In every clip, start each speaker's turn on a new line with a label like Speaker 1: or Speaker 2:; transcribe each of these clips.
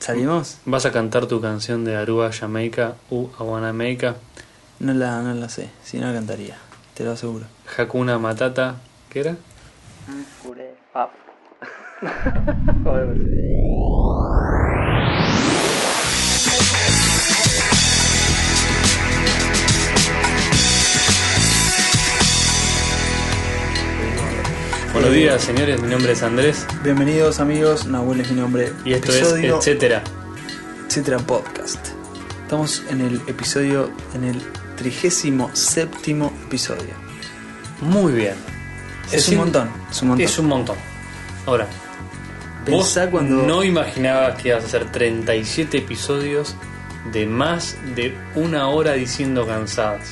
Speaker 1: ¿Salimos?
Speaker 2: ¿Vas a cantar tu canción de Aruba, Jamaica, U, Aguanameica,
Speaker 1: No la, no la sé, si no la cantaría, te lo aseguro.
Speaker 2: Hakuna Matata? ¿Qué era? Buenos días, señores. Mi nombre es Andrés
Speaker 1: Bienvenidos amigos, Nahuel es mi nombre.
Speaker 2: y esto
Speaker 1: Episodio
Speaker 2: es Etcétera.
Speaker 1: etcétera podcast. Estamos en el episodio, en el trigésimo séptimo episodio.
Speaker 2: Muy bien.
Speaker 1: Es un
Speaker 2: decir,
Speaker 1: montón, es un montón.
Speaker 2: Es un montón. Ahora,
Speaker 1: Pensá
Speaker 2: vos
Speaker 1: cuando-
Speaker 2: no imaginabas que ibas a hacer 37 episodios de más de una hora diciendo cansadas.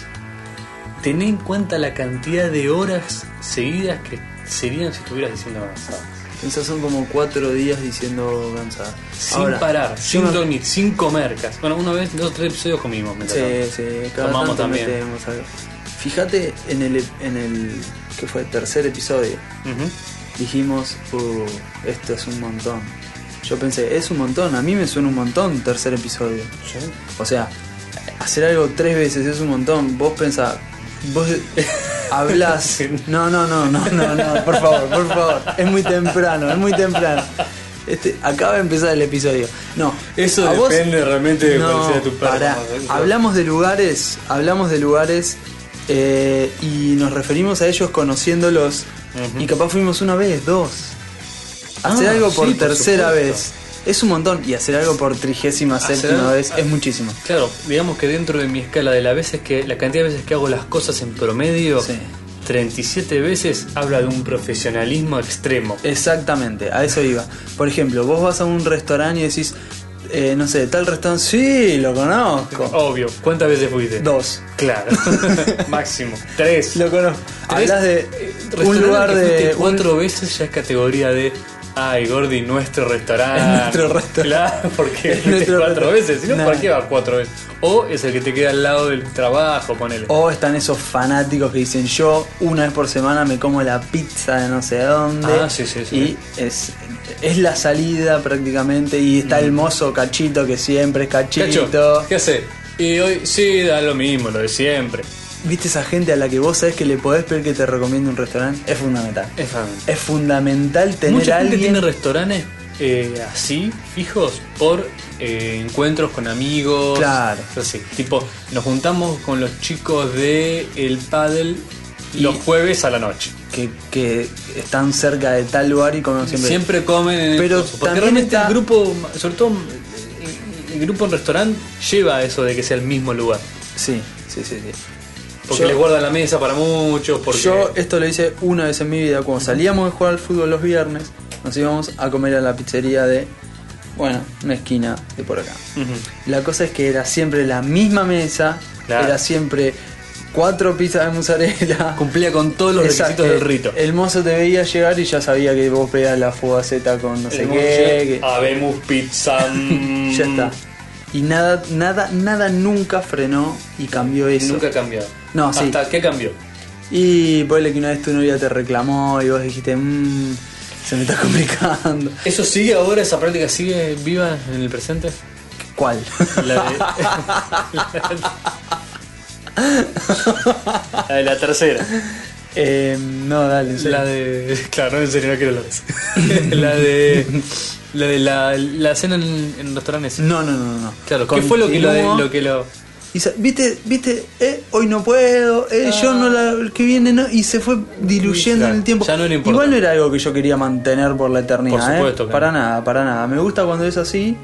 Speaker 2: Ten en cuenta la cantidad de horas seguidas que serían si estuvieras diciendo cansadas.
Speaker 1: Pensá, son como cuatro días diciendo cansada.
Speaker 2: Sin
Speaker 1: Ahora,
Speaker 2: parar,
Speaker 1: yo
Speaker 2: sin
Speaker 1: no-
Speaker 2: dormir, sin comer casi. Bueno, una vez, dos, tres episodios comimos. me
Speaker 1: Sí,
Speaker 2: tocaron.
Speaker 1: sí, cada
Speaker 2: Tomamos
Speaker 1: tanto
Speaker 2: también.
Speaker 1: metemos algo. Fíjate en el, en el que fue el tercer episodio.
Speaker 2: Ujú.
Speaker 1: dijimos, "Uh, esto es un montón. Yo pensé, es un montón, a mí me suena un montón tercer episodio. O sea, hacer algo tres veces es un montón. Vos pensás, vos hablas. No, no, no, no, no, no, por favor, por favor. Es muy temprano, es muy temprano. Este, acaba de empezar el episodio. No,
Speaker 2: Eso
Speaker 1: a vos-
Speaker 2: depende realmente de cuál
Speaker 1: No,
Speaker 2: sea tu
Speaker 1: pará.
Speaker 2: performance.
Speaker 1: Hablamos de lugares, hablamos de lugares eh, y nos referimos a ellos conociéndolos.
Speaker 2: Ujú.
Speaker 1: Y capaz fuimos una vez, dos. Hacer
Speaker 2: Ah,
Speaker 1: algo por
Speaker 2: sí, por
Speaker 1: tercera
Speaker 2: supuesto.
Speaker 1: vez es un montón. Y hacer algo por trigésima
Speaker 2: Hacer
Speaker 1: séptima
Speaker 2: algo-
Speaker 1: vez es muchísimo.
Speaker 2: Claro, digamos que dentro de mi escala de las veces que la cantidad de veces que hago las cosas en promedio,
Speaker 1: Sí.
Speaker 2: 37 veces habla de un profesionalismo extremo.
Speaker 1: Exactamente, a eso iba. Por ejemplo, vos vas a un restaurante y decís, eh, no sé, tal restaurante, sí, lo conozco.
Speaker 2: Obvio, ¿cuántas veces fuiste?
Speaker 1: Dos.
Speaker 2: Claro, máximo. Tres.
Speaker 1: Lo conozco.
Speaker 2: Tres.
Speaker 1: Hablas de
Speaker 2: Eh,
Speaker 1: un
Speaker 2: restaurante
Speaker 1: lugar
Speaker 2: que fuiste
Speaker 1: de. un-
Speaker 2: cuatro veces ya es categoría de. Ay, Gordi, nuestro restaurante.
Speaker 1: Es nuestro restaurante.
Speaker 2: Claro, porque
Speaker 1: Es
Speaker 2: fuiste
Speaker 1: nuestro
Speaker 2: cuatro
Speaker 1: restaurante.
Speaker 2: veces. Si no,
Speaker 1: Nah.
Speaker 2: ¿para qué vas cuatro veces? O es el que te queda al lado del trabajo, ponele.
Speaker 1: O están esos fanáticos que dicen yo una vez por semana me como la pizza de no sé dónde.
Speaker 2: Ah, sí, sí, sí.
Speaker 1: Y es, es la salida prácticamente y está el mozo cachito que siempre es cachito.
Speaker 2: Mm. Cacho, ¿qué hace? Y hoy sí, da lo mismo, lo de siempre.
Speaker 1: ¿Viste esa gente a la que vos sabés que le podés pedir que te recomiende un restaurante? Es fundamental.
Speaker 2: Es fundamental.
Speaker 1: Es fundamental tener
Speaker 2: Mucha
Speaker 1: a
Speaker 2: gente
Speaker 1: alguien.
Speaker 2: tiene restaurantes eh, así, fijos, por eh, encuentros con amigos.
Speaker 1: Claro.
Speaker 2: Así, tipo, nos juntamos con los chicos de El Paddle
Speaker 1: Y-
Speaker 2: los jueves a la noche.
Speaker 1: que, que están cerca de tal lugar y comen siempre.
Speaker 2: Siempre, comen en el
Speaker 1: Pero
Speaker 2: coso, Porque
Speaker 1: también
Speaker 2: realmente
Speaker 1: está-
Speaker 2: el grupo, sobre todo el- el grupo en restaurante, lleva a eso de que sea el mismo lugar.
Speaker 1: Sí, sí, sí, sí.
Speaker 2: Porque
Speaker 1: Yo-
Speaker 2: les guardan la mesa para muchos, porque...
Speaker 1: Yo esto lo hice una vez en mi vida, cuando salíamos de jugar al fútbol los viernes, nos íbamos a comer a la pizzería de, bueno, una esquina de por acá.
Speaker 2: Ujú.
Speaker 1: La cosa es que era siempre la misma mesa,
Speaker 2: Claro.
Speaker 1: era siempre cuatro pizzas de mozzarella.
Speaker 2: Cumplía con todos los
Speaker 1: Exacto, Eh,
Speaker 2: requisitos del rito.
Speaker 1: El mozo te veía llegar y ya sabía que vos pedías la fugaceta con no sé
Speaker 2: El
Speaker 1: qué. que-
Speaker 2: Habemos pizza. mm,
Speaker 1: Ya está. Y nada, nada, nada nunca frenó y cambió eso.
Speaker 2: Nunca ha cambiado.
Speaker 1: No, sí.
Speaker 2: ¿Hasta qué cambió?
Speaker 1: Y ponle que una vez tu novia te reclamó y vos dijiste, mmm, se me está complicando.
Speaker 2: ¿Eso sigue ahora? ¿Esa práctica sigue viva en el presente?
Speaker 1: ¿Cuál?
Speaker 2: La de. la de la tercera.
Speaker 1: Eh, no, dale, en serio.
Speaker 2: La de. Claro, no, en serio, no quiero hablar de eso. La de. La de la, la cena en, en restaurantes.
Speaker 1: No, no, no, no.
Speaker 2: Claro, ¿qué fue lo que lo, de-
Speaker 1: Continuó.
Speaker 2: lo que lo.
Speaker 1: Y sa- viste, viste, eh, hoy no puedo, eh, yo no la, el que viene no. Y se fue diluyendo
Speaker 2: Claro,
Speaker 1: en el tiempo.
Speaker 2: ya no le importa.
Speaker 1: Igual no era algo que yo quería mantener por la eternidad.
Speaker 2: Por supuesto
Speaker 1: eh.
Speaker 2: que
Speaker 1: Para
Speaker 2: no.
Speaker 1: nada, para nada. Me gusta cuando es así.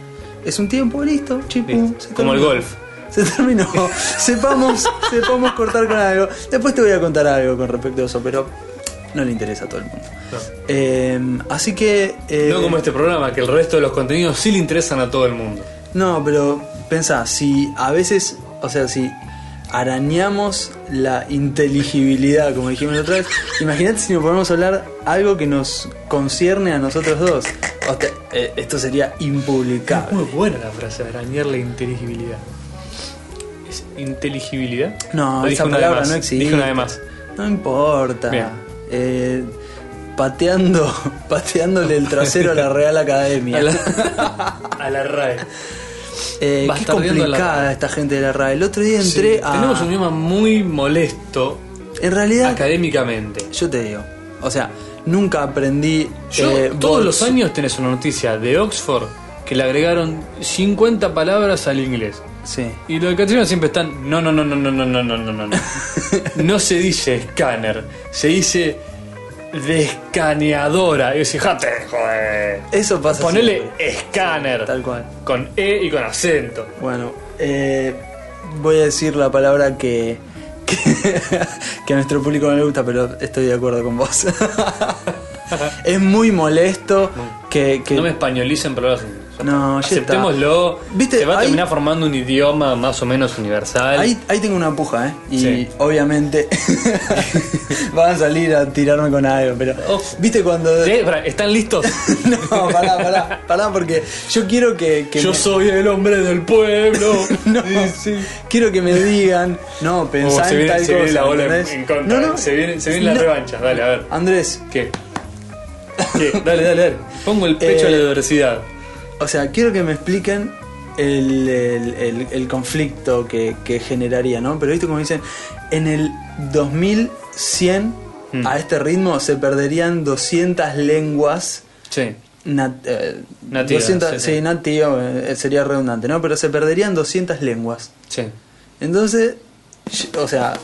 Speaker 1: Es un tiempo, listo, chipu.
Speaker 2: Listo.
Speaker 1: se
Speaker 2: Como el
Speaker 1: terminó.
Speaker 2: golf.
Speaker 1: Se terminó. sepamos, sepamos cortar con algo. Después te voy a contar algo con respecto a eso, pero no le interesa a todo el mundo.
Speaker 2: No.
Speaker 1: Eh, así que. eh,
Speaker 2: No como este programa, que el resto de los contenidos sí le interesan a todo el mundo.
Speaker 1: no, pero pensá, si a veces, o sea, si arañamos la inteligibilidad, como dijimos la otra vez, imagínate si nos ponemos a hablar algo que nos concierne a nosotros dos. O te- eh, esto sería
Speaker 2: Es muy
Speaker 1: impublicable.
Speaker 2: buena la frase, arañar la inteligibilidad. ¿Es inteligibilidad?
Speaker 1: No,
Speaker 2: O dije
Speaker 1: esa
Speaker 2: una de
Speaker 1: palabra
Speaker 2: más,
Speaker 1: no existe.
Speaker 2: Dije una de más.
Speaker 1: No importa.
Speaker 2: Bien.
Speaker 1: Eh, pateando, pateándole el trasero a la Real Academia.
Speaker 2: A la, a la RAE.
Speaker 1: Eh, qué
Speaker 2: bastardeando a la
Speaker 1: complicada
Speaker 2: RAE.
Speaker 1: esta gente de la RAE. El otro día entré a.
Speaker 2: Tenemos un idioma muy molesto
Speaker 1: En realidad,
Speaker 2: académicamente.
Speaker 1: yo te digo, o sea, nunca aprendí.
Speaker 2: Yo,
Speaker 1: eh,
Speaker 2: todos
Speaker 1: Vox.
Speaker 2: los años tenés una noticia de Oxford que le agregaron 50 palabras al inglés.
Speaker 1: Sí.
Speaker 2: Y los de castellano siempre están. No, no, no, no, no, no, no, no, no, no. No, no se dice escáner, se dice descaneadora. Y yo decía, jate, joder.
Speaker 1: Eso pasa.
Speaker 2: Ponele
Speaker 1: siempre.
Speaker 2: escáner.
Speaker 1: Tal cual.
Speaker 2: Con E y con acento.
Speaker 1: Bueno, eh, voy a decir la palabra que, que, que a nuestro público no le gusta, pero estoy de acuerdo con vos. es muy molesto que... que-
Speaker 2: No me españolicen palabras. en inglés.
Speaker 1: No, ya está.
Speaker 2: Aceptémoslo.
Speaker 1: Viste,
Speaker 2: Se va a
Speaker 1: ahí-
Speaker 2: terminar formando un idioma más o menos universal.
Speaker 1: Ahí, ahí tengo una puja, ¿eh? Y
Speaker 2: Sí.
Speaker 1: obviamente van a salir a tirarme con algo, pero...
Speaker 2: Oh.
Speaker 1: ¿Viste cuando...?
Speaker 2: Eh, pará, ¿Están listos?
Speaker 1: no, pará, pará, pará, porque yo quiero que... que
Speaker 2: Yo
Speaker 1: me-
Speaker 2: soy el hombre del pueblo.
Speaker 1: No,
Speaker 2: Sí, sí.
Speaker 1: quiero que me digan, no,
Speaker 2: Oh,
Speaker 1: pensá
Speaker 2: se
Speaker 1: en
Speaker 2: viene,
Speaker 1: tal
Speaker 2: se viene
Speaker 1: cosa,
Speaker 2: la ola en-
Speaker 1: ¿entendés?
Speaker 2: en contra. eh,
Speaker 1: No, no.
Speaker 2: Se viene, se viene la
Speaker 1: No.
Speaker 2: revancha. Dale, a ver.
Speaker 1: Andrés,
Speaker 2: ¿Qué? ¿Qué? Dale, dale, dale. Pongo el pecho
Speaker 1: Eh,
Speaker 2: a la diversidad.
Speaker 1: O sea, quiero que me expliquen el, el- el- el conflicto que, que generaría, ¿no? Pero viste como dicen, en el 2100,
Speaker 2: Mm.
Speaker 1: a este ritmo, se perderían 200 lenguas.
Speaker 2: Sí.
Speaker 1: nat- eh,
Speaker 2: Nativas,
Speaker 1: 200
Speaker 2: sí, sí.
Speaker 1: sí, nativo, eh, sería redundante, ¿no? Pero se perderían 200 lenguas.
Speaker 2: Sí.
Speaker 1: Entonces, yo- o sea,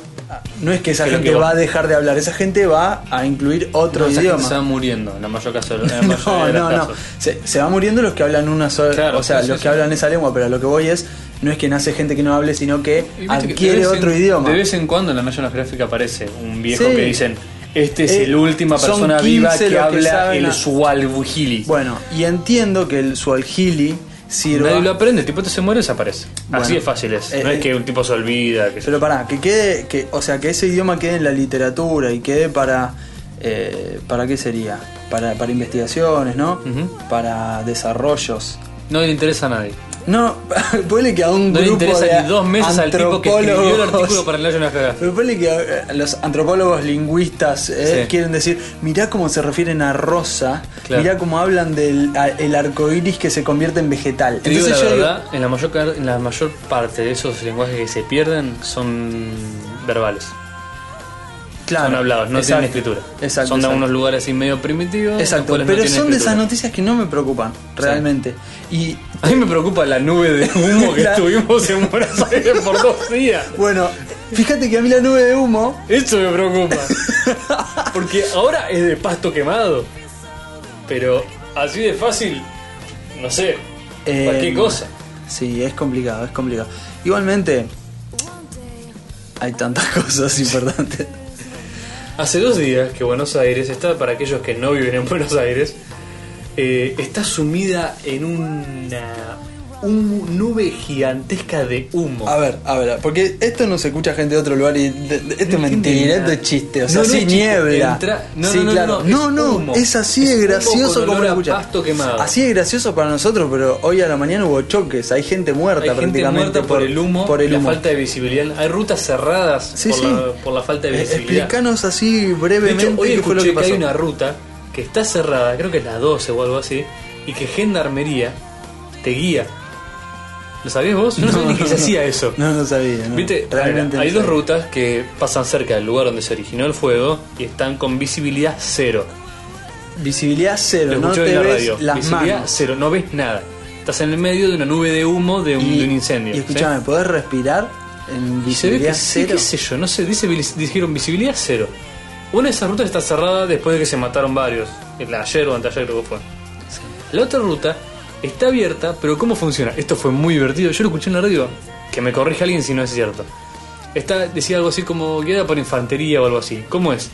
Speaker 1: no es que esa
Speaker 2: Creo
Speaker 1: gente
Speaker 2: que va-
Speaker 1: va a dejar de hablar, esa gente va a incluir
Speaker 2: Pero
Speaker 1: otro
Speaker 2: esa gente
Speaker 1: idioma.
Speaker 2: se va muriendo en la mayor caso. En la mayoría
Speaker 1: No,
Speaker 2: de los
Speaker 1: no, no.
Speaker 2: casos.
Speaker 1: Se, se va muriendo los que hablan una sola.
Speaker 2: Claro,
Speaker 1: o sea,
Speaker 2: sí, sí,
Speaker 1: los
Speaker 2: sí.
Speaker 1: que hablan esa lengua, pero a lo que voy es. No es que nace gente que no hable, sino que
Speaker 2: Y viste que de
Speaker 1: adquiere
Speaker 2: vez en-
Speaker 1: otro idioma.
Speaker 2: De vez en cuando en la National Geographic aparece un viejo
Speaker 1: Sí.
Speaker 2: que dicen: Este es
Speaker 1: Eh,
Speaker 2: el última
Speaker 1: son
Speaker 2: persona viva
Speaker 1: 15
Speaker 2: que
Speaker 1: los que
Speaker 2: habla
Speaker 1: saben
Speaker 2: el
Speaker 1: a-
Speaker 2: Swalbuhili.
Speaker 1: Bueno, y entiendo que el sualgili sirva.
Speaker 2: Nadie lo aprende, el tipo este se muere desaparece.
Speaker 1: Bueno.
Speaker 2: Así de fácil es.
Speaker 1: Eh,
Speaker 2: no es
Speaker 1: eh.
Speaker 2: que un tipo se olvida. Que
Speaker 1: Pero pará, que quede. Que, o sea, que ese idioma quede en la literatura y quede para. eh, ¿Para qué sería? Para, para investigaciones, ¿no?
Speaker 2: Ujú.
Speaker 1: Para desarrollos.
Speaker 2: No le interesa a nadie.
Speaker 1: No, ponle que a un
Speaker 2: No le
Speaker 1: grupo de
Speaker 2: interesa ni dos meses al tipo que escribió el
Speaker 1: antropólogos-
Speaker 2: artículo para el National Geographic.
Speaker 1: Pero ponle que eh, los antropólogos lingüistas eh,
Speaker 2: Sí.
Speaker 1: quieren decir, mirá cómo se refieren a rosa,
Speaker 2: Claro.
Speaker 1: mirá cómo hablan del a- el arco iris que se convierte en vegetal.
Speaker 2: Te digo
Speaker 1: Entonces
Speaker 2: la
Speaker 1: yo digo,
Speaker 2: verdad, en, la mayor, car- en la mayor parte de esos lenguajes que se pierden son verbales.
Speaker 1: claro,
Speaker 2: son hablados, no
Speaker 1: exacto,
Speaker 2: tienen escritura.
Speaker 1: Exacto,
Speaker 2: son de
Speaker 1: exacto.
Speaker 2: unos lugares así medio primitivos. los
Speaker 1: Exacto,
Speaker 2: cuales no
Speaker 1: pero
Speaker 2: tienen
Speaker 1: son de esas
Speaker 2: escritura.
Speaker 1: noticias que no me preocupan, realmente. Y
Speaker 2: A mí me preocupa la nube de humo que
Speaker 1: La-
Speaker 2: estuvimos en Buenos Aires por dos días.
Speaker 1: bueno, fíjate que a mí la nube de humo,
Speaker 2: Eso me preocupa. Porque ahora es de pasto quemado. Pero así de fácil, no sé,
Speaker 1: Eh,
Speaker 2: cualquier cosa.
Speaker 1: sí, es complicado, es complicado. Igualmente, hay tantas cosas importantes.
Speaker 2: Hace dos días que Buenos Aires está, para aquellos que no viven en Buenos Aires, eh, está sumida en una un nube gigantesca de humo.
Speaker 1: A ver, a ver, porque esto no se escucha gente de otro lugar y de- de- esto es mentira, esto
Speaker 2: nada.
Speaker 1: es chiste, o
Speaker 2: No,
Speaker 1: sea,
Speaker 2: no
Speaker 1: sí
Speaker 2: es chiste,
Speaker 1: niebla.
Speaker 2: entra- no,
Speaker 1: sí,
Speaker 2: no, no,
Speaker 1: claro.
Speaker 2: no,
Speaker 1: No,
Speaker 2: es
Speaker 1: no,
Speaker 2: humo.
Speaker 1: es así
Speaker 2: Es
Speaker 1: de
Speaker 2: humo
Speaker 1: gracioso
Speaker 2: con
Speaker 1: como
Speaker 2: olor
Speaker 1: lo
Speaker 2: a
Speaker 1: escuchas.
Speaker 2: pasto quemado.
Speaker 1: Así de gracioso para nosotros, pero hoy a la mañana hubo choques, hay gente muerta
Speaker 2: Hay gente
Speaker 1: prácticamente
Speaker 2: muerta por, el humo,
Speaker 1: por el
Speaker 2: la
Speaker 1: humo.
Speaker 2: falta de visibilidad. Hay rutas cerradas
Speaker 1: Sí,
Speaker 2: por,
Speaker 1: sí.
Speaker 2: La, por la falta de
Speaker 1: Eh,
Speaker 2: visibilidad.
Speaker 1: Explicanos así
Speaker 2: De
Speaker 1: brevemente
Speaker 2: hecho, hoy
Speaker 1: qué fue lo
Speaker 2: escuché
Speaker 1: que
Speaker 2: que,
Speaker 1: pasó.
Speaker 2: hay una ruta que está cerrada, creo que es la 12 o algo así, y que Gendarmería te guía. ¿Lo sabías vos? Yo no, sabía ni que se hacía eso.
Speaker 1: No, no sabía. no.
Speaker 2: Viste,
Speaker 1: realmente
Speaker 2: hay
Speaker 1: no
Speaker 2: dos
Speaker 1: sabía.
Speaker 2: rutas que pasan cerca del lugar donde se originó el fuego y están con visibilidad cero.
Speaker 1: Visibilidad
Speaker 2: Lo
Speaker 1: cero, no
Speaker 2: escuché
Speaker 1: te
Speaker 2: en la
Speaker 1: ves
Speaker 2: radio.
Speaker 1: las
Speaker 2: visibilidad
Speaker 1: manos.
Speaker 2: cero, no ves nada. Estás en el medio de una nube de humo de un, de un incendio.
Speaker 1: Y
Speaker 2: ¿sí?
Speaker 1: escúchame, ¿podés respirar en
Speaker 2: Y se ve que
Speaker 1: visibilidad
Speaker 2: sí,
Speaker 1: cero?
Speaker 2: qué sé yo, no sé, dice, dijeron visibilidad cero. Una de esas rutas está cerrada después de que se mataron varios. El Ayer o anteayer creo que fue. La otra ruta está abierta, pero ¿cómo funciona? Esto fue muy divertido. Yo lo escuché en la radio. Que me corrija alguien si no es cierto. Está, decía algo así como guiada por infantería o algo así. ¿Cómo es?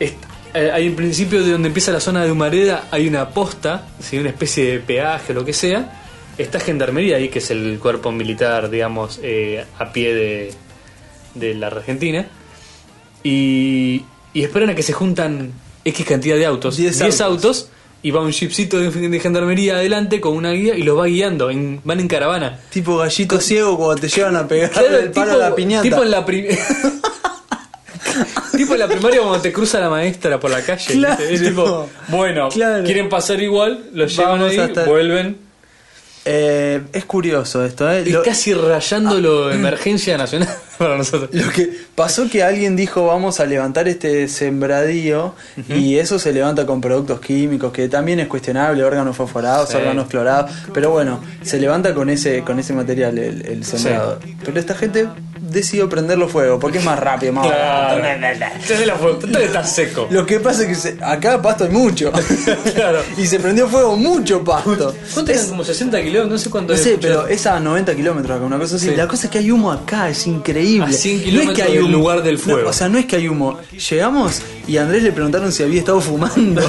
Speaker 2: Es- eh, Hay en principio de donde empieza la zona de Humareda, hay una posta, ¿sí? una especie de peaje, lo que sea. Está Gendarmería ahí, que es el cuerpo militar, digamos, eh, a pie de, de la Argentina. Y, y esperan a que se juntan X cantidad de autos.
Speaker 1: 10
Speaker 2: autos. Y va un jeepcito de, de Gendarmería adelante con una guía y los va guiando. en- van en caravana.
Speaker 1: Tipo gallito ciego cuando te llevan a pegar el
Speaker 2: Claro,
Speaker 1: palo a la piñata.
Speaker 2: tipo en la primera. tipo en la primaria cuando te cruza la maestra por la calle.
Speaker 1: Claro.
Speaker 2: ¿viste? Es tipo, bueno,
Speaker 1: Claro.
Speaker 2: quieren pasar igual, los llevan
Speaker 1: Vamos
Speaker 2: ahí,
Speaker 1: hasta-
Speaker 2: vuelven.
Speaker 1: Eh, es curioso esto, ¿eh?
Speaker 2: Es
Speaker 1: Lo-
Speaker 2: casi rayando lo de emergencia nacional para nosotros.
Speaker 1: Lo que pasó que alguien dijo vamos a levantar este sembradío y eso se levanta con productos químicos que también es cuestionable, órganos fosforados,
Speaker 2: Sí.
Speaker 1: órganos clorados, pero bueno, se levanta con ese con ese material el, el sembrado. Pero esta gente decidió prenderlo fuego porque es más rápido, más
Speaker 2: Entonces la fuego, entonces está seco.
Speaker 1: Lo que pasa es que se- acá pasto hay mucho.
Speaker 2: Claro.
Speaker 1: Y se prendió fuego mucho pasto.
Speaker 2: ¿Cuánto eran? Como 60 kilos, no sé cuánto.
Speaker 1: No
Speaker 2: había
Speaker 1: sé,
Speaker 2: escuchado.
Speaker 1: pero es a 90 kilómetros acá, una cosa así.
Speaker 2: Sí.
Speaker 1: La cosa es que hay humo acá, es increíble.
Speaker 2: A 100 kilómetros del lugar del
Speaker 1: No,
Speaker 2: fuego.
Speaker 1: o sea, no es que hay humo. Llegamos y a Andrés le preguntaron si había estado fumando.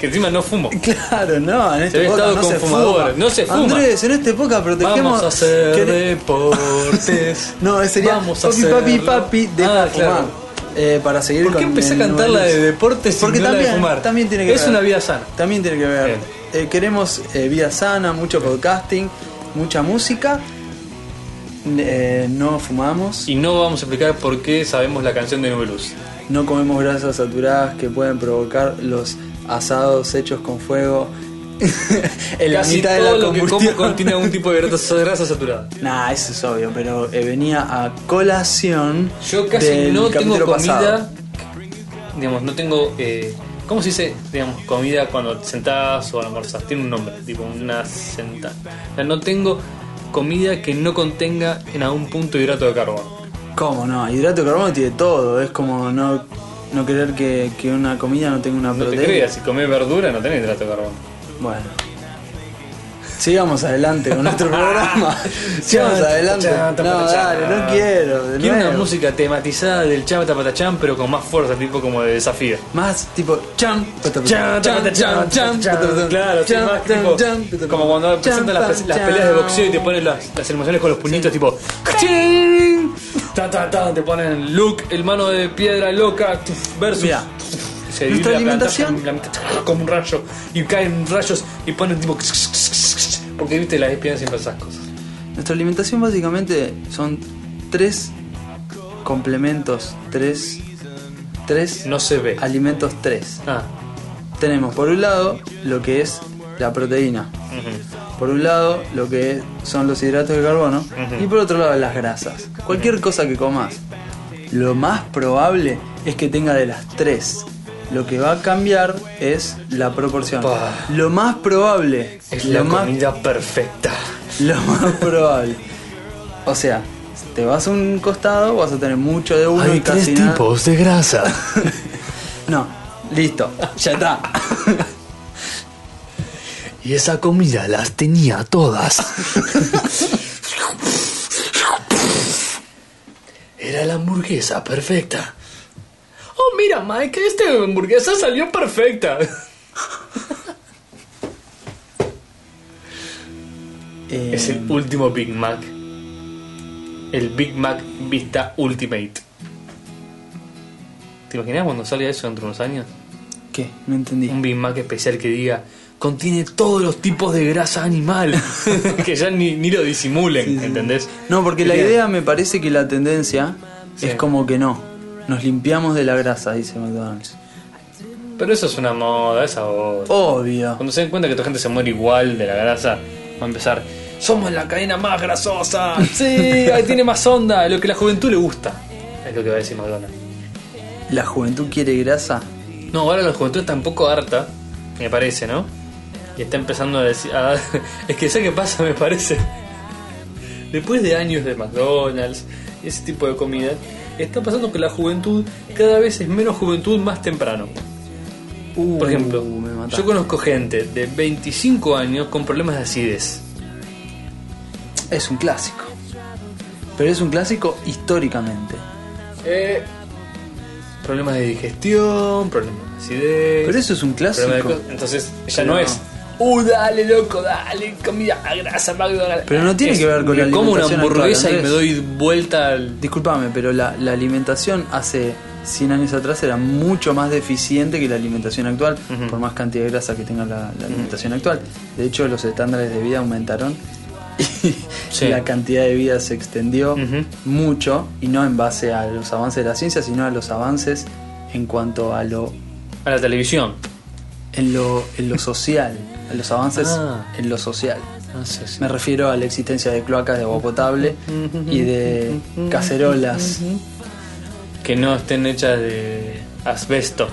Speaker 2: que encima no fumo.
Speaker 1: claro, no, en
Speaker 2: Se
Speaker 1: este
Speaker 2: había
Speaker 1: podcast
Speaker 2: estado
Speaker 1: no
Speaker 2: con
Speaker 1: se
Speaker 2: fumadores,
Speaker 1: fuma.
Speaker 2: no se fuma.
Speaker 1: Andrés, en este podcast protegemos...
Speaker 2: Vamos a hacer
Speaker 1: que-
Speaker 2: deportes.
Speaker 1: No, ese sería
Speaker 2: Vamos a
Speaker 1: papi, papi,
Speaker 2: hacerlo.
Speaker 1: papi, deja
Speaker 2: Ah, claro.
Speaker 1: fumar. Eh, para seguir
Speaker 2: ¿Por qué
Speaker 1: con
Speaker 2: empecé a
Speaker 1: el
Speaker 2: cantar la de
Speaker 1: novelismo.
Speaker 2: deportes
Speaker 1: Porque
Speaker 2: y no
Speaker 1: también,
Speaker 2: la de fumar?
Speaker 1: también tiene que
Speaker 2: Es
Speaker 1: ver.
Speaker 2: una vida sana.
Speaker 1: También tiene que ver.
Speaker 2: Bien.
Speaker 1: Eh, queremos eh, vida sana, mucho podcasting, mucha música. Eh, no fumamos,
Speaker 2: Y no vamos a explicar por qué sabemos la canción de Nubeluz.
Speaker 1: no comemos grasas saturadas que pueden provocar los asados hechos con fuego en la
Speaker 2: Casi
Speaker 1: mitad de
Speaker 2: todo
Speaker 1: la
Speaker 2: lo que como
Speaker 1: combustión.
Speaker 2: contiene algún tipo de grasa, grasa saturada.
Speaker 1: Nah, eso es obvio, pero eh, venía a colación.
Speaker 2: Yo casi
Speaker 1: del
Speaker 2: no tengo
Speaker 1: capítulo
Speaker 2: comida.
Speaker 1: pasado.
Speaker 2: Digamos, no tengo. eh, ¿Cómo se dice? Digamos, comida cuando te sentás o almorzás. Tiene un nombre, tipo una senta. O sea, no tengo comida que no contenga en algún punto hidrato de carbono.
Speaker 1: ¿Cómo no? Hidrato de carbono tiene todo, es como no, no querer que, que una comida no tenga una
Speaker 2: No te
Speaker 1: proteína.
Speaker 2: creas, si comés verdura no tenés hidrato de carbono.
Speaker 1: Bueno. Sigamos adelante con nuestro programa. Sigamos
Speaker 2: Chan,
Speaker 1: adelante.
Speaker 2: chan,
Speaker 1: No,
Speaker 2: tapatachan.
Speaker 1: dale, no quiero. de
Speaker 2: Quiero una
Speaker 1: nuevo.
Speaker 2: música tematizada del cham tapatachán, pero con más fuerza, tipo como de desafío.
Speaker 1: Más tipo chan,
Speaker 2: Chan, chan, chan, chan, chan. Claro, sí, más tipo- como cuando presentan las, pe- las peleas de boxeo y te ponen las, las emociones con los puñitos, tipo. ¡Cachín! Tan, tan, tan, te ponen Luke, el mano de piedra loca, tuf, versus.
Speaker 1: Mira.
Speaker 2: Se
Speaker 1: Nuestra
Speaker 2: divide la pantalla
Speaker 1: alimentación.
Speaker 2: en la mitad, como un rayo y caen rayos y ponen tipo. Porque viste las espinas siempre esas cosas.
Speaker 1: Nuestra alimentación básicamente son tres complementos, tres, tres
Speaker 2: No se ve.
Speaker 1: alimentos tres.
Speaker 2: Ah,
Speaker 1: Tenemos por un lado lo que es la proteína,
Speaker 2: ujú.
Speaker 1: Por un lado, lo que son los hidratos de carbono y por otro lado, las grasas. Cualquier cosa que comas, lo más probable es que tenga de las tres. Lo que va a cambiar es la proporción.
Speaker 2: Pa.
Speaker 1: Lo más probable,
Speaker 2: es la
Speaker 1: lo más,
Speaker 2: comida perfecta.
Speaker 1: lo más probable. O sea, te vas a un costado, vas a tener mucho de uno y casi nada-
Speaker 2: de grasa.
Speaker 1: No, listo, ya está.
Speaker 2: Y esa comida las tenía todas. Era la hamburguesa perfecta. Oh, mira, Mike, esta hamburguesa salió perfecta.
Speaker 1: Eh,
Speaker 2: Es el último Big Mac. El Big Mac Vista Ultimate. ¿Te imaginas cuando salga eso dentro de unos años?
Speaker 1: ¿Qué? No entendí.
Speaker 2: un Big Mac especial que diga contiene todos los tipos de grasa animal que ya ni, ni lo disimulen, ¿entendés?
Speaker 1: No, porque la
Speaker 2: Que digan,
Speaker 1: idea me parece que la tendencia
Speaker 2: Sí.
Speaker 1: es como que no. Nos limpiamos de la grasa, dice McDonald's.
Speaker 2: Pero eso es una moda, esa voz.
Speaker 1: Obvio.
Speaker 2: Cuando se den cuenta que tu gente se muere igual de la grasa, va a empezar. Somos la cadena más grasosa. Sí, ahí tiene más onda. Lo que la juventud le gusta. Es lo que va a decir McDonald's.
Speaker 1: ¿La juventud quiere grasa?
Speaker 2: No, ahora la juventud está un poco harta, me parece, ¿no? Y está empezando a decir. a- es que sé qué pasa, me parece. Después de años de McDonald's y ese tipo de comida, está pasando que la juventud cada vez es menos juventud más temprano.
Speaker 1: Uh,
Speaker 2: Por ejemplo,
Speaker 1: me mataste.
Speaker 2: yo conozco gente de 25 años con problemas de acidez.
Speaker 1: Es un clásico. Pero es un clásico históricamente.
Speaker 2: Eh, problemas de digestión, problemas de acidez.
Speaker 1: Pero eso es un
Speaker 2: problemas de
Speaker 1: clásico.
Speaker 2: cosas. Entonces ya
Speaker 1: Pero
Speaker 2: no
Speaker 1: no.
Speaker 2: es. Uh, dale loco, dale comida a grasa McDonald's.
Speaker 1: Pero no tiene
Speaker 2: Es,
Speaker 1: que ver con
Speaker 2: me
Speaker 1: la
Speaker 2: como una
Speaker 1: alimentación
Speaker 2: hamburguesa y
Speaker 1: actual,
Speaker 2: me doy vuelta al.
Speaker 1: Disculpame, pero la, la alimentación hace 100 años atrás era mucho más deficiente que la alimentación actual,
Speaker 2: Ujú.
Speaker 1: por más cantidad de grasa que tenga la, la alimentación actual. De hecho, los estándares de vida aumentaron y
Speaker 2: Sí.
Speaker 1: la cantidad de vida se extendió
Speaker 2: Ujú.
Speaker 1: mucho y no en base a los avances de la ciencia, sino a los avances en cuanto a lo
Speaker 2: A la televisión.
Speaker 1: en lo, en lo social, a los avances
Speaker 2: Ah.
Speaker 1: en lo social.
Speaker 2: No sé si-
Speaker 1: Me refiero a la existencia de cloacas de agua potable y de cacerolas.
Speaker 2: que no estén hechas de asbesto.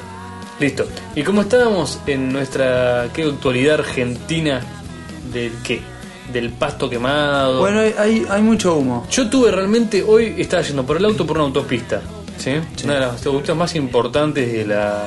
Speaker 2: Listo. Y como estábamos en nuestra qué actualidad argentina del qué? Del pasto quemado.
Speaker 1: Bueno, hay, hay, hay mucho humo.
Speaker 2: yo tuve realmente hoy estaba yendo por el auto por una autopista, ¿sí? Una de las autopistas más importantes de la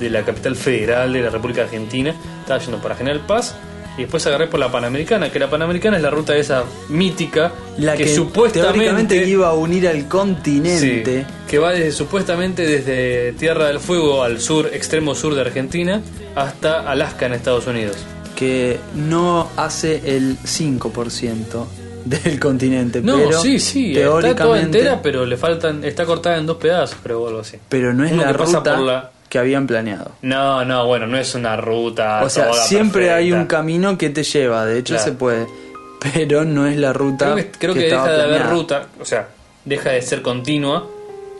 Speaker 2: de la capital federal de la República Argentina. Estaba yendo para General Paz y después agarré por la Panamericana, que la Panamericana es la ruta esa mítica
Speaker 1: La que, teóricamente iba a unir al continente.
Speaker 2: Sí, que va desde, supuestamente desde Tierra del Fuego al sur, extremo sur de Argentina, hasta Alaska en Estados Unidos.
Speaker 1: que no hace el 5% del continente.
Speaker 2: No,
Speaker 1: pero
Speaker 2: sí, sí, está toda
Speaker 1: teóricamente,
Speaker 2: entera, pero le faltan, está cortada en dos pedazos, creo, o algo así.
Speaker 1: pero no es
Speaker 2: Uno
Speaker 1: la
Speaker 2: que pasa
Speaker 1: ruta
Speaker 2: por la-
Speaker 1: que habían planeado.
Speaker 2: No, no, bueno, no es una ruta.
Speaker 1: o sea,
Speaker 2: toda
Speaker 1: siempre hay un
Speaker 2: perfecta.
Speaker 1: camino que te lleva, de hecho
Speaker 2: Claro.
Speaker 1: se puede, pero no es la ruta
Speaker 2: Creo que, creo que
Speaker 1: estaba
Speaker 2: deja de haber
Speaker 1: planeada.
Speaker 2: ruta, o sea, deja de ser continua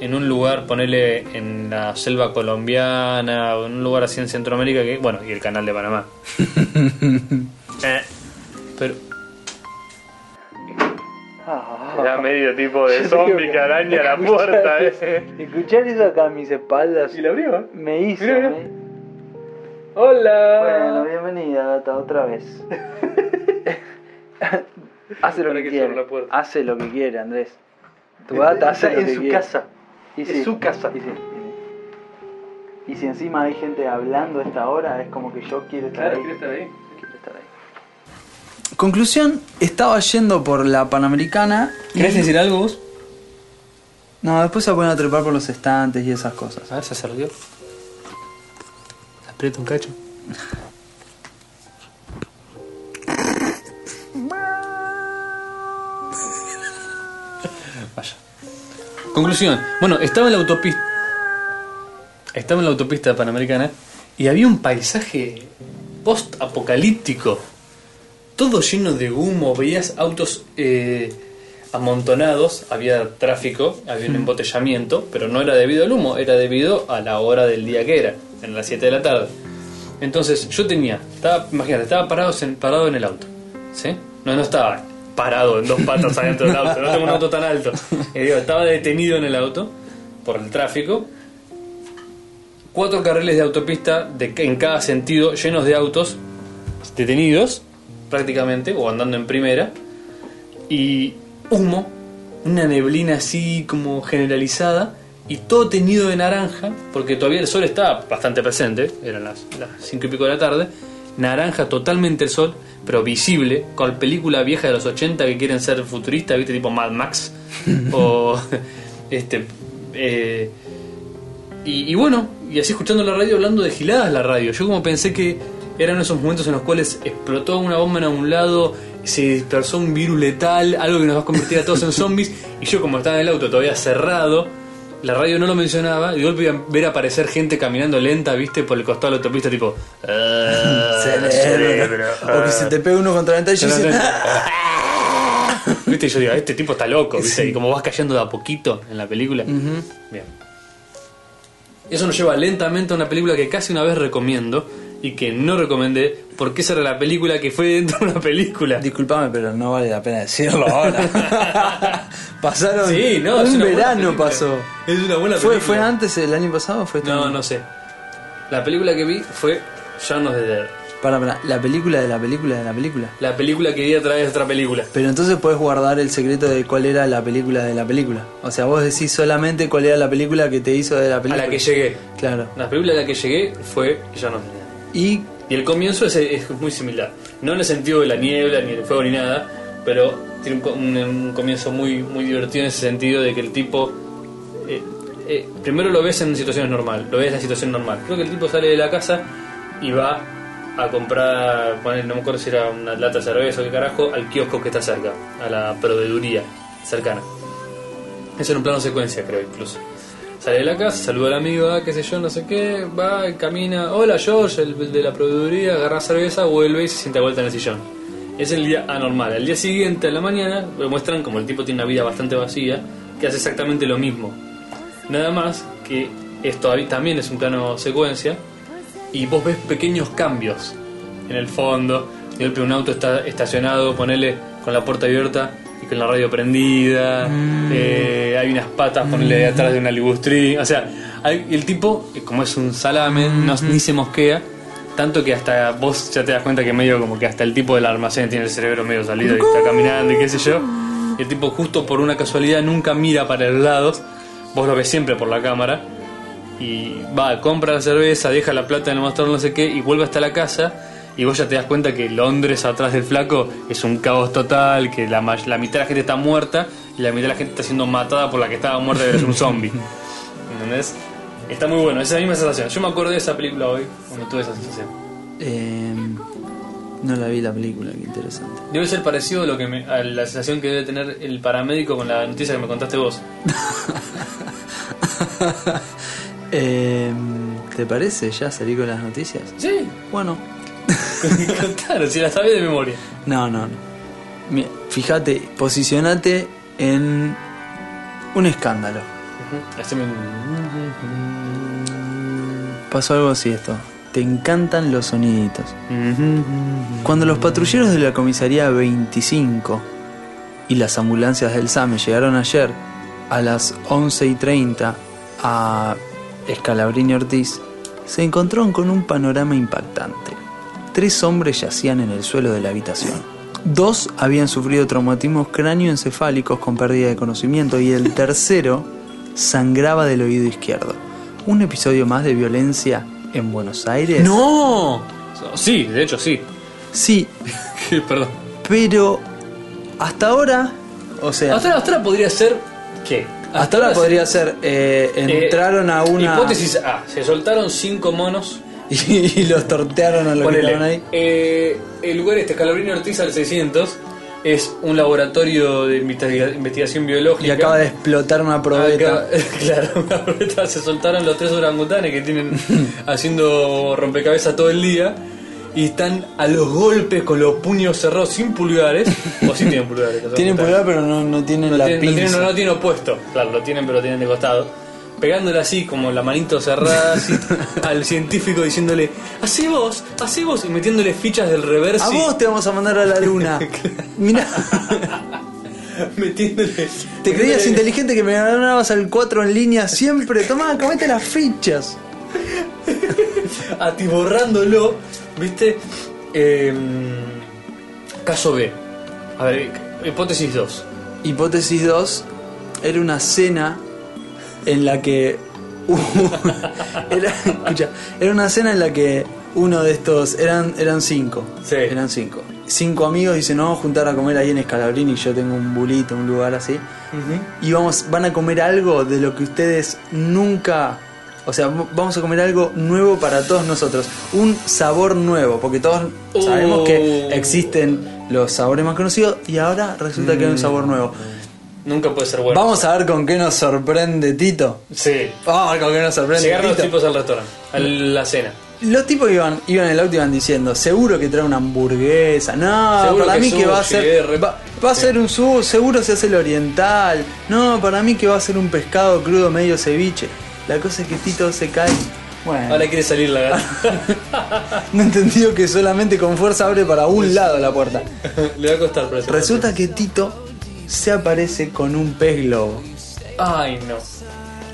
Speaker 2: en un lugar, ponele en la selva colombiana o en un lugar así en Centroamérica, que bueno, y el canal de Panamá. Eh, pero. Era medio tipo de zombie que araña la puerta, eh.
Speaker 1: Escuchar eso acá a mis espaldas
Speaker 2: abrió?
Speaker 1: me hizo.
Speaker 2: Mirá, mirá. ¡Hola!
Speaker 1: bienvenida, Data, otra vez. hace
Speaker 2: lo Para que que quiere, cierre la puerta.
Speaker 1: Hace lo que quiere, Andrés. Tu
Speaker 3: Está en su casa.
Speaker 1: Y
Speaker 3: Es su casa.
Speaker 1: Y, sí, y sí. Y si encima hay gente hablando a esta hora, es como que yo quiero estar ahí.
Speaker 2: ahí.
Speaker 1: Quiero estar ahí. Conclusión, estaba yendo por la Panamericana. y-
Speaker 2: ¿Querés decir algo vos?
Speaker 1: No, después se ponen a trepar por los estantes y esas cosas.
Speaker 2: A ver, se cerdió. Aprieta un cacho. Vaya. Conclusión. Bueno, estaba en la autopista. Estaba en la autopista panamericana y había un paisaje post-apocalíptico. Todo lleno de humo, veías autos eh, amontonados, había tráfico, había un embotellamiento, pero no era debido al humo, era debido a la hora del día que era, en las 7 de la tarde. Entonces yo tenía, estaba, imagínate, estaba parado en, parado en el auto, ¿sí? No, no estaba parado en dos patas adentro del auto, no tengo un auto tan alto. Eh, digo, estaba detenido en el auto por el tráfico, cuatro carriles de autopista de, en cada sentido llenos de autos detenidos prácticamente o andando en primera y humo, una neblina así como generalizada y todo teñido de naranja porque todavía el sol estaba bastante presente, eran las, las cinco y pico de la tarde, naranja totalmente el sol pero visible, con película vieja de los 80 que quieren ser futuristas, viste tipo Mad Max o este... eh, y, y bueno, y así escuchando la radio, hablando de giladas la radio. Yo como pensé que eran esos momentos en los cuales explotó una bomba en un lado, se dispersó un virus letal, algo que nos va a convertir a todos en zombies, y yo como estaba en el auto todavía cerrado, la radio no lo mencionaba, y de golpe iba a ver aparecer gente caminando lenta, viste, por el costado de la autopista, tipo... "Ah,
Speaker 1: Cerebro. ah". O que se te pega uno contra la ventana y yo dice,
Speaker 2: Viste, yo digo, este tipo está loco, ¿viste? Y como vas cayendo de a poquito en la película. Bien. Eso nos lleva lentamente a una película que casi una vez recomiendo y que no recomendé porque esa era la película que fue dentro de una película.
Speaker 1: Disculpame, "Ah, pero no vale la pena decirlo ahora. Pasaron.
Speaker 2: Sí, no, es
Speaker 1: un
Speaker 2: una buena
Speaker 1: verano
Speaker 2: película.
Speaker 1: pasó.
Speaker 2: Es una buena
Speaker 1: ¿Fue,
Speaker 2: película.
Speaker 1: ¿Fue antes el año pasado o fue este
Speaker 2: No,
Speaker 1: año?
Speaker 2: no sé. La película que vi fue Shaun of the Dead.
Speaker 1: Pará, pará, la película de la película de la película.
Speaker 2: La película que vi a través de otra película.
Speaker 1: Pero entonces puedes guardar el secreto de cuál era la película de la película. O sea, vos decís solamente cuál era la película que te hizo de la
Speaker 2: A
Speaker 1: película.
Speaker 2: la que llegué.
Speaker 1: Claro.
Speaker 2: La película a la que llegué fue Shaun of the Dead.
Speaker 1: Y
Speaker 2: Y el comienzo es, es muy similar. No en el sentido de la niebla, ni el fuego, ni nada, pero tiene un, co- un- un comienzo muy, muy divertido en ese sentido de que el tipo. eh, eh, primero lo ves en situaciones normal, lo ves en la situación normal. Creo que el tipo sale de la casa y va a comprar, poner, no me acuerdo si era una lata de cerveza o qué carajo, al kiosco que está cerca, a la proveeduría cercana. Eso era un plano secuencia, creo, incluso. Sale de la casa, saluda a la amiga, qué sé yo, no sé qué, va, camina, hola George, el de la proveeduría, agarra cerveza, vuelve y se sienta vuelta en el sillón. Es el día anormal. Al día siguiente, a la mañana, lo muestran como el tipo tiene una vida bastante vacía, que hace exactamente lo mismo. Nada más que esto ahí también es un plano secuencia y vos ves pequeños cambios en el fondo. De golpe un auto está estacionado, ponele con la puerta abierta y con la radio prendida. Eh, hay unas patas, ponele atrás de una libustrín. O sea, hay- el tipo, eh, como es un salame, no, ni se mosquea. Tanto que hasta vos ya te das cuenta que medio como que hasta el tipo del almacén tiene el cerebro medio salido y está caminando y qué sé yo. Y el tipo justo por una casualidad nunca mira para los lados. Vos lo ves siempre por la cámara y va, compra la cerveza, deja la plata en el mostrador, no sé qué, y vuelve hasta la casa. Y vos ya te das cuenta que Londres atrás del flaco es un caos total, que la, may- la mitad de la gente está muerta y la mitad de la gente está siendo matada por la que estaba muerta que es un zombie. ¿Entendés? Está muy bueno, esa misma sensación. Yo me acuerdo de esa película hoy, cuando tuve esa sensación.
Speaker 1: Em, no la vi la película, qué interesante.
Speaker 2: Debe ser parecido a, lo que me- a la sensación que debe tener el paramédico con la noticia que me contaste vos.
Speaker 1: Em, ¿Te parece ya salí con las noticias?
Speaker 2: Sí,
Speaker 1: Bueno,
Speaker 2: claro, si la sabés de memoria.
Speaker 1: no, no, no. Mi- Fíjate, posicionate en un escándalo.
Speaker 2: Haceme un-
Speaker 1: Pasó algo así esto. Te encantan los soniditos. Cuando los patrulleros de la comisaría 25 y las ambulancias del SAME llegaron ayer a las 11 y 30 a Escalabrini Ortiz, se encontraron con un panorama impactante. Tres hombres yacían en el suelo de la habitación. Dos habían sufrido traumatismos cráneoencefálicos con pérdida de conocimiento y el tercero sangraba del oído izquierdo. Un episodio más de violencia en Buenos Aires.
Speaker 2: ¡No! Sí, de hecho sí.
Speaker 1: Sí,
Speaker 2: Perdón.
Speaker 1: Pero hasta ahora, o sea, hasta,
Speaker 2: Hasta, hasta ahora podría ser. ¿Qué?
Speaker 1: ahora
Speaker 2: se-
Speaker 1: podría ser, eh,
Speaker 2: eh,
Speaker 1: entraron a una
Speaker 2: Hipótesis A. Se soltaron cinco monos.
Speaker 1: y, los tortearon a los que
Speaker 2: Ponele,
Speaker 1: estaban ahí.
Speaker 2: eh, el lugar este, Calabrini Ortiz al 600, es un laboratorio de investiga- investigación biológica.
Speaker 1: Y acaba de explotar una probeta.
Speaker 2: Acá- claro, una probeta, se soltaron los tres orangutanes que tienen haciendo rompecabezas todo el día y están a los golpes con los puños cerrados sin pulgares. O sí tienen pulgares. los
Speaker 1: Tienen pulgar,
Speaker 2: orangutanes.
Speaker 1: pero no, no tienen
Speaker 2: No
Speaker 1: la
Speaker 2: tienen, no
Speaker 1: pinza.
Speaker 2: tienen- no lo tienen opuesto, claro, lo tienen pero lo tienen de costado. Pegándole así, como la manito cerrada, así, al científico diciéndole, hace vos, hace vos, y metiéndole fichas del reverso.
Speaker 1: A vos te vamos a mandar a la luna. Mirá,
Speaker 2: metiéndole.
Speaker 1: te creías inteligente que me ganabas al 4 en línea siempre. Tomá, comete las fichas.
Speaker 2: atiborrándolo, ¿viste? Eh, caso B. A ver, hipótesis 2.
Speaker 1: Hipótesis 2 era una cena en la que. era, escucha, era una cena en la que uno de estos. Eran, eran cinco.
Speaker 2: Sí.
Speaker 1: Eran cinco. Cinco amigos dicen: Nos vamos a juntar a comer ahí en Escalabrini. y Yo tengo un bulito, un lugar así. Y vamos, van a comer algo de lo que ustedes nunca. O sea, v- vamos a comer algo nuevo para todos nosotros. Un sabor nuevo, porque todos sabemos que
Speaker 2: Oh.
Speaker 1: existen los sabores más conocidos y ahora resulta que hay un sabor nuevo.
Speaker 2: Nunca puede ser Mm. bueno.
Speaker 1: Vamos a ver con qué nos sorprende Tito.
Speaker 2: Sí.
Speaker 1: Vamos a ver con qué nos sorprende
Speaker 2: Llegaron los
Speaker 1: Tito.
Speaker 2: tipos al restaurante, a la cena.
Speaker 1: Los tipos iban, iban en el auto y iban diciendo, seguro que trae una hamburguesa. No,
Speaker 2: Seguro
Speaker 1: para
Speaker 2: que
Speaker 1: mí que va a
Speaker 2: sushi,
Speaker 1: ser.
Speaker 2: eh, re-
Speaker 1: Va, va a ser un su, seguro se hace el oriental. No, para mí que va a ser un pescado crudo medio ceviche. La cosa es que Tito se cae. Bueno,
Speaker 2: Ahora quiere salir la gata.
Speaker 1: no entendió que solamente con fuerza abre para
Speaker 2: Pues-
Speaker 1: un lado la puerta.
Speaker 2: Le va a costar, pero se-
Speaker 1: Resulta que Tito se aparece con un pez globo.
Speaker 2: Ay, no.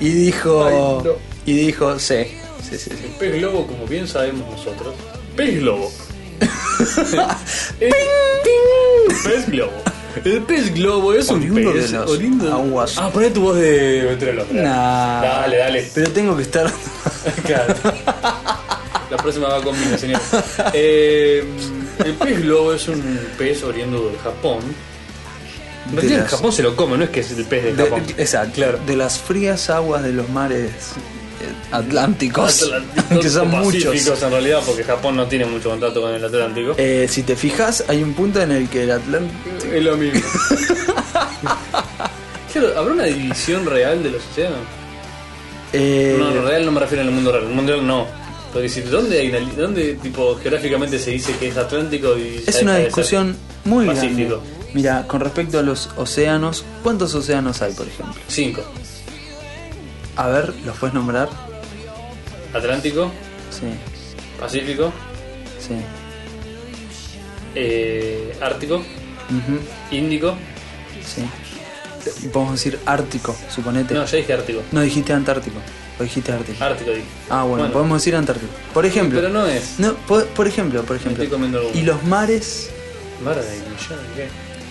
Speaker 1: Y dijo.
Speaker 2: Ay, no.
Speaker 1: Y dijo, sí, sí, sí, sí.
Speaker 2: Pez globo, como bien sabemos nosotros. Pez globo. El Pez globo. El pez globo es
Speaker 1: Oriundo
Speaker 2: un
Speaker 1: de
Speaker 2: pez
Speaker 1: los
Speaker 2: oriundo-
Speaker 1: aguas.
Speaker 2: Ah, poné tu voz de Ventrelo.
Speaker 1: Nah.
Speaker 2: Dale, dale.
Speaker 1: Pero tengo que estar.
Speaker 2: Claro. La próxima va conmigo, señor. Eh, el pez globo es un pez oriundo del Japón. No
Speaker 1: De
Speaker 2: tiene-
Speaker 1: las-
Speaker 2: Japón se lo come, no es que es el pez del
Speaker 1: De-
Speaker 2: Japón.
Speaker 1: exacto,
Speaker 2: claro.
Speaker 1: De las frías aguas de los mares eh, atlánticos,
Speaker 2: Atlánticos
Speaker 1: que son
Speaker 2: o
Speaker 1: muchos.
Speaker 2: Pacíficos en realidad, porque Japón no tiene mucho contacto con el Atlántico.
Speaker 1: Eh, si te fijas, hay un punto en el que el Atlántico.
Speaker 2: Es lo mismo. Claro, ¿habrá una división real de los océanos?
Speaker 1: eh,
Speaker 2: No, real no me refiero al mundo real. El mundo real no. Porque si, ¿dónde, hay una li- ¿dónde tipo geográficamente se dice que es Atlántico y ya
Speaker 1: Es
Speaker 2: deja
Speaker 1: una
Speaker 2: de ser
Speaker 1: discusión muy grande.
Speaker 2: Pacífico.
Speaker 1: Mira, con respecto a los océanos, ¿cuántos océanos hay, por ejemplo?
Speaker 2: Cinco.
Speaker 1: A ver, ¿los puedes nombrar?
Speaker 2: Atlántico,
Speaker 1: Sí,
Speaker 2: Pacífico,
Speaker 1: sí.
Speaker 2: eh, Ártico,
Speaker 1: Ujú,
Speaker 2: Índico.
Speaker 1: sí. Te- Podemos decir Ártico, suponete.
Speaker 2: No,
Speaker 1: No,
Speaker 2: ya dije Ártico.
Speaker 1: dijiste Antártico, o dijiste Ártico.
Speaker 2: Ártico dije.
Speaker 1: Ah, bueno, podemos decir Antártico. Por ejemplo.
Speaker 2: Pero no es.
Speaker 1: No, po- por ejemplo, por ejemplo.
Speaker 2: estoy comiendo alguno.
Speaker 1: Y los mares.
Speaker 2: Mar de Millón, ¿qué?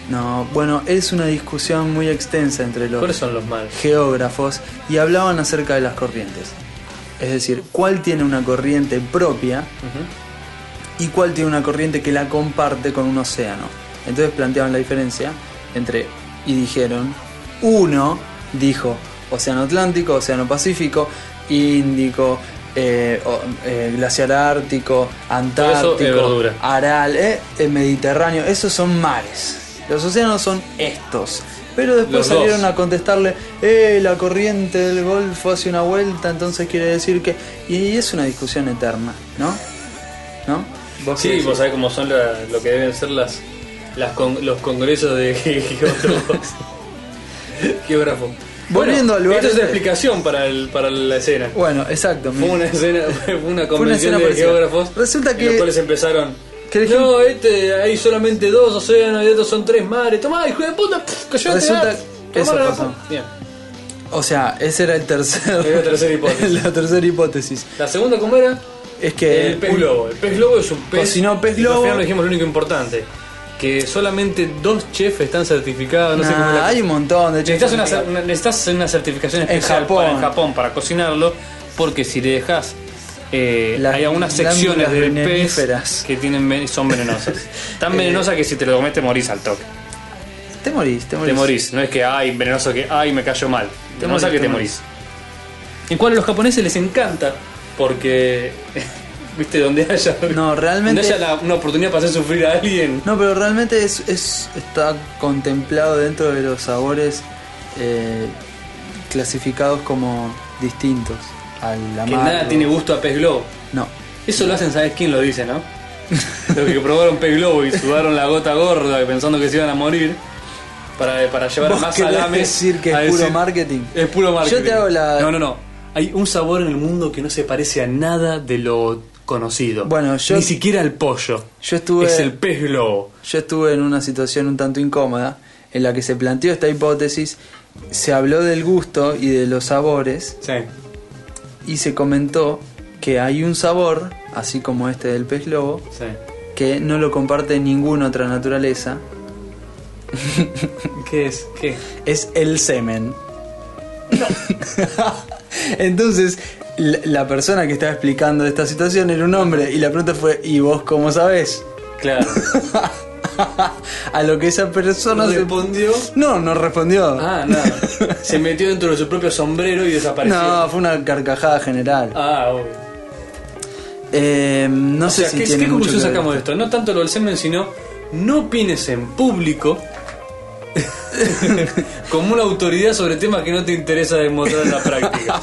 Speaker 1: No, bueno, es una discusión muy extensa entre los
Speaker 2: ¿Cuáles son los mares?
Speaker 1: geógrafos y hablaban acerca de las corrientes. Es decir, cuál tiene una corriente propia
Speaker 2: Ujú.
Speaker 1: y cuál tiene una corriente que la comparte con un océano. Entonces planteaban la diferencia entre y dijeron, uno dijo océano Atlántico, océano Pacífico, Índico, eh, o- eh, glaciar Ártico,
Speaker 2: eso es
Speaker 1: Antártico,
Speaker 2: verdura.
Speaker 1: Aral, eh, eh, Mediterráneo, esos son mares. Los océanos son estos. Pero después
Speaker 2: Los dos.
Speaker 1: salieron a contestarle, eh, la corriente del Golfo hace una vuelta, entonces quiere decir que... Y es una discusión eterna, ¿no? ¿No? ¿Vos qué
Speaker 2: Sí,
Speaker 1: decís?
Speaker 2: vos sabés cómo son la- lo que deben ser las, las con- los congresos de ge- geógrafos. Geógrafo.
Speaker 1: Volviendo al lugar
Speaker 2: Esto es una
Speaker 1: este.
Speaker 2: explicación para, el, para la escena.
Speaker 1: Bueno, exacto.
Speaker 2: Fue
Speaker 1: mi-
Speaker 2: una escena, fue una
Speaker 1: Fue una
Speaker 2: convención
Speaker 1: escena
Speaker 2: de
Speaker 1: parecida.
Speaker 2: geógrafos.
Speaker 1: Resulta
Speaker 2: en
Speaker 1: que-
Speaker 2: los cuales empezaron.
Speaker 1: que elegimos-
Speaker 2: no, este, hay solamente dos océanos y estos son tres mares. Tomá, hijo de puta, pff, callate.
Speaker 1: Resulta-
Speaker 2: ah,
Speaker 1: eso
Speaker 2: tomá la
Speaker 1: pasó.
Speaker 2: puta. Bien.
Speaker 1: O sea, esa era el tercer...
Speaker 2: Era la tercera hipótesis.
Speaker 1: la tercera hipótesis.
Speaker 2: La segunda, ¿cómo era?
Speaker 1: Es que...
Speaker 2: el pez
Speaker 1: un-
Speaker 2: globo. El pez globo es un pez.
Speaker 1: Cocinó pez
Speaker 2: y Al
Speaker 1: globo.
Speaker 2: final lo dijimos lo único importante. Que solamente dos chefs están certificados. No sé cómo
Speaker 1: Nah,
Speaker 2: es la-
Speaker 1: hay un montón de
Speaker 2: necesitas, una,
Speaker 1: chicos.
Speaker 2: cer- una- necesitas una certificación especial
Speaker 1: Japón.
Speaker 2: Para, en Japón para cocinarlo. Porque si le dejas. eh,
Speaker 1: Las
Speaker 2: hay algunas
Speaker 1: glándulas
Speaker 2: secciones del
Speaker 1: veneníferas. Eh.
Speaker 2: pez que tienen ven- son venenosas. Tan venenosas que si te lo comes te morís al toque.
Speaker 1: Te morís, te morís.
Speaker 2: Te morís. No es que, ay, venenoso que, ay, me cayó mal.
Speaker 1: Te
Speaker 2: Te morís,
Speaker 1: morís,
Speaker 2: que
Speaker 1: te
Speaker 2: te
Speaker 1: morís.
Speaker 2: morís. En cual a los japoneses les encanta porque, viste, donde haya,
Speaker 1: No, realmente-
Speaker 2: donde haya la- una oportunidad para hacer sufrir a alguien.
Speaker 1: No, pero realmente es, es- está contemplado dentro de los sabores eh, clasificados como distintos al amargo.
Speaker 2: Que nada tiene gusto a pez globo.
Speaker 1: No.
Speaker 2: Eso lo hacen, ¿sabes quién lo dice, no? Los que probaron pez globo y sudaron la gota gorda pensando que se iban a morir para, para llevar
Speaker 1: ¿Vos
Speaker 2: más
Speaker 1: querés
Speaker 2: salames.
Speaker 1: decir que
Speaker 2: a
Speaker 1: es puro marketing?
Speaker 2: Es puro marketing.
Speaker 1: Yo te hago la-
Speaker 2: No, no, no. Hay un sabor en el mundo que no se parece a nada de lo conocido.
Speaker 1: Bueno, yo-
Speaker 2: Ni siquiera al pollo.
Speaker 1: Yo estuve-
Speaker 2: Es el pez globo.
Speaker 1: Yo estuve en una situación un tanto incómoda en la que se planteó esta hipótesis, se habló del gusto y de los sabores
Speaker 2: Sí.
Speaker 1: y se comentó que hay un sabor, así como este del pez globo,
Speaker 2: Sí.
Speaker 1: que no lo comparte ninguna otra naturaleza,
Speaker 2: ¿Qué es? ¿Qué?
Speaker 1: es el semen. Entonces, la, la persona que estaba explicando esta situación era un hombre y la pregunta fue, ¿y vos cómo sabés?
Speaker 2: Claro.
Speaker 1: A lo que esa persona se-
Speaker 2: respondió?
Speaker 1: No, no respondió.
Speaker 2: Ah, nada. Se metió dentro de su propio sombrero y desapareció.
Speaker 1: no, fue una carcajada general.
Speaker 2: Ah, obvio.
Speaker 1: Eh, no
Speaker 2: O
Speaker 1: sé
Speaker 2: sea,
Speaker 1: si
Speaker 2: ¿qué,
Speaker 1: tiene
Speaker 2: qué
Speaker 1: mucho
Speaker 2: conclusión
Speaker 1: que ver.
Speaker 2: sacamos de esto? No tanto lo del semen, sino no opines en público como una autoridad sobre temas que no te interesa demostrar en la práctica.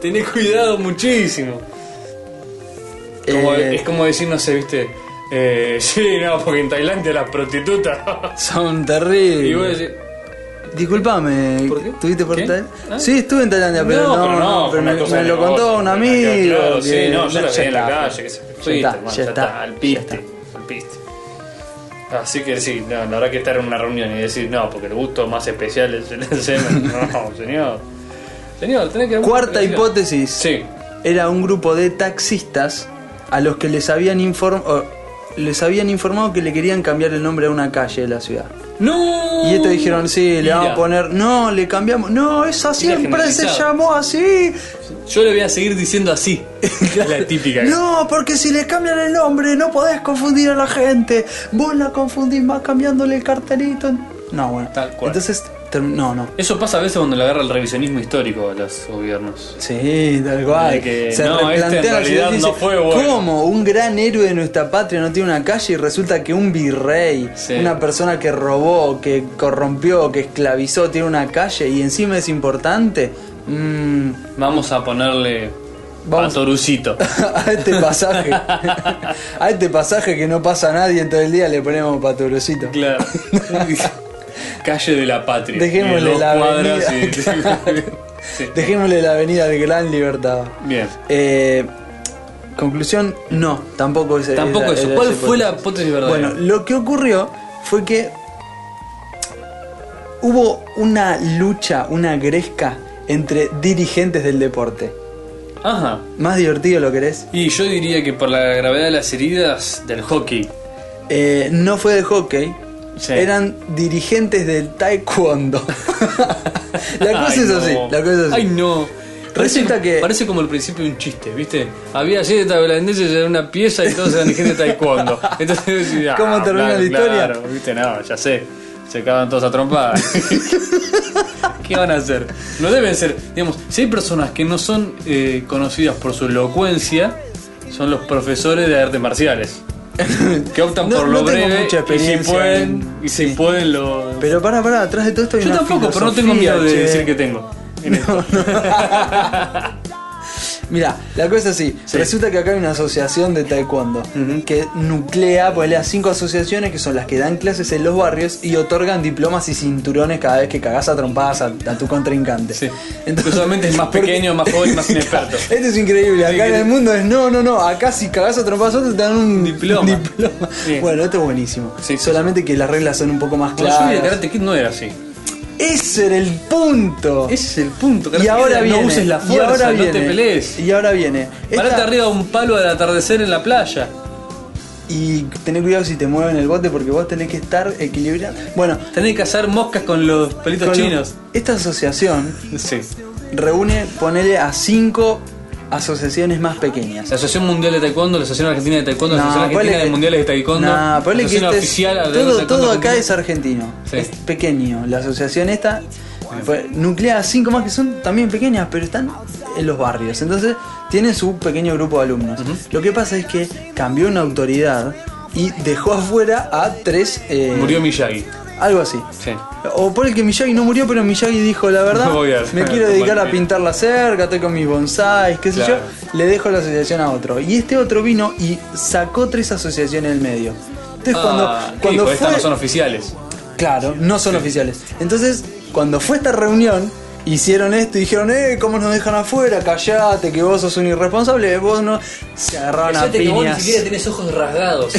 Speaker 2: Tenés cuidado muchísimo. Como-
Speaker 1: Eh,
Speaker 2: Es como decir, no sé, viste, eh, sí, no, porque en Tailandia las prostitutas.
Speaker 1: Son
Speaker 2: y vos
Speaker 1: terribles.
Speaker 2: decís,
Speaker 1: Disculpame,
Speaker 2: ¿Por qué?
Speaker 1: ¿estuviste por
Speaker 2: ¿Qué?
Speaker 1: Tailandia?
Speaker 2: Ah.
Speaker 1: Sí, estuve en Tailandia, pero no, no, pero
Speaker 2: una
Speaker 1: me,
Speaker 2: cosa
Speaker 1: me
Speaker 2: de
Speaker 1: lo
Speaker 2: negocio,
Speaker 1: contó un
Speaker 2: claro,
Speaker 1: amigo.
Speaker 2: claro, sí,
Speaker 1: que-
Speaker 2: no, yo la
Speaker 1: ya
Speaker 2: vi en la
Speaker 1: está.
Speaker 2: calle, que se
Speaker 1: Ya
Speaker 2: fuiste,
Speaker 1: está,
Speaker 2: hermano,
Speaker 1: ya está,
Speaker 2: al
Speaker 1: ya
Speaker 2: piste,
Speaker 1: está.
Speaker 2: al piste. Así que sí, no, la verdad que estar en una reunión y decir, no, porque el gusto más especial es el semen. No, señor. Señor, tenés que...
Speaker 1: Cuarta hipótesis.
Speaker 2: Sí.
Speaker 1: Era un grupo de taxistas a los que les habían, inform- o les habían informado que le querían cambiar el nombre a una calle de la ciudad.
Speaker 2: ¡No!
Speaker 1: Y estos dijeron, sí, le vamos a
Speaker 2: Mira,
Speaker 1: poner, no, le cambiamos, no, esa siempre se
Speaker 2: generalizado.
Speaker 1: llamó así.
Speaker 2: Yo le voy a seguir diciendo así. la típica.
Speaker 1: No, porque si le cambian el nombre no podés confundir a la gente. Vos la confundís más cambiándole el cartelito. No, bueno.
Speaker 2: Tal cual.
Speaker 1: Entonces, ter- no, no.
Speaker 2: Eso pasa a veces cuando le agarra el revisionismo histórico a los gobiernos.
Speaker 1: Sí, tal cual.
Speaker 2: De que, no, este en
Speaker 1: replantea la
Speaker 2: realidad
Speaker 1: ciudad y
Speaker 2: no fue bueno.
Speaker 1: ¿Cómo? Un gran héroe de nuestra patria no tiene una calle y resulta que un virrey,
Speaker 2: Sí.
Speaker 1: una persona que robó, que corrompió, que esclavizó, tiene una calle y encima es importante. Mm,
Speaker 2: Vamos a ponerle A
Speaker 1: Vamos
Speaker 2: Torucito.
Speaker 1: a este pasaje. a este pasaje que no pasa nadie en todo el día le ponemos paturosito.
Speaker 2: Claro. Calle de la Patria.
Speaker 1: Dejémosle
Speaker 2: Y dos
Speaker 1: la
Speaker 2: cuadras
Speaker 1: avenida,
Speaker 2: y-
Speaker 1: claro.
Speaker 2: Sí.
Speaker 1: Dejémosle la avenida al Gran Libertad.
Speaker 2: Bien.
Speaker 1: Eh, conclusión, no, tampoco es
Speaker 2: Tampoco
Speaker 1: es-
Speaker 2: eso.
Speaker 1: es-
Speaker 2: ¿Cuál
Speaker 1: es-
Speaker 2: fue la hipótesis verdadera?
Speaker 1: Bueno, lo que ocurrió fue que hubo una lucha, una gresca entre dirigentes del deporte.
Speaker 2: Ajá.
Speaker 1: Más divertido lo querés.
Speaker 2: Y yo diría que por la gravedad de las heridas del hockey.
Speaker 1: Eh, no fue de hockey.
Speaker 2: Sí.
Speaker 1: Eran dirigentes del taekwondo. la cosa
Speaker 2: Ay,
Speaker 1: es
Speaker 2: no.
Speaker 1: así, la cosa es así.
Speaker 2: Ay, no.
Speaker 1: Resulta
Speaker 2: parece,
Speaker 1: que-
Speaker 2: Parece como el principio de un chiste, ¿viste? Había siete tailandeses en una pieza y todos eran gente de taekwondo. Entonces, decís, ah,
Speaker 1: ¿Cómo termina
Speaker 2: claro,
Speaker 1: la historia?
Speaker 2: Claro, ¿viste? No, ya sé. Se acaban todos a trompadas. ¿Qué van a hacer? No deben ser. Digamos, si hay personas que no son eh, conocidas por su elocuencia, son los profesores de artes marciales. Que optan
Speaker 1: No-
Speaker 2: por lo
Speaker 1: no tengo
Speaker 2: breve
Speaker 1: mucha
Speaker 2: y si
Speaker 1: experiencia
Speaker 2: pueden,
Speaker 1: en-
Speaker 2: y si
Speaker 1: sí.
Speaker 2: pueden lo,
Speaker 1: Pero para, para, atrás de todo esto hay
Speaker 2: yo
Speaker 1: una
Speaker 2: tampoco, pero no tengo
Speaker 1: filosofía,
Speaker 2: miedo de
Speaker 1: che.
Speaker 2: decir que tengo. en esto.
Speaker 1: Mira, la cosa es así.
Speaker 2: Sí.
Speaker 1: Resulta que acá hay una asociación de taekwondo
Speaker 2: Ujú.
Speaker 1: que nuclea, ponele a cinco asociaciones que son las que dan clases en los barrios y otorgan diplomas y cinturones cada vez que cagás a trompadas a, a tu contrincante.
Speaker 2: Sí. Usualmente es más
Speaker 1: porque-
Speaker 2: pequeño, más joven, más inexperto.
Speaker 1: Esto es increíble. Acá en
Speaker 2: increíble.
Speaker 1: el mundo es no, no, no. Acá si cagás a trompadas a otro te dan un
Speaker 2: Diploma.
Speaker 1: diploma.
Speaker 2: Sí.
Speaker 1: Bueno, esto es buenísimo.
Speaker 2: Sí, sí,
Speaker 1: Solamente que las reglas son un poco más
Speaker 2: Bueno, yo vi de
Speaker 1: claras.
Speaker 2: Karate Kid no era así.
Speaker 1: Ese era el punto.
Speaker 2: Ese es el punto. Karate
Speaker 1: y
Speaker 2: Kid
Speaker 1: ahora
Speaker 2: era,
Speaker 1: viene.
Speaker 2: no uses la
Speaker 1: y
Speaker 2: fuerza,
Speaker 1: ahora
Speaker 2: no
Speaker 1: viene.
Speaker 2: te pelees.
Speaker 1: Y ahora viene.
Speaker 2: Parate
Speaker 1: Esta-
Speaker 2: arriba de un palo al atardecer en la playa.
Speaker 1: Y tener cuidado si te mueven el bote porque vos tenés que estar equilibrado. Bueno,
Speaker 2: Tenés que cazar moscas con los pelitos
Speaker 1: con-
Speaker 2: chinos.
Speaker 1: esta asociación
Speaker 2: Sí.
Speaker 1: reúne, ponele a cinco asociaciones más pequeñas.
Speaker 2: La Asociación Mundial de Taekwondo, la Asociación Argentina de Taekwondo, la Asociación
Speaker 1: ponele
Speaker 2: Argentina de
Speaker 1: que-
Speaker 2: Mundiales de Taekwondo,
Speaker 1: Nah,
Speaker 2: la
Speaker 1: ponele que
Speaker 2: Asociación
Speaker 1: este es-
Speaker 2: Oficial de
Speaker 1: todo,
Speaker 2: Taekwondo
Speaker 1: todo acá
Speaker 2: Argentina.
Speaker 1: es argentino.
Speaker 2: Sí.
Speaker 1: Es pequeño. La asociación esta fue- nuclea a cinco más que son también pequeñas, pero están en los barrios. Entonces tiene su pequeño grupo de alumnos. Lo que pasa es que cambió una autoridad y dejó afuera a tres. eh,
Speaker 2: Murió Miyagi.
Speaker 1: Algo así.
Speaker 2: Sí.
Speaker 1: O por el que Miyagi no murió, pero Miyagi dijo, la verdad,
Speaker 2: No voy a-
Speaker 1: me quiero
Speaker 2: tomar
Speaker 1: dedicar a
Speaker 2: el-
Speaker 1: pintar la cerca, estoy con mis bonsáis, qué sé
Speaker 2: Claro.
Speaker 1: yo, le dejo la asociación a otro. Y este otro vino y sacó tres asociaciones del medio. Entonces
Speaker 2: Ah,
Speaker 1: cuando,
Speaker 2: ¿qué
Speaker 1: cuando
Speaker 2: dijo?
Speaker 1: fue...
Speaker 2: Estas no son oficiales.
Speaker 1: Claro, no son oficiales. Entonces, cuando fue esta reunión, hicieron esto y dijeron, eh, ¿cómo nos dejan afuera? Callate, que vos sos un irresponsable, vos no... Se agarraron a
Speaker 2: Cállate que vos ni
Speaker 1: piñas.
Speaker 2: siquiera tenés ojos rasgados.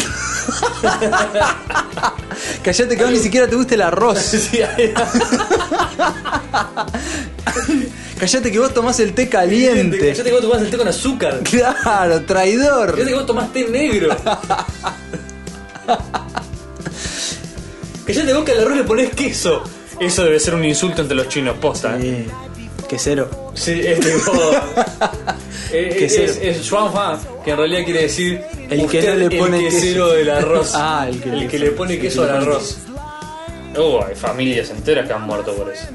Speaker 1: Callate que vos ni siquiera te gusta el arroz.
Speaker 2: Sí,
Speaker 1: Callate que vos tomás el té caliente.
Speaker 2: Cállate que vos tomás el té con azúcar.
Speaker 1: Claro, traidor.
Speaker 2: Cállate que vos tomás té negro. Cállate vos que al arroz le ponés queso. Eso debe ser un insulto entre los chinos, posta. ¿eh?
Speaker 1: Eh, quesero.
Speaker 2: Sí, es tipo. eh, es,
Speaker 1: Quesero.
Speaker 2: es, Xuan Fan, que en realidad quiere decir.
Speaker 1: El que
Speaker 2: usted
Speaker 1: no le pone
Speaker 2: el
Speaker 1: queso.
Speaker 2: quesero del arroz.
Speaker 1: Ah, el que le-
Speaker 2: le pone
Speaker 1: el
Speaker 2: queso
Speaker 1: que le
Speaker 2: al
Speaker 1: pone
Speaker 2: arroz. Oh, hay familias enteras que han muerto por eso.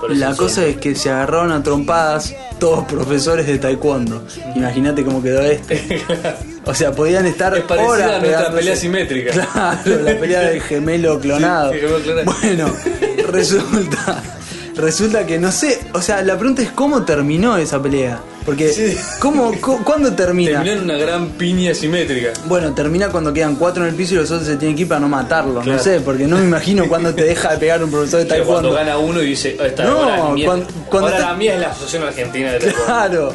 Speaker 2: Por ese
Speaker 1: La
Speaker 2: insulto.
Speaker 1: cosa es que se agarraron a trompadas todos profesores de taekwondo. Imagínate cómo quedó este. O sea, podían estar
Speaker 2: Es parecida
Speaker 1: horas
Speaker 2: a nuestra
Speaker 1: pegándose.
Speaker 2: pelea simétrica.
Speaker 1: Claro, la pelea del gemelo clonado.
Speaker 2: Sí, sí, gemelo clonado.
Speaker 1: Bueno, resulta resulta que no sé, o sea, la pregunta es cómo terminó esa pelea, porque
Speaker 2: Sí.
Speaker 1: cómo cu- cuándo termina?
Speaker 2: Terminó en una gran piña simétrica.
Speaker 1: Bueno, termina cuando quedan cuatro en el piso y los otros se tienen que ir para no matarlos.
Speaker 2: Claro.
Speaker 1: No sé, porque no me imagino cuándo te deja de pegar un profesor de
Speaker 2: Pero cuando
Speaker 1: taekwondo.
Speaker 2: gana uno y dice, "Ah, esta
Speaker 1: No,
Speaker 2: ahora es mía".
Speaker 1: cuando- cuando
Speaker 2: ahora
Speaker 1: está-
Speaker 2: la mía es la Asociación Argentina de Taekwondo.
Speaker 1: Claro,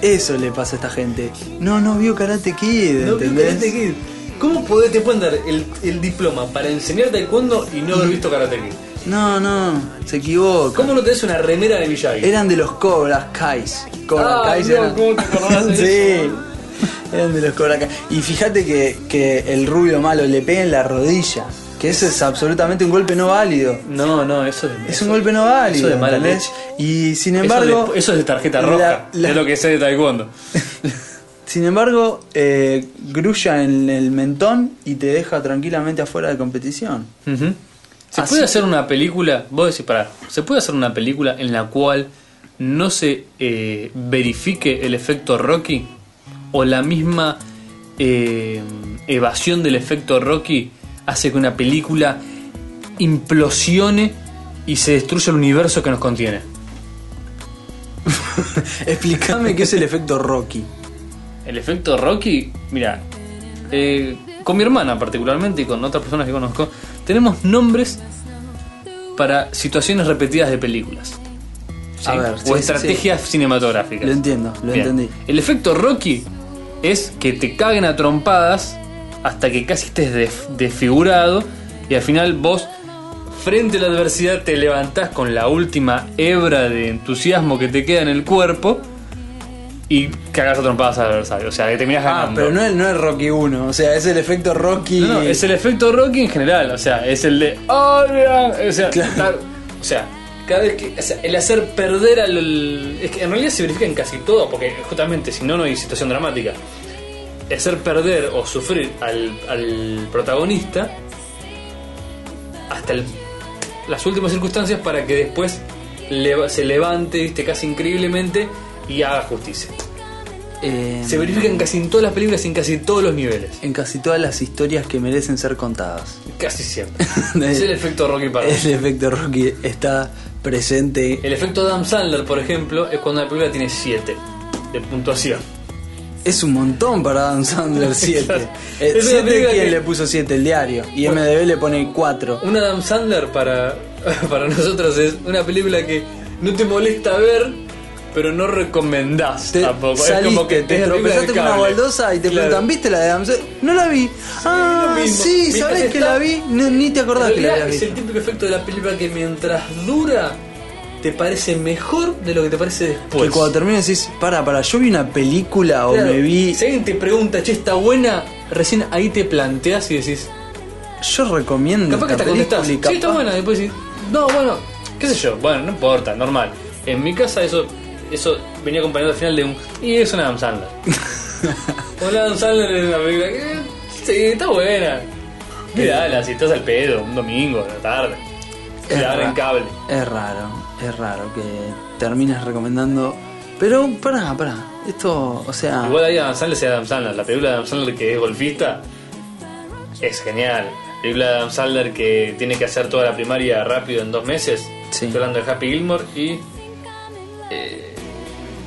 Speaker 1: e- eso le pasa a esta gente. No, no vio Karate Kid,
Speaker 2: No,
Speaker 1: ¿entendés?
Speaker 2: Karate Kid. ¿Cómo podés, te pueden dar el, el diploma para enseñar taekwondo y no haber visto karate Kid?
Speaker 1: No, no, se equivoca.
Speaker 2: ¿Cómo no tenés una remera de Miyagi?
Speaker 1: Eran de los Cobras Kais. Cobra
Speaker 2: Ah,
Speaker 1: Kais
Speaker 2: no,
Speaker 1: eran.
Speaker 2: ¿cómo te acordás de
Speaker 1: sí.
Speaker 2: eso?
Speaker 1: Eran de los Cobra Kai. Y fíjate que, que el rubio malo le pega en la rodilla. Que eso es absolutamente un golpe no válido.
Speaker 2: No, no, eso es.
Speaker 1: Es un golpe no válido.
Speaker 2: Eso de mala
Speaker 1: ¿entendés?
Speaker 2: leche.
Speaker 1: Y sin
Speaker 2: Eso
Speaker 1: embargo.
Speaker 2: de- eso es de tarjeta
Speaker 1: la-
Speaker 2: roja.
Speaker 1: la-
Speaker 2: Es lo que sé de taekwondo.
Speaker 1: Sin embargo, eh, grulla en el mentón y te deja tranquilamente afuera de competición.
Speaker 2: Ujú. ¿Se
Speaker 1: Así-
Speaker 2: puede hacer una película? Vos decís, pará, ¿se puede hacer una película en la cual no se eh, verifique el efecto Rocky? ¿O la misma eh, evasión del efecto Rocky hace que una película implosione y se destruya el universo que nos contiene?
Speaker 1: Explícame qué es el efecto Rocky.
Speaker 2: El efecto Rocky, mira, eh, con mi hermana particularmente y con otras personas que conozco, tenemos nombres para situaciones repetidas de películas. ¿sí?
Speaker 1: A ver, sí,
Speaker 2: o
Speaker 1: sí,
Speaker 2: estrategias cinematográficas.
Speaker 1: Lo entiendo, lo
Speaker 2: Bien.
Speaker 1: entendí.
Speaker 2: El efecto Rocky es que te caguen a trompadas hasta que casi estés def- desfigurado y al final vos, frente a la adversidad, te levantás con la última hebra de entusiasmo que te queda en el cuerpo y cagás a trompadas al adversario. O sea, que terminás ganando.
Speaker 1: Ah, pero no es, no es Rocky 1, o sea, es el efecto Rocky.
Speaker 2: No, no, es el efecto Rocky en general, o sea, es el de. "Oh, mira", o, sea,
Speaker 1: Claro.
Speaker 2: tal- o sea, cada vez que. o sea, el hacer perder al. al- es que en realidad se verifica en casi todo, porque justamente si no, no hay situación dramática. Hacer perder o sufrir al, al protagonista hasta el- las últimas circunstancias para que después leva- se levante, viste, casi increíblemente y haga justicia.
Speaker 1: Eh,
Speaker 2: Se verifica en casi en todas las películas, en casi todos los niveles.
Speaker 1: en casi todas las historias que merecen ser contadas.
Speaker 2: Casi siempre. es
Speaker 1: Eh,
Speaker 2: el efecto Rocky para mí.
Speaker 1: El efecto Rocky está presente.
Speaker 2: El efecto Adam Sandler, por ejemplo, es cuando una película tiene 7 de puntuación.
Speaker 1: Es un montón para Adam Sandler 7.
Speaker 2: Es una película
Speaker 1: ¿Quién
Speaker 2: que-
Speaker 1: le puso 7? El diario. Y MDB le pone 4.
Speaker 2: Un Adam Sandler para, para nosotros es una película que no te molesta ver, pero no recomendás
Speaker 1: Te
Speaker 2: tampoco.
Speaker 1: saliste,
Speaker 2: es como que
Speaker 1: te
Speaker 2: es película
Speaker 1: tropezaste
Speaker 2: del
Speaker 1: con una
Speaker 2: cable.
Speaker 1: baldosa y te
Speaker 2: Claro.
Speaker 1: preguntan, ¿viste la de Adam Sandler? No la vi. ah,
Speaker 2: lo mismo.
Speaker 1: sí,
Speaker 2: Mientras
Speaker 1: ¿sabés que
Speaker 2: está-
Speaker 1: la vi? No, ni te
Speaker 2: En
Speaker 1: acordás que la
Speaker 2: realidad
Speaker 1: habías
Speaker 2: es el
Speaker 1: visto.
Speaker 2: típico efecto de la película que mientras dura te parece mejor de lo que te parece después.
Speaker 1: que cuando termines decís, para, para, yo vi una película o
Speaker 2: pues. Claro,
Speaker 1: me vi.
Speaker 2: Si alguien te pregunta, che, está buena, recién ahí te planteas y decís,
Speaker 1: Yo recomiendo.
Speaker 2: Capaz que
Speaker 1: esta
Speaker 2: te contestás.
Speaker 1: película y
Speaker 2: Sí, está
Speaker 1: capaz-
Speaker 2: buena. Después decís, no, bueno, qué sé yo. Bueno, no importa, normal. En mi casa eso eso venía acompañado al final de un. Y es una Adam Sandler. un Adam Sandler es una película que. eh, Sí, está buena. Mirala, si estás al pedo, un domingo, a la tarde.
Speaker 1: Es
Speaker 2: Mirala
Speaker 1: ra-
Speaker 2: en cable.
Speaker 1: Es raro, es raro que termines recomendando. Pero pará, pará. Esto, o sea.
Speaker 2: Igual ahí Adam Sandler sea Adam Sandler. La película de Adam Sandler que es golfista es genial. La película de Adam Sandler que tiene que hacer toda la primaria rápido en dos meses.
Speaker 1: Sí.
Speaker 2: Estoy hablando de Happy Gilmore y. eh,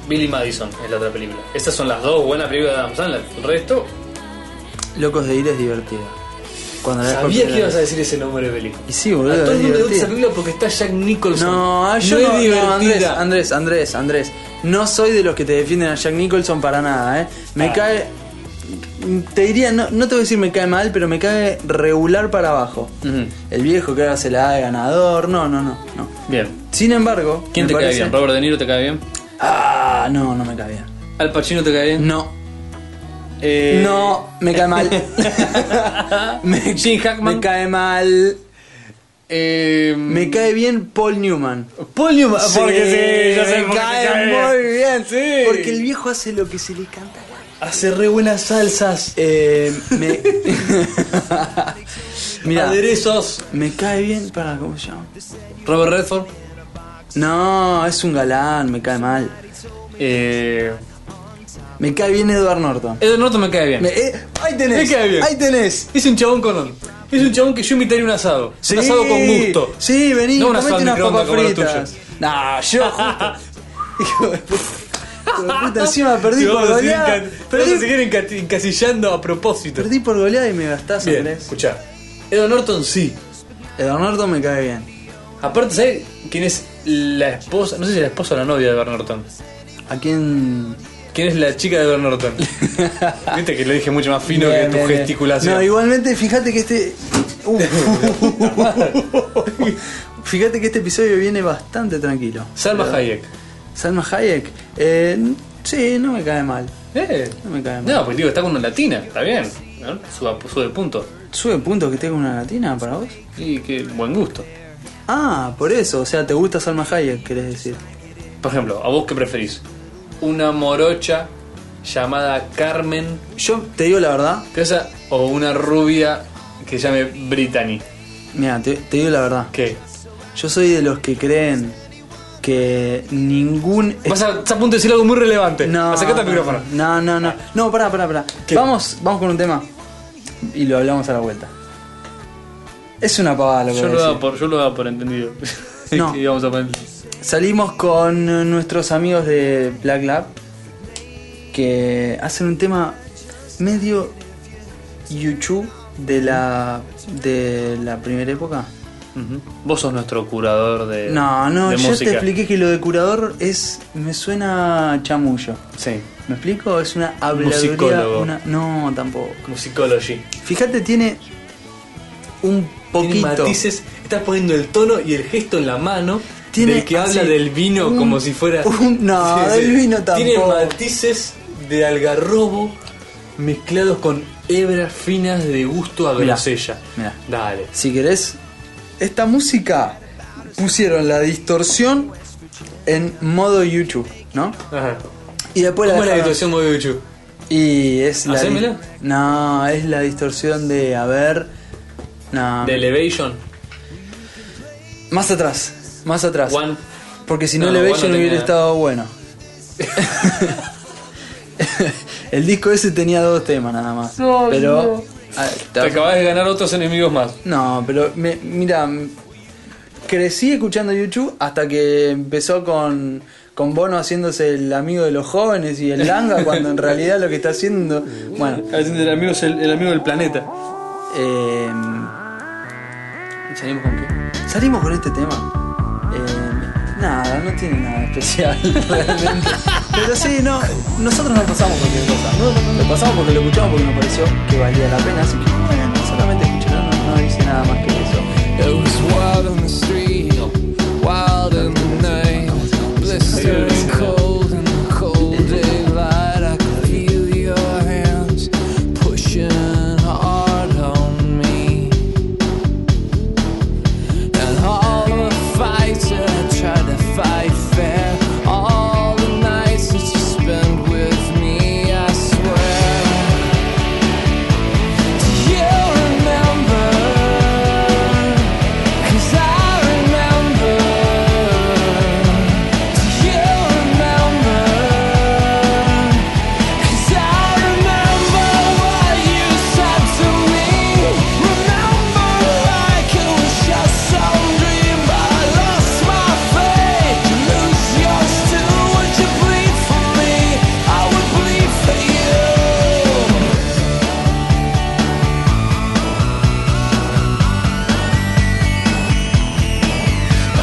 Speaker 2: Billy Madison es la otra película. Estas son las dos buenas películas de Adam Sandler. El resto.
Speaker 1: Locos de ir es divertida. Cuando la ves por
Speaker 2: Sabía que
Speaker 1: primera
Speaker 2: ibas a
Speaker 1: vez.
Speaker 2: decir ese nombre de película.
Speaker 1: Y sí, boludo.
Speaker 2: a todo el
Speaker 1: es
Speaker 2: mundo le gusta
Speaker 1: divertida.
Speaker 2: esa película porque está Jack Nicholson.
Speaker 1: No, ah, yo
Speaker 2: es
Speaker 1: no, no,
Speaker 2: divertida.
Speaker 1: Andrés, Andrés, Andrés, Andrés. No soy de los que te defienden a Jack Nicholson para nada, ¿eh? Me
Speaker 2: Ah.
Speaker 1: cae. Te diría, no, no te voy a decir me cae mal, pero me cae regular para abajo.
Speaker 2: Ujú.
Speaker 1: El viejo que ahora se la da de ganador, no, no, no. no.
Speaker 2: Bien.
Speaker 1: Sin embargo.
Speaker 2: ¿Quién
Speaker 1: me
Speaker 2: te
Speaker 1: parece-
Speaker 2: cae bien? ¿Robert De Niro te cae bien?
Speaker 1: Ah, no, no me cae bien.
Speaker 2: ¿Al Pacino te cae bien?
Speaker 1: No,
Speaker 2: Eh,
Speaker 1: no, me cae mal. me,
Speaker 2: Gene Hackman.
Speaker 1: me cae mal.
Speaker 2: eh,
Speaker 1: Me cae bien Paul Newman.
Speaker 2: Paul Newman, ah, porque sí, yo sé
Speaker 1: me
Speaker 2: por qué
Speaker 1: cae,
Speaker 2: cae bien.
Speaker 1: muy bien.
Speaker 2: Sí.
Speaker 1: Porque el viejo hace lo que se le canta.
Speaker 2: Hace re buenas salsas,
Speaker 1: Eh, me... Mira,
Speaker 2: aderezos.
Speaker 1: me cae bien. Para, ¿cómo se llama?
Speaker 2: Robert Redford.
Speaker 1: No, es un galán, me cae mal.
Speaker 2: Eh,
Speaker 1: Me cae bien Edward Norton.
Speaker 2: Edward Norton me cae bien.
Speaker 1: Me- eh, ahí tenés,
Speaker 2: Me cae bien.
Speaker 1: ahí tenés.
Speaker 2: Es un chabón con. Es un chabón que yo invitaría a un asado.
Speaker 1: Sí,
Speaker 2: Un asado con gusto.
Speaker 1: Sí, vení,
Speaker 2: No un
Speaker 1: comete
Speaker 2: asado al
Speaker 1: unas
Speaker 2: microondas
Speaker 1: papas
Speaker 2: como los
Speaker 1: fritas.
Speaker 2: tuyos.
Speaker 1: No, yo justo. Hijo de puta. Hijo de puta, encima perdí
Speaker 2: Te
Speaker 1: por
Speaker 2: vamos a seguir
Speaker 1: goleada.
Speaker 2: enca- te vamos a
Speaker 1: Perdí,
Speaker 2: seguir enca- encasillando a propósito.
Speaker 1: perdí por goleada y me gastás,
Speaker 2: Bien,
Speaker 1: Andrés.
Speaker 2: escuchá. Edward Norton sí.
Speaker 1: Edward Norton me cae bien.
Speaker 2: Aparte, ¿sabes quién es la esposa? No sé si la esposa o la novia de Edward Norton.
Speaker 1: ¿A quién?
Speaker 2: ¿Quién es la chica de Edward Norton? Viste que lo dije mucho más fino
Speaker 1: Bien,
Speaker 2: que tu
Speaker 1: bien, bien.
Speaker 2: gesticulación.
Speaker 1: No, igualmente, fíjate que este. Uh. fíjate que este episodio viene bastante tranquilo.
Speaker 2: Salma
Speaker 1: Pero-
Speaker 2: Hayek.
Speaker 1: Salma Hayek. Eh, sí, no me cae mal.
Speaker 2: Eh.
Speaker 1: No me cae mal.
Speaker 2: No, pues digo, está con una latina, está bien. ¿no? Suba, sube el punto.
Speaker 1: ¿Sube puntos que tengo una latina para vos?
Speaker 2: Y qué buen gusto.
Speaker 1: Ah, por eso, o sea, te gusta Salma Hayek, querés decir.
Speaker 2: Por ejemplo, ¿a vos qué preferís? ¿Una morocha llamada Carmen
Speaker 1: Yo te digo la verdad,
Speaker 2: que esa- o una rubia que se llame Brittany?
Speaker 1: mira, te, te digo la verdad.
Speaker 2: ¿Qué?
Speaker 1: Yo soy de los que creen que ningún.
Speaker 2: Vas a, estás a punto de decir algo muy relevante.
Speaker 1: No,
Speaker 2: Acercate al micrófono. Ah.
Speaker 1: No, no, no. No, pará, pará, pará.
Speaker 2: ¿Qué?
Speaker 1: Vamos, vamos con un tema. Y lo hablamos a la vuelta. Es una pavada lo que
Speaker 2: Yo
Speaker 1: voy a
Speaker 2: lo,
Speaker 1: decir.
Speaker 2: daba por, yo lo daba por entendido.
Speaker 1: No.
Speaker 4: Y vamos a poner-
Speaker 1: Salimos con eh, nuestros amigos de Black Lab que hacen un tema medio YouTube de la de la primera época.
Speaker 4: Ujú. Vos sos nuestro curador de.
Speaker 1: No, no,
Speaker 4: Eh, de
Speaker 1: yo
Speaker 4: música.
Speaker 1: te expliqué que lo de curador es me suena chamullo.
Speaker 4: Sí,
Speaker 1: ¿Me explico? Es una habladuría,
Speaker 4: Musicólogo.
Speaker 1: una no, tampoco.
Speaker 4: musicology.
Speaker 1: Fíjate tiene un
Speaker 4: Tiene
Speaker 1: poquito
Speaker 4: matices, estás poniendo el tono y el gesto en la mano
Speaker 1: Tiene-
Speaker 4: del que habla
Speaker 1: sí,
Speaker 4: del vino
Speaker 1: un-
Speaker 4: como si fuera.
Speaker 1: un- no, del vino
Speaker 4: Tiene
Speaker 1: tampoco.
Speaker 4: matices de algarrobo mezclados con hebras finas de gusto a
Speaker 1: Mirá,
Speaker 4: grosella.
Speaker 1: mirá.
Speaker 4: Dale.
Speaker 1: Si querés, esta música pusieron la distorsión en modo YouTube, ¿no?
Speaker 4: Ajá.
Speaker 1: Y después la
Speaker 4: ¿Cómo es la
Speaker 1: dejaron-
Speaker 4: situación, Mobiuchu?
Speaker 1: Y es la. di-
Speaker 4: Hacémela.
Speaker 1: No, es la distorsión de a ver. No.
Speaker 4: De Elevation.
Speaker 1: Más atrás, más atrás.
Speaker 4: One.
Speaker 1: Porque si no,
Speaker 4: No,
Speaker 1: le veis
Speaker 4: One no
Speaker 1: yo no hubiera
Speaker 4: tenía-
Speaker 1: estado bueno. El disco ese tenía dos temas nada más. pero. Ah,
Speaker 4: Te acabas de ganar otros enemigos más.
Speaker 1: No, pero me- mira, m- crecí escuchando YouTube hasta que empezó con, con Bono haciéndose el amigo de los jóvenes y el langa, cuando en realidad lo que está haciendo. Bueno,
Speaker 4: El amigo es el, amigo del planeta.
Speaker 1: eh,
Speaker 4: salimos con qué?
Speaker 1: salimos con este tema. Eh, nada, no tiene nada especial realmente. Pero sí, no, nosotros no pasamos cualquier cosa. Lo pasamos porque lo escuchamos porque nos pareció que valía la pena. Así que bueno, solamente escucharlo no, no dice nada más que eso.
Speaker 5: It was wild on the street, wild in the night, blistering cold in the cold daylight. I could feel your hands pushing hard on me, and all the fights that I tried to fight fair, all the nights that you spent with me, I swear. Do you remember? Cause I remember you remember Cause I remember what you said to me Remember like it was just some dream But I lost my faith You lose yours too Would you bleed for me? I would bleed for you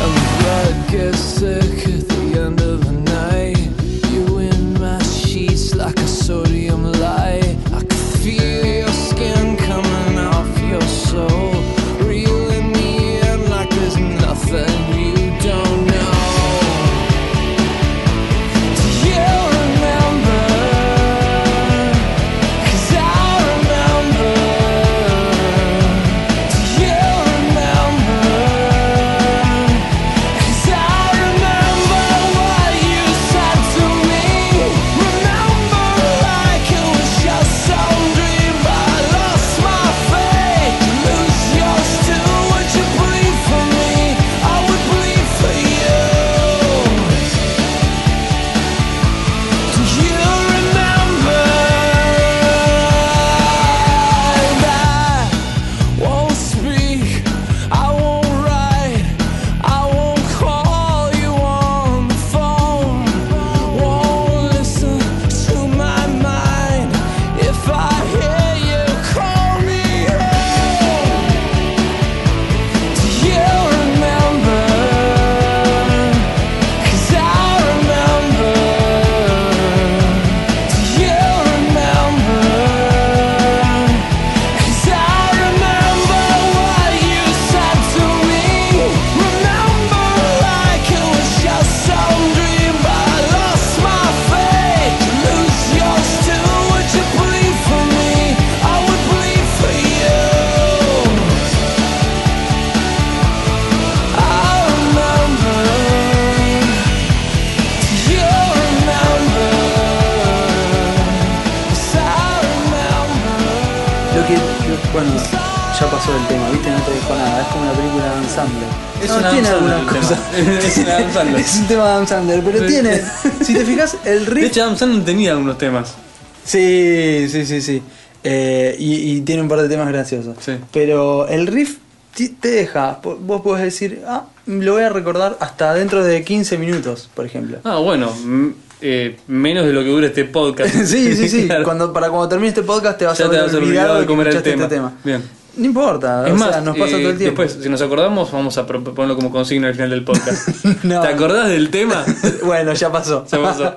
Speaker 5: And the blood gets sick at the end of the night. You in my sheets like a sodium light. I can feel your skin coming off your soul. Reeling me in like there's nothing you don't know. Do you remember? 'Cause I remember. Do you remember? Cause I remember what you said to me Remember like it was just some dream I lost my faith You lose yours too Would you bleed for me? I would bleed for you Do you remember that? won't speak, I won't write, I won't call you on the phone, won't listen to my mind. If I hear you call me home, do you remember? 'Cause I remember. Do you remember? Cause I remember what you said to me Remember like it was just some dream But I lost my faith You lose yours too Would you bleed for me? I would bleed for you I remember you remember I remember
Speaker 1: Lo que. lo- bueno, ya pasó el tema, ¿viste? No te dijo nada. Es como una película de Adam Sandler.
Speaker 4: Es
Speaker 1: No,
Speaker 4: un Adam
Speaker 1: tiene
Speaker 4: Sandler
Speaker 1: algunas
Speaker 4: el tema.
Speaker 1: cosas.
Speaker 4: Es un Adam Sandler.
Speaker 1: Es un tema de Adam Sandler, pero tiene. si te fijas, el
Speaker 4: De
Speaker 1: riff.
Speaker 4: hecho, Adam Sandler tenía unos temas.
Speaker 1: Sí, sí, sí, sí. Eh, y, y tiene un par de temas graciosos.
Speaker 4: Sí.
Speaker 1: Pero el riff ti- te deja. Po- Vos podés decir, ah, lo voy a recordar hasta dentro de 15 minutos, por ejemplo.
Speaker 4: Ah, bueno, mm, eh, menos de lo que dura este podcast.
Speaker 1: sí, sí, sí.
Speaker 4: Claro.
Speaker 1: Cuando, para cuando termine este podcast te vas
Speaker 4: Ya
Speaker 1: a
Speaker 4: te
Speaker 1: haber
Speaker 4: vas a olvidar
Speaker 1: olvidado
Speaker 4: de
Speaker 1: de que
Speaker 4: cómo era el
Speaker 1: escuchaste este
Speaker 4: tema.
Speaker 1: tema.
Speaker 4: Bien.
Speaker 1: No importa,
Speaker 4: Es
Speaker 1: o
Speaker 4: más,
Speaker 1: sea, nos pasa
Speaker 4: eh,
Speaker 1: todo el tiempo.
Speaker 4: después, si nos acordamos, vamos a pro- ponerlo como consigna al final del podcast.
Speaker 1: No.
Speaker 4: ¿Te acordás del tema?
Speaker 1: bueno, ya pasó.
Speaker 4: Se pasó.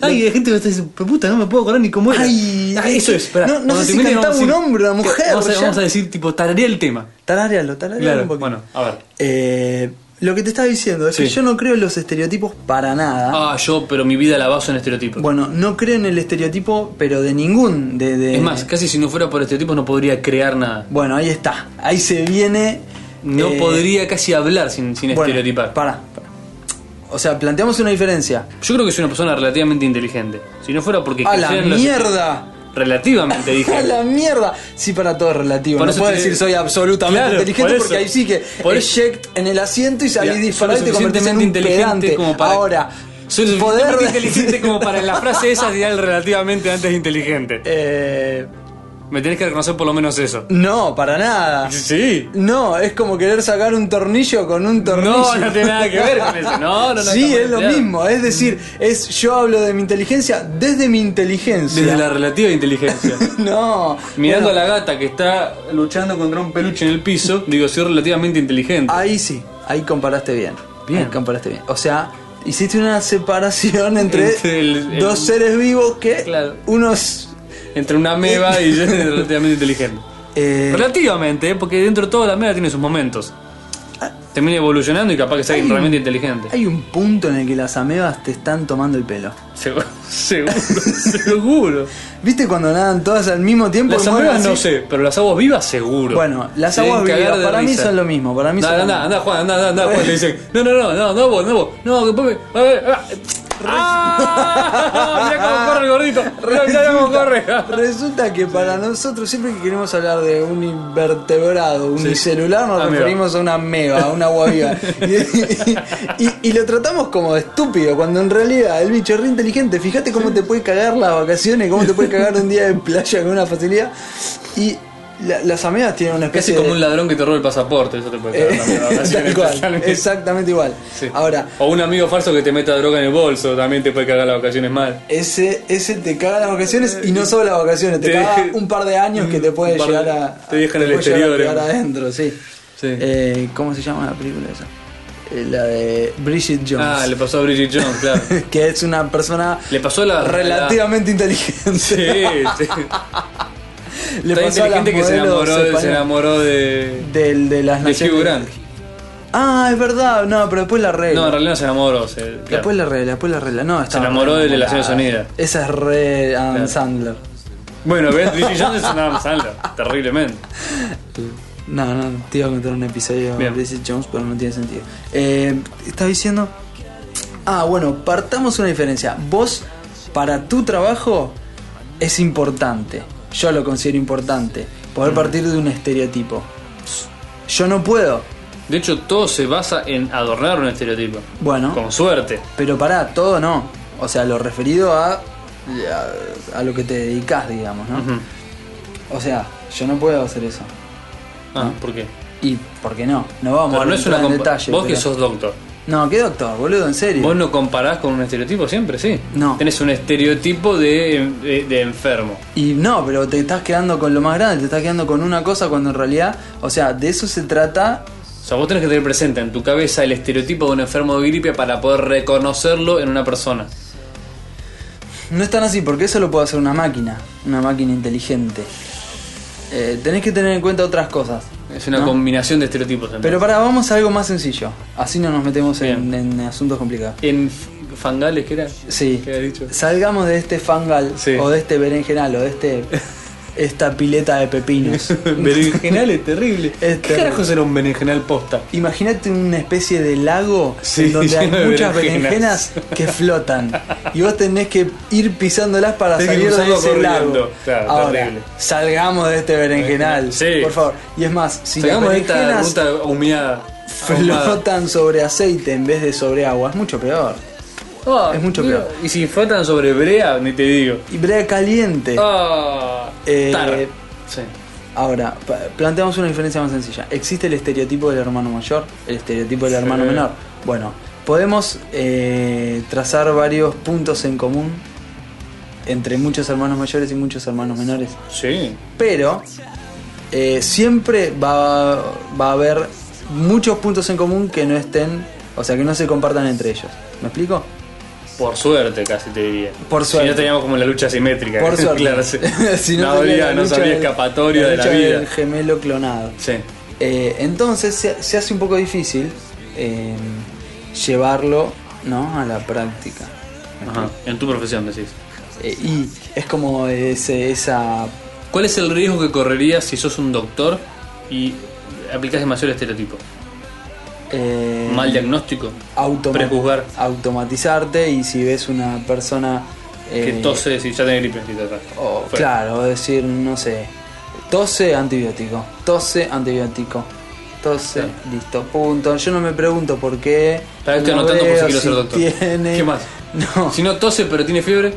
Speaker 4: Ay, hay gente que está diciendo, "Pero puta, no me puedo acordar ni cómo era.
Speaker 1: Ay,
Speaker 4: Ah, eso es. pará.
Speaker 1: no- no
Speaker 4: Cuando
Speaker 1: sé si
Speaker 4: termine
Speaker 1: cantaba
Speaker 4: vamos a
Speaker 1: un
Speaker 4: decir-
Speaker 1: hombre, una mujer,
Speaker 4: Vamos a,
Speaker 1: ya.
Speaker 4: vamos a decir, tipo, tararía el tema.
Speaker 1: Tararealo, tararealo
Speaker 4: Claro,
Speaker 1: un poquito.
Speaker 4: bueno, a ver.
Speaker 1: Eh, lo que te estaba diciendo es
Speaker 4: Sí.
Speaker 1: que yo no creo en los estereotipos para nada.
Speaker 4: Ah, yo, pero mi vida la baso en estereotipos.
Speaker 1: Bueno, no creo en el estereotipo, pero de ningún. De, de-
Speaker 4: es más, casi si no fuera por estereotipos no podría crear nada.
Speaker 1: Bueno, ahí está. Ahí se viene.
Speaker 4: No
Speaker 1: eh,
Speaker 4: podría casi hablar sin, sin
Speaker 1: bueno,
Speaker 4: estereotipar.
Speaker 1: Pará, pará. O sea, planteamos una diferencia.
Speaker 4: Yo creo que soy una persona relativamente inteligente. Si no fuera porque...
Speaker 1: ¡A la
Speaker 4: creyeran los
Speaker 1: mierda!
Speaker 4: estere- Relativamente, dije.
Speaker 1: ¡A la mierda! Sí, para todo es relativo.
Speaker 4: Por
Speaker 1: no
Speaker 4: eso
Speaker 1: puedo
Speaker 4: te-
Speaker 1: decir soy absolutamente
Speaker 4: Claro,
Speaker 1: inteligente
Speaker 4: por
Speaker 1: porque
Speaker 4: eso.
Speaker 1: ahí sí que
Speaker 4: Por eso.
Speaker 1: eject en el asiento y salí
Speaker 4: Mira,
Speaker 1: disparado y
Speaker 4: soy
Speaker 1: te
Speaker 4: lo
Speaker 1: convertís en un
Speaker 4: suficientemente
Speaker 1: pedante.
Speaker 4: inteligente como para-
Speaker 1: Ahora,
Speaker 4: Soy lo
Speaker 1: poder
Speaker 4: suficientemente inteligente como para en la frase esa dirá el relativamente antes de inteligente.
Speaker 1: Eh,
Speaker 4: Me tenés que reconocer por lo menos eso.
Speaker 1: no, para nada.
Speaker 4: Sí.
Speaker 1: No, es como querer sacar un tornillo con un tornillo.
Speaker 4: No, no tiene nada que ver con eso. No, no, no,
Speaker 1: Sí,
Speaker 4: estamos
Speaker 1: es lo
Speaker 4: peleados.
Speaker 1: mismo. Es decir, es yo hablo de mi inteligencia desde mi inteligencia.
Speaker 4: Desde la relativa inteligencia.
Speaker 1: No.
Speaker 4: Mirando
Speaker 1: Bueno,
Speaker 4: a la gata que está luchando contra un peluche en el piso, digo, soy relativamente inteligente.
Speaker 1: Ahí sí, ahí comparaste bien.
Speaker 4: Bien.
Speaker 1: Ahí comparaste bien. O sea, hiciste una separación entre,
Speaker 4: Entre el- el-
Speaker 1: dos seres vivos que
Speaker 4: Claro.
Speaker 1: unos...
Speaker 4: Entre una meba y yo soy relativamente inteligente.
Speaker 1: eh,
Speaker 4: Relativamente, ¿eh? porque dentro de todo la meba tiene sus momentos.
Speaker 1: Ah.
Speaker 4: Termina evolucionando y capaz que sea
Speaker 1: Hay un-
Speaker 4: realmente inteligente.
Speaker 1: hay un punto en el que las amebas te están tomando el pelo.
Speaker 4: Seguro, seguro, seguro.
Speaker 1: ¿Viste cuando nadan todas al mismo tiempo?
Speaker 4: Las
Speaker 1: y mueven
Speaker 4: aguas no
Speaker 1: así?
Speaker 4: sé, pero las aguas vivas seguro.
Speaker 1: Bueno, las
Speaker 4: Se deben
Speaker 1: aguas
Speaker 4: cagar
Speaker 1: vivas
Speaker 4: de
Speaker 1: para mí
Speaker 4: risa.
Speaker 1: son lo mismo. Para mí
Speaker 4: Anda,
Speaker 1: son lo
Speaker 4: anda,
Speaker 1: mismo.
Speaker 4: anda, Juan, anda, anda, anda, Juan. Le dicen, no, no, no, no, no vos, no vos, no, que después me. A ver, ah, ¡Ah! Mirá cómo corre el gordito. Mirá, mirá cómo corre.
Speaker 1: Resulta que para nosotros, siempre que queremos hablar de un invertebrado unicelular, nos
Speaker 4: Ameba.
Speaker 1: referimos a una meba, a una guaviva. y, y- y lo tratamos como de estúpido, cuando en realidad el bicho es re inteligente. Fíjate cómo te puede cagar las vacaciones, cómo te puede cagar un día de playa con una facilidad. Y la- las amebas tienen una
Speaker 4: Casi
Speaker 1: especie
Speaker 4: como
Speaker 1: de.
Speaker 4: un ladrón que te roba el pasaporte, eso te puede
Speaker 1: Eh,
Speaker 4: cagar también, la vacación,
Speaker 1: tal cual,
Speaker 4: totalmente.
Speaker 1: exactamente igual.
Speaker 4: Sí.
Speaker 1: Ahora,
Speaker 4: O un amigo falso que te meta droga en el bolso, también te puede cagar las vacaciones mal.
Speaker 1: Ese, ese te caga las vacaciones y no solo las vacaciones, te,
Speaker 4: Te-
Speaker 1: caga un par de años que te puede
Speaker 4: un par de-
Speaker 1: llegar a.
Speaker 4: te deja en
Speaker 1: te
Speaker 4: el
Speaker 1: puede llegar a
Speaker 4: exterior,
Speaker 1: pegar
Speaker 4: eh.
Speaker 1: adentro, sí.
Speaker 4: Sí.
Speaker 1: Eh, ¿Cómo se llama la película esa? Eh, La de Bridget
Speaker 4: Ah,
Speaker 1: Jones.
Speaker 4: le pasó a Bridget Jones, claro.
Speaker 1: que es una persona
Speaker 4: Le pasó la.
Speaker 1: relativamente inteligente.
Speaker 4: Sí, sí.
Speaker 1: Le
Speaker 4: Tan
Speaker 1: pasó a las
Speaker 4: inteligente que se
Speaker 1: modelos
Speaker 4: enamoró, de- se
Speaker 1: españolas.
Speaker 4: enamoró de.
Speaker 1: Del, de las
Speaker 4: De
Speaker 1: naciones-
Speaker 4: Hugh Grant.
Speaker 1: Ah, es verdad, no, pero después la arregla.
Speaker 4: No, en realidad no se enamoró. se- claro.
Speaker 1: Después la regla, después la regla. No, estaba
Speaker 4: enamoró
Speaker 1: re
Speaker 4: de las
Speaker 1: enamorada.
Speaker 4: Naciones Unidas.
Speaker 1: Esa es re Adam Sandler.
Speaker 4: Bueno, ves, Bridget Jones es una Adam Sandler, terriblemente.
Speaker 1: No, no, te iba a contar un episodio de
Speaker 4: Bien.
Speaker 1: Bridget Jones, pero no tiene sentido. Eh, ¿Estás diciendo? Ah, bueno, partamos una diferencia. Vos, para tu trabajo, es importante. Yo lo considero importante.
Speaker 4: Mm.
Speaker 1: Poder partir de un estereotipo. Yo no puedo.
Speaker 4: De hecho, todo se basa en adornar un estereotipo.
Speaker 1: Bueno,
Speaker 4: Con suerte.
Speaker 1: pero pará, todo no. O sea, lo referido a, a, a lo que te dedicas, digamos, ¿no?
Speaker 4: Ujú.
Speaker 1: O sea, yo no puedo hacer eso.
Speaker 4: Ah, ¿por qué?
Speaker 1: ¿Y por qué no? No vamos
Speaker 4: Pero
Speaker 1: a
Speaker 4: no es una
Speaker 1: entrar en
Speaker 4: compa-
Speaker 1: detalle.
Speaker 4: Vos que
Speaker 1: pero-
Speaker 4: sos doctor.
Speaker 1: No, qué doctor, boludo, en serio.
Speaker 4: Vos no comparás con un estereotipo siempre, sí.
Speaker 1: No.
Speaker 4: Tenés un estereotipo de, de- de enfermo.
Speaker 1: Y no, pero te estás quedando con lo más grande, te estás quedando con una cosa cuando en realidad, o sea, de eso se trata.
Speaker 4: O sea, vos tenés que tener presente en tu cabeza el estereotipo de un enfermo de gripe para poder reconocerlo en una persona.
Speaker 1: No es tan así, porque eso lo puede hacer una máquina, una máquina inteligente. Eh, tenés que tener en cuenta otras cosas.
Speaker 4: Es una
Speaker 1: ¿no?
Speaker 4: combinación de estereotipos. entonces.
Speaker 1: Pero para, vamos a algo más sencillo. Así no nos metemos en, en asuntos complicados.
Speaker 4: En f- fangales, ¿qué era?
Speaker 1: Sí.
Speaker 4: ¿Qué había dicho?
Speaker 1: Salgamos de este fangal,
Speaker 4: Sí.
Speaker 1: o de este berenjenal, o de este, esta pileta de pepinos.
Speaker 4: berenjenal es terrible.
Speaker 1: terrible.
Speaker 4: ¿Qué carajo será un berenjenal posta?
Speaker 1: Imagínate una especie de lago
Speaker 4: Sí,
Speaker 1: en donde hay
Speaker 4: lleno de
Speaker 1: muchas
Speaker 4: berenjenas.
Speaker 1: berenjenas que flotan y vos tenés que ir pisándolas para
Speaker 4: Tenés
Speaker 1: salir
Speaker 4: que
Speaker 1: de
Speaker 4: cruzarlo
Speaker 1: ese
Speaker 4: corriendo.
Speaker 1: lago.
Speaker 4: Claro,
Speaker 1: Ahora,
Speaker 4: terrible.
Speaker 1: salgamos de este berenjenal,
Speaker 4: Sí.
Speaker 1: por favor. Y es más, si
Speaker 4: Sacamos de
Speaker 1: las
Speaker 4: esta
Speaker 1: berenjenas
Speaker 4: ruta humillada. ahumada.
Speaker 1: flotan sobre aceite en vez de sobre agua, es mucho peor.
Speaker 4: Ah,
Speaker 1: Es mucho
Speaker 4: mira,
Speaker 1: peor.
Speaker 4: Y si flotan sobre brea, ni te digo.
Speaker 1: Y brea caliente.
Speaker 4: Ah,
Speaker 1: Eh,
Speaker 4: tar. Sí.
Speaker 1: Ahora, pa- planteamos una diferencia más sencilla. Existe el estereotipo del hermano mayor, el estereotipo del hermano
Speaker 2: Sí.
Speaker 1: menor. Bueno, podemos eh, trazar varios puntos en común entre muchos hermanos mayores y muchos hermanos menores.
Speaker 2: Sí.
Speaker 1: Pero eh, siempre va, va a haber muchos puntos en común que no estén, o sea, que no se compartan entre ellos. ¿Me explico?
Speaker 2: Por suerte, casi te diría.
Speaker 1: Por
Speaker 2: Si
Speaker 1: suerte.
Speaker 2: no teníamos como la lucha simétrica.
Speaker 1: Por suerte.
Speaker 2: claro, sí.
Speaker 1: Si sería
Speaker 2: no, había,
Speaker 1: la
Speaker 2: no
Speaker 1: lucha
Speaker 2: sabía
Speaker 1: del-
Speaker 2: escapatoria de la
Speaker 1: lucha
Speaker 2: vida.
Speaker 1: del gemelo clonado.
Speaker 2: Sí.
Speaker 1: Eh, entonces se, se hace un poco difícil eh, llevarlo ¿no? a la práctica.
Speaker 2: Ajá. En tu profesión decís.
Speaker 1: Eh, y es como ese, esa...
Speaker 2: ¿Cuál es el riesgo que correrías si sos un doctor y aplicas demasiado el estereotipo?
Speaker 1: eh,
Speaker 2: ¿Mal diagnóstico?
Speaker 1: automa-
Speaker 2: prejuzgar.
Speaker 1: automatizarte y si ves una persona...
Speaker 2: Que
Speaker 1: eh,
Speaker 2: toses y ya tenés gripe. y te atrás.
Speaker 1: o-
Speaker 2: Fue.
Speaker 1: claro, decir, no sé, tose antibiótico, tose antibiótico, tose,
Speaker 2: Claro.
Speaker 1: listo, punto. Yo no me pregunto por qué...
Speaker 2: Para estoy
Speaker 1: no
Speaker 2: anotando por si
Speaker 1: veo
Speaker 2: quiero ser doctor.
Speaker 1: tiene-
Speaker 2: ¿Qué más?
Speaker 1: No.
Speaker 2: Si no tose pero tiene fiebre,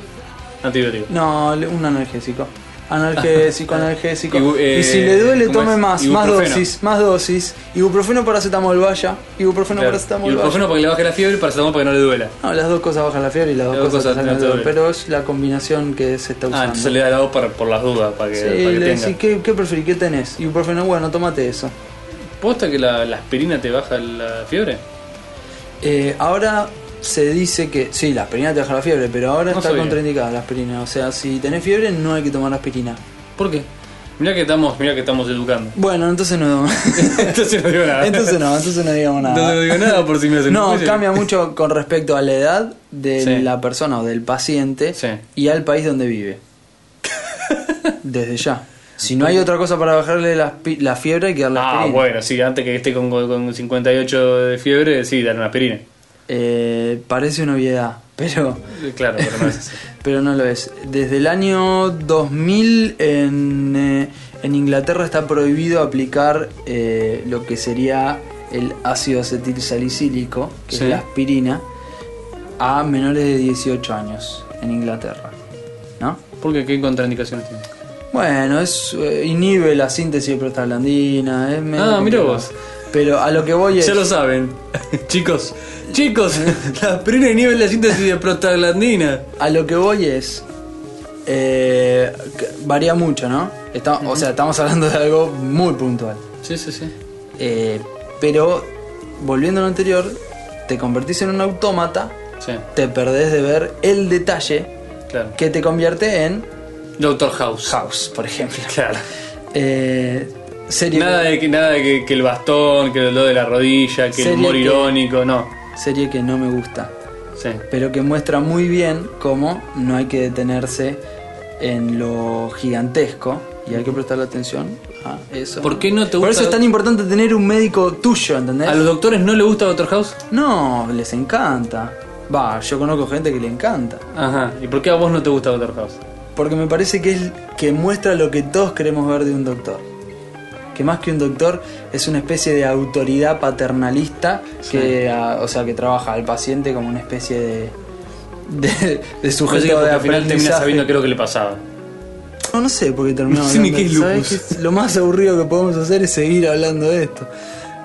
Speaker 2: antibiótico.
Speaker 1: No, le- un analgésico. Analgésico, analgésico.
Speaker 2: Ibu-
Speaker 1: Y,
Speaker 2: eh,
Speaker 1: si le duele,
Speaker 2: ¿cómo
Speaker 1: tome
Speaker 2: es?
Speaker 1: más, más
Speaker 2: Ibuprofeno.
Speaker 1: dosis, más dosis. Ibuprofeno, paracetamol, vaya. Ibuprofeno,
Speaker 2: Claro. Y
Speaker 1: paracetamol,
Speaker 2: el
Speaker 1: vaya.
Speaker 2: profeno para que le baje la fiebre y paracetamol para que no le duela.
Speaker 1: No, las dos cosas bajan la fiebre y las dos, cosas, te sacan
Speaker 2: no
Speaker 1: el
Speaker 2: te
Speaker 1: dolor,
Speaker 2: duele.
Speaker 1: Pero es la combinación que se está
Speaker 2: Ah,
Speaker 1: usando.
Speaker 2: entonces le da la dos para- por las dudas, para que,
Speaker 1: Sí,
Speaker 2: para que
Speaker 1: le
Speaker 2: tenga.
Speaker 1: decís, ¿qué, ¿qué preferís? ¿Qué tenés? Ibuprofeno, bueno, tómate eso.
Speaker 2: ¿Posta que la, la aspirina te baja la fiebre?
Speaker 1: Eh, ahora se dice que. Sí, la aspirina te baja la fiebre, pero ahora
Speaker 2: No
Speaker 1: está
Speaker 2: sabía.
Speaker 1: contraindicada la aspirina. O sea, si tenés fiebre, no hay que tomar aspirina.
Speaker 2: ¿Por qué? Mirá que estamos, mirá que estamos educando.
Speaker 1: Bueno, entonces no.
Speaker 2: entonces no digo nada.
Speaker 1: entonces no, entonces no digamos nada.
Speaker 2: Entonces no digo nada por si me hacen un
Speaker 1: No,
Speaker 2: juicio.
Speaker 1: cambia mucho con respecto a la edad de
Speaker 2: Sí.
Speaker 1: la persona o del paciente
Speaker 2: Sí.
Speaker 1: y al país donde vive. Desde ya. Si no hay otra cosa para bajarle la, aspi- la fiebre, hay que darle
Speaker 2: Ah,
Speaker 1: aspirina.
Speaker 2: bueno, sí, antes que esté con, con 58 de fiebre, sí, dan una aspirina.
Speaker 1: Eh, parece una obviedad, pero,
Speaker 2: Claro, pero no es así.
Speaker 1: pero no lo es. Desde el año 2000 en, eh, en Inglaterra está prohibido aplicar eh, lo que sería el ácido acetil salicílico, que
Speaker 2: Sí.
Speaker 1: es la aspirina, a menores de 18 años en Inglaterra. ¿No?
Speaker 2: ¿Por qué? ¿Qué contraindicaciones tiene?
Speaker 1: Bueno, es, eh, inhibe la síntesis de prostaglandina. Es medio
Speaker 2: Ah, mirá
Speaker 1: complicado.
Speaker 2: vos.
Speaker 1: Pero a lo que voy es.
Speaker 2: Ya lo saben, chicos, chicos,
Speaker 1: Eh.
Speaker 2: la aspirina inhibe la síntesis de prostaglandina.
Speaker 1: A lo que voy es. eh, que varía mucho, ¿no? Está- O sea, estamos hablando de algo muy puntual.
Speaker 2: Sí, sí, sí.
Speaker 1: Eh, pero, volviendo a lo anterior, te convertís en un autómata,
Speaker 2: Sí,
Speaker 1: te perdés de ver el detalle
Speaker 2: claro.
Speaker 1: que te convierte en
Speaker 2: Doctor House.
Speaker 1: House, por ejemplo.
Speaker 2: Claro.
Speaker 1: Eh, serie
Speaker 2: Nada de que, nada de que, que el bastón, que el dolor de la rodilla, que
Speaker 1: Serie
Speaker 2: el humor
Speaker 1: que-
Speaker 2: irónico, no.
Speaker 1: serie que no me gusta.
Speaker 2: Sí.
Speaker 1: pero que muestra muy bien cómo no hay que detenerse en lo gigantesco y hay que prestarle atención a eso.
Speaker 2: ¿Por qué no te
Speaker 1: Por
Speaker 2: gusta-
Speaker 1: eso es tan importante tener un médico tuyo, ¿entendés?
Speaker 2: ¿A los doctores no le gusta Doctor House?
Speaker 1: No, les encanta. Va, yo conozco gente que le encanta.
Speaker 2: Ajá. ¿Y por qué a vos no te gusta Doctor House?
Speaker 1: Porque me parece que es que muestra lo que todos queremos ver de un doctor. Que más que un doctor es una especie de autoridad paternalista que, a- o sea, que trabaja al paciente como una especie de de, de
Speaker 2: Parece que
Speaker 1: sujeto
Speaker 2: porque
Speaker 1: de
Speaker 2: al final terminás
Speaker 1: aprendizaje.
Speaker 2: sabiendo qué es lo que le pasaba.
Speaker 1: No, no sé por qué terminamos
Speaker 2: No sé ni
Speaker 1: hablando.
Speaker 2: qué es
Speaker 1: ¿Sabés
Speaker 2: lupus.
Speaker 1: qué? Lo más aburrido que podemos hacer es seguir hablando de esto.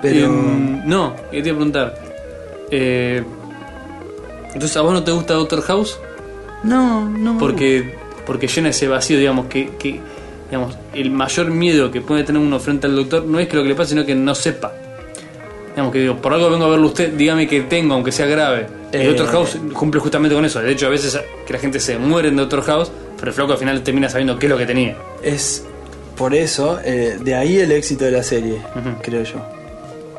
Speaker 1: Pero
Speaker 2: Em, no, yo te iba a preguntar. Eh, entonces, ¿a vos no te gusta Doctor House?
Speaker 1: no, no. me
Speaker 2: Porque, porque llena ese vacío, digamos, que, que digamos, el mayor miedo que puede tener uno frente al doctor no es que lo que le pase, sino que no sepa. Digamos que digo, por algo vengo a verlo a usted, dígame que tengo, aunque sea grave.
Speaker 1: Eh.
Speaker 2: Y Doctor House cumple justamente con eso. De hecho, a veces que la gente se muere en Doctor House, pero el flaco al final termina sabiendo qué es lo que tenía.
Speaker 1: gusta. es por eso eh, de ahí el éxito de la serie,
Speaker 2: Ujú.
Speaker 1: creo yo.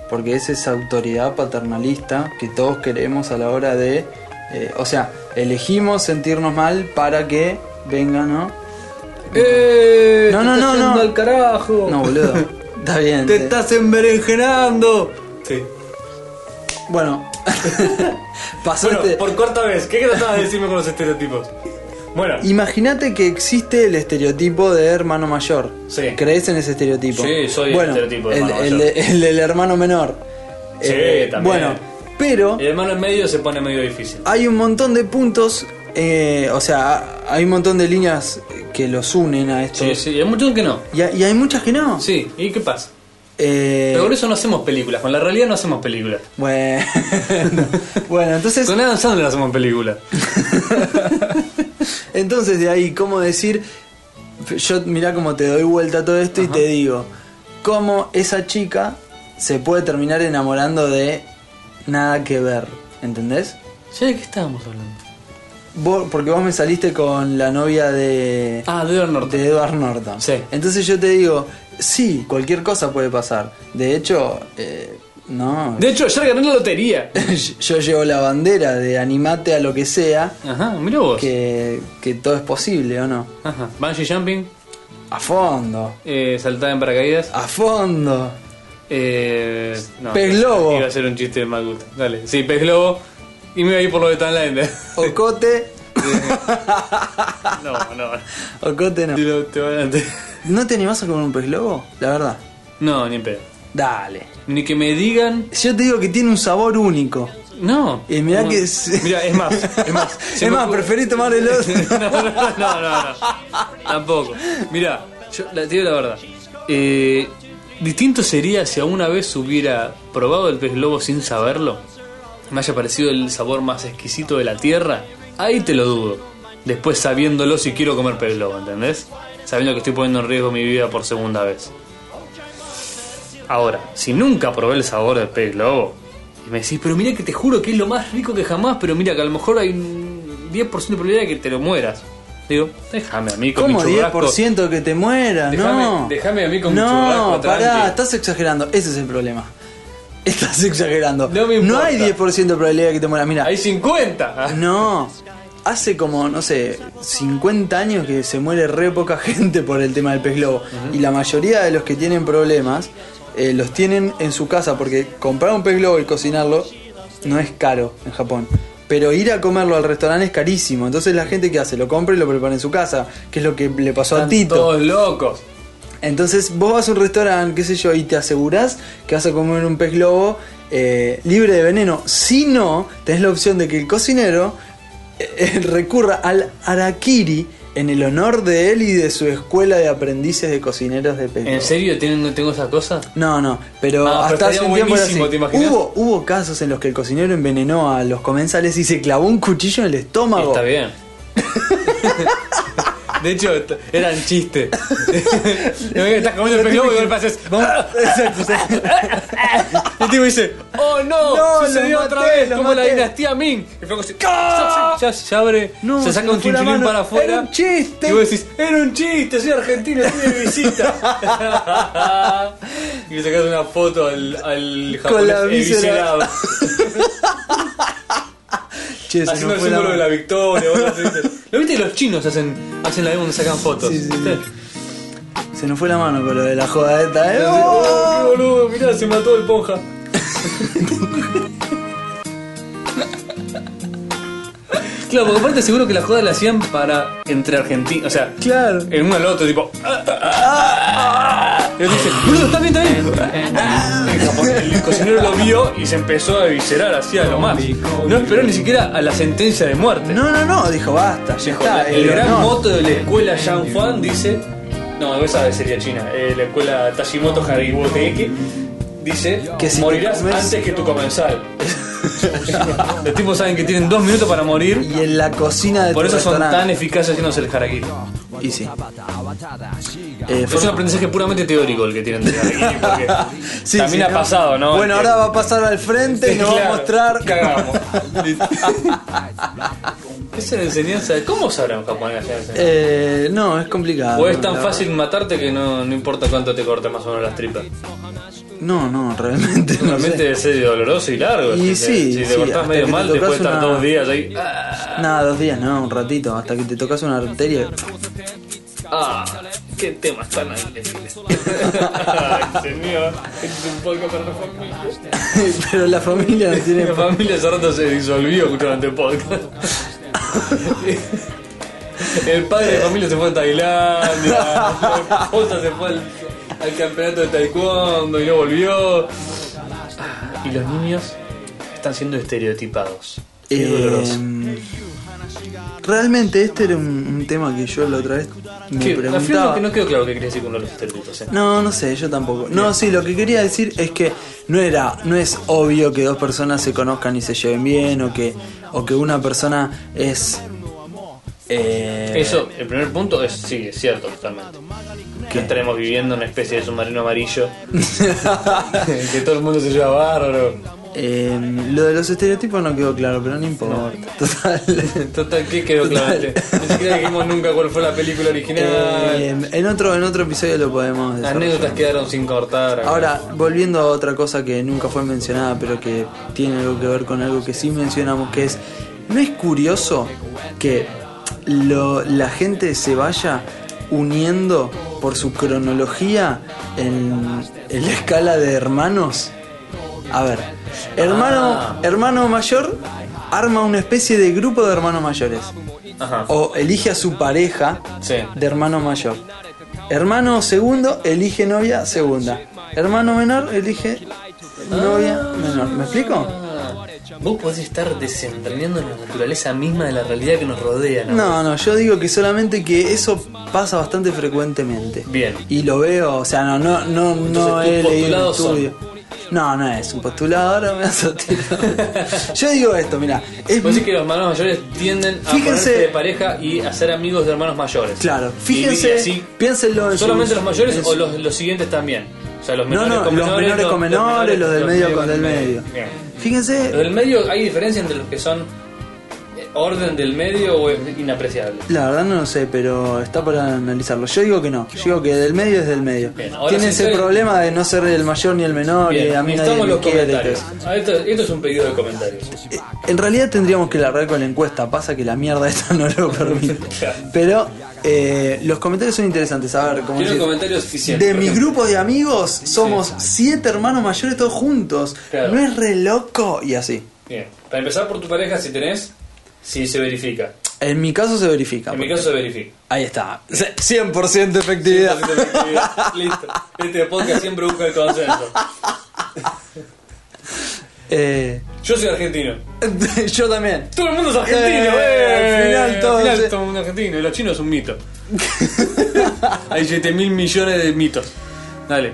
Speaker 1: Porque es esa autoridad paternalista que todos queremos a la hora de, eh, o sea, elegimos sentirnos mal para que venga, ¿no?
Speaker 2: ¡Eh!
Speaker 1: No, no, no, no.
Speaker 2: carajo!
Speaker 1: No, boludo. Está bien. te-
Speaker 2: emberenjenando! Sí.
Speaker 1: Bueno. pasó
Speaker 2: Bueno,
Speaker 1: este-
Speaker 2: por cuarta vez, ¿qué tratabas de decirme con los estereotipos? Bueno,
Speaker 1: Imagínate que existe el estereotipo de hermano mayor.
Speaker 2: Sí.
Speaker 1: ¿Crees en ese estereotipo?
Speaker 2: Sí, soy el
Speaker 1: Bueno,
Speaker 2: estereotipo de
Speaker 1: el,
Speaker 2: hermano
Speaker 1: el
Speaker 2: mayor.
Speaker 1: de- el del hermano menor. Eh,
Speaker 2: Sí, también.
Speaker 1: Bueno, pero
Speaker 2: el hermano en medio se pone medio difícil.
Speaker 1: hay un montón de puntos eh, o sea, hay un montón de líneas que los unen a esto.
Speaker 4: Sí, sí, hay muchos que no.
Speaker 1: Y, ha- y hay muchas que no.
Speaker 4: Sí, ¿y qué pasa?
Speaker 1: Eh,
Speaker 4: Pero con eso no hacemos películas, con la realidad no hacemos películas.
Speaker 1: bueno, bueno, entonces
Speaker 4: Con Adam Sandler hacemos películas.
Speaker 1: Entonces de ahí, ¿cómo decir? Yo mirá cómo te doy vuelta a todo esto y te digo, ¿cómo esa chica se puede terminar enamorando de nada que ver? ¿Entendés?
Speaker 4: ¿Ya de qué estábamos hablando?
Speaker 1: Vos- porque vos me saliste con la novia de,
Speaker 4: Ah, de Edward Norton.
Speaker 1: de Edward Norton.
Speaker 4: Sí.
Speaker 1: Entonces yo te digo, sí, cualquier cosa puede pasar. De hecho, eh, no.
Speaker 4: De hecho, ayer gané la lotería.
Speaker 1: yo llevo la bandera de animate a lo que sea,
Speaker 4: Ajá, mira vos.
Speaker 1: que, que todo es posible, ¿o no?
Speaker 4: Ajá. Bungee jumping,
Speaker 1: A fondo.
Speaker 4: eh, saltada en paracaídas.
Speaker 1: A fondo.
Speaker 4: Eh, no,
Speaker 1: Pez globo.
Speaker 4: Iba a ser un chiste de mal gusto. Dale, sí, pez globo. Y me iba a ir por lo de Tanline.
Speaker 1: Ocote.
Speaker 4: no, no.
Speaker 1: Ocote no.
Speaker 4: Te lo- te van a- te-
Speaker 1: ¿No te animás a comer un pez globo? La verdad.
Speaker 4: No, ni en pedo.
Speaker 1: Dale.
Speaker 4: Ni que me digan.
Speaker 1: Yo te digo que tiene un sabor único.
Speaker 4: No.
Speaker 1: Y mirá
Speaker 4: No.
Speaker 1: que es-
Speaker 4: Mira, es más. Es más, se
Speaker 1: es
Speaker 4: me
Speaker 1: más,
Speaker 4: ocurre-
Speaker 1: preferí tomar el otro.
Speaker 4: no, no, no, no, no. Tampoco. Mira, yo la, te digo la verdad. Eh, distinto sería si alguna vez hubiera probado el pez globo sin saberlo, me haya parecido el sabor más exquisito de la tierra. Ahí te lo dudo. Después sabiéndolo si quiero comer pez globo, ¿entendés? Sabiendo que estoy poniendo en riesgo mi vida por segunda vez. Ahora, si nunca probé el sabor del pez globo, y me decís, pero mira que te juro que es lo más rico que jamás, pero mira que a lo mejor hay un 10% de probabilidad de que te lo mueras. Digo, déjame a mí con
Speaker 1: ¿Cómo
Speaker 4: mi churrasco.
Speaker 1: 10% que te muera?
Speaker 4: Déjame-
Speaker 1: no.
Speaker 4: déjame a mí con mi
Speaker 1: no,
Speaker 4: churrasco
Speaker 1: pará,
Speaker 4: tranqui.
Speaker 1: estás exagerando. Ese es el problema. Estás exagerando.
Speaker 4: No me importa.
Speaker 1: hay 10% de probabilidad de que te muera. Mira,
Speaker 4: Hay 50.
Speaker 1: no. Hace como, no sé, 50 años que se muere re poca gente por el tema del pez globo. Y la mayoría de los que tienen problemas eh, los tienen en su casa porque comprar un pez globo y cocinarlo no es caro en Japón. Pero ir a comerlo al restaurante es carísimo. Entonces la gente que hace, lo compra y lo prepara en su casa, que es lo que le pasó a
Speaker 4: Están
Speaker 1: Tito.
Speaker 4: todos locos.
Speaker 1: Entonces vos vas a un restaurante, qué sé yo, y te asegurás que vas a comer un pez globo eh, libre de veneno. Si no, tenés la opción de que el cocinero eh, eh, recurra al arakiri en el honor de él y de su escuela de aprendices de cocineros de pez
Speaker 4: ¿En
Speaker 1: globo.
Speaker 4: serio tienen, tengo esas cosas?
Speaker 1: No, no, pero
Speaker 4: Ah, pero
Speaker 1: hasta hace
Speaker 4: estaría
Speaker 1: un tiempo era así.
Speaker 4: buenísimo, ¿te imaginas?
Speaker 1: Hubo, hubo casos en los que el cocinero envenenó a los comensales y se clavó un cuchillo en el estómago.
Speaker 4: Está bien. De hecho, t- eran chistes. Estás comiendo el pez globo y de golpe haces. Y el tipo dice: ¡Oh no!
Speaker 1: No,
Speaker 4: sucedió
Speaker 1: lo
Speaker 4: otra
Speaker 1: maté,
Speaker 4: vez,
Speaker 1: lo
Speaker 4: como la
Speaker 1: maté.
Speaker 4: dinastía Ming. Y fue como así, ya, se abre,
Speaker 1: No,
Speaker 4: se
Speaker 1: se
Speaker 4: saca
Speaker 1: me
Speaker 4: un
Speaker 1: fue la
Speaker 4: chinchulín
Speaker 1: mano.
Speaker 4: para afuera.
Speaker 1: Era un chiste.
Speaker 4: Y vos decís: ¡Era un chiste! Soy argentino, estoy de visita. y le sacas una foto al, al japonés eh,
Speaker 1: Con la
Speaker 4: eviscerado,
Speaker 1: víscera. Che, se
Speaker 4: Haciendo
Speaker 1: nos fue
Speaker 4: el
Speaker 1: la
Speaker 4: símbolo
Speaker 1: mano.
Speaker 4: de la victoria. boludo, así, ¿viste? ¿Lo viste? Los chinos hacen, hacen la donde sacan fotos.
Speaker 1: Sí, sí, sí.
Speaker 4: ¿viste?
Speaker 1: Se nos fue la mano con lo de la joda esta. ¿eh?
Speaker 4: Oh, qué boludo, mirá, se mató el ponja. claro, porque aparte seguro que la joda la hacían para entre argentinos, o sea,
Speaker 1: Claro.
Speaker 4: en uno al otro, tipo. ah, ah, ah, ah. Y él dice, boludo, está bien, está bien. El japonés- El cocinero lo vio y se empezó a eviscerar así a lo más. No esperó ni siquiera a la sentencia de muerte.
Speaker 1: No, no, no, dijo basta, ya
Speaker 4: Dijo,
Speaker 1: está. eh,
Speaker 4: la- el gran
Speaker 1: honor.
Speaker 4: moto de la escuela Yang Fan dice. No, esa sería china. eh, la escuela Tashimoto Hariboteiki dice:
Speaker 1: Que si
Speaker 4: Morirás
Speaker 1: te comes-
Speaker 4: antes que tu comensal. Los tipos saben que tienen dos minutos para morir.
Speaker 1: Y en la cocina de
Speaker 4: Por
Speaker 1: tu
Speaker 4: eso son tan
Speaker 1: restaurante.
Speaker 4: eficaces haciéndose el harakiri.
Speaker 1: Y sí. Eh, fue-
Speaker 4: Es un aprendizaje puramente teórico el que tienen del harakiri. Porque
Speaker 1: Sí,
Speaker 4: también
Speaker 1: sí,
Speaker 4: ha pasado, ¿no?
Speaker 1: Bueno, ahora va a pasar al frente y nos va a mostrar.
Speaker 4: Cagamos. Esa es la enseñanza. de- ¿Cómo sabrán japonés hacer enseñanza?
Speaker 1: Eh, no, es complicado.
Speaker 4: O es tan
Speaker 1: La-
Speaker 4: fácil matarte que no, no importa cuánto te corte más o menos las tripas.
Speaker 1: No, no, realmente no.
Speaker 4: Realmente
Speaker 1: sé.
Speaker 4: debe ser doloroso y largo.
Speaker 1: Y
Speaker 4: si te-
Speaker 1: sí,
Speaker 4: si te
Speaker 1: sí,
Speaker 4: cortás
Speaker 1: hasta
Speaker 4: medio
Speaker 1: que te
Speaker 4: mal, te puede
Speaker 1: tocas
Speaker 4: estar
Speaker 1: una-
Speaker 4: dos días ahí. ¡Ah!
Speaker 1: Nada, dos días, no, un ratito, hasta que te tocas una arteria.
Speaker 4: ah, ¡Qué temas tan agresibles! Ay, señor, Este es un poco para la familia.
Speaker 1: Pero la familia no tiene.
Speaker 4: La familia hace rato se disolvió durante el podcast. El padre de familia se fue a Tailandia, la esposa se fue al, al campeonato de taekwondo y no volvió. Y los niños están siendo estereotipados.
Speaker 1: Eh,
Speaker 4: Es doloroso.
Speaker 1: Realmente este era un, un tema que yo la otra vez me
Speaker 4: Que, afirmo
Speaker 1: preguntaba.
Speaker 4: que no quedó claro que quería decir con los esterlitos. eh.
Speaker 1: No, no sé, yo tampoco. No, sí, lo que quería decir es que no era, no es obvio que dos personas se conozcan y se lleven bien, o que, o que una persona es. eh,
Speaker 4: Eso, el primer punto es, sí, es cierto totalmente.
Speaker 1: ¿Qué?
Speaker 4: Que estaremos viviendo una especie de submarino amarillo. que todo el mundo se lleva bárbaro.
Speaker 1: eh, lo de los estereotipos no quedó claro, pero no importa. Total.
Speaker 4: Total, que quedó claro?
Speaker 1: Total.
Speaker 4: Ni siquiera dijimos nunca cuál fue la película original.
Speaker 1: Eh, en otro, en otro episodio lo podemos
Speaker 4: Anécdotas
Speaker 1: desarrollar.
Speaker 4: quedaron sin cortar.
Speaker 1: Ahora, volviendo a otra cosa que nunca fue mencionada, pero que tiene algo que ver con algo que sí mencionamos, que es, ¿no es curioso que lo- la gente se vaya uniendo por su cronología en, en la escala de hermanos? A ver, hermano,
Speaker 4: Ah.
Speaker 1: hermano mayor arma una especie de grupo de hermanos mayores,
Speaker 4: Ajá.
Speaker 1: o elige a su pareja
Speaker 4: Sí.
Speaker 1: de hermano mayor. Hermano segundo elige novia segunda. Hermano menor elige novia menor. ¿Me explico?
Speaker 4: Ah, Vos podés estar desentrañando la naturaleza misma de la realidad que nos rodea. ¿no?
Speaker 1: No, no, yo digo que solamente que eso pasa bastante frecuentemente.
Speaker 4: Bien.
Speaker 1: Y lo veo, o sea, no, no, no, no
Speaker 4: Entonces,
Speaker 1: he leído
Speaker 4: tus
Speaker 1: un
Speaker 4: postulados son-
Speaker 1: estudio. No, no es un postulado, ahora me vas a tirar. Yo digo esto, mira, es
Speaker 4: Vos decís que los hermanos mayores tienden a
Speaker 1: Fíjense-
Speaker 4: ponerse de pareja y a ser amigos de hermanos mayores.
Speaker 1: claro,
Speaker 4: Y-
Speaker 1: fíjense,
Speaker 4: y así
Speaker 1: piénsenlo en
Speaker 4: ¿Solamente
Speaker 1: sus-
Speaker 4: los mayores
Speaker 1: en
Speaker 4: o
Speaker 1: su-
Speaker 4: los, los siguientes también? O sea, los
Speaker 1: No,
Speaker 4: menores
Speaker 1: no,
Speaker 4: con
Speaker 1: los
Speaker 4: menores,
Speaker 1: menores con menores, los del medio con del medio.
Speaker 4: Bien.
Speaker 1: Fíjense,
Speaker 4: ¿Los del medio hay diferencia entre los que son eh, orden del medio o es inapreciable?
Speaker 1: La verdad no lo sé, pero está para analizarlo. Yo digo que no. Yo digo que del medio es del medio.
Speaker 4: Bien, ahora
Speaker 1: Tiene
Speaker 4: sí
Speaker 1: ese
Speaker 4: estoy-
Speaker 1: problema de no ser el mayor ni el menor, y
Speaker 4: Bien,
Speaker 1: a mí nadie
Speaker 4: necesitamos
Speaker 1: me
Speaker 4: los
Speaker 1: quiere, todo
Speaker 4: comentarios.
Speaker 1: eso.
Speaker 4: Ah, esto, esto es un pedido de comentarios.
Speaker 1: Eh, En realidad tendríamos que largar con la encuesta, pasa que la mierda esta no lo permite.
Speaker 4: Claro.
Speaker 1: Pero eh, los comentarios son interesantes. A ver, como
Speaker 4: Quiero
Speaker 1: decís,
Speaker 4: comentarios eficientes.
Speaker 1: de
Speaker 4: por
Speaker 1: mi
Speaker 4: ejemplo.
Speaker 1: grupo de amigos somos siete hermanos mayores todos juntos.
Speaker 4: Claro.
Speaker 1: No es re loco y así.
Speaker 4: Bien. Para empezar por tu pareja, si tenés, si se verifica.
Speaker 1: En mi caso se verifica.
Speaker 4: En mi caso se verifica.
Speaker 1: Ahí está. 100% efectividad.
Speaker 4: Listo. Este podcast siempre busca el consenso.
Speaker 1: Eh,
Speaker 4: Yo soy argentino.
Speaker 1: yo también.
Speaker 4: Todo el mundo es argentino,
Speaker 1: Eh,
Speaker 4: eh.
Speaker 1: al final todo
Speaker 4: Al
Speaker 1: se-
Speaker 4: final todo el mundo es argentino. Y los chinos es un mito. Hay 7 mil millones de mitos. Dale.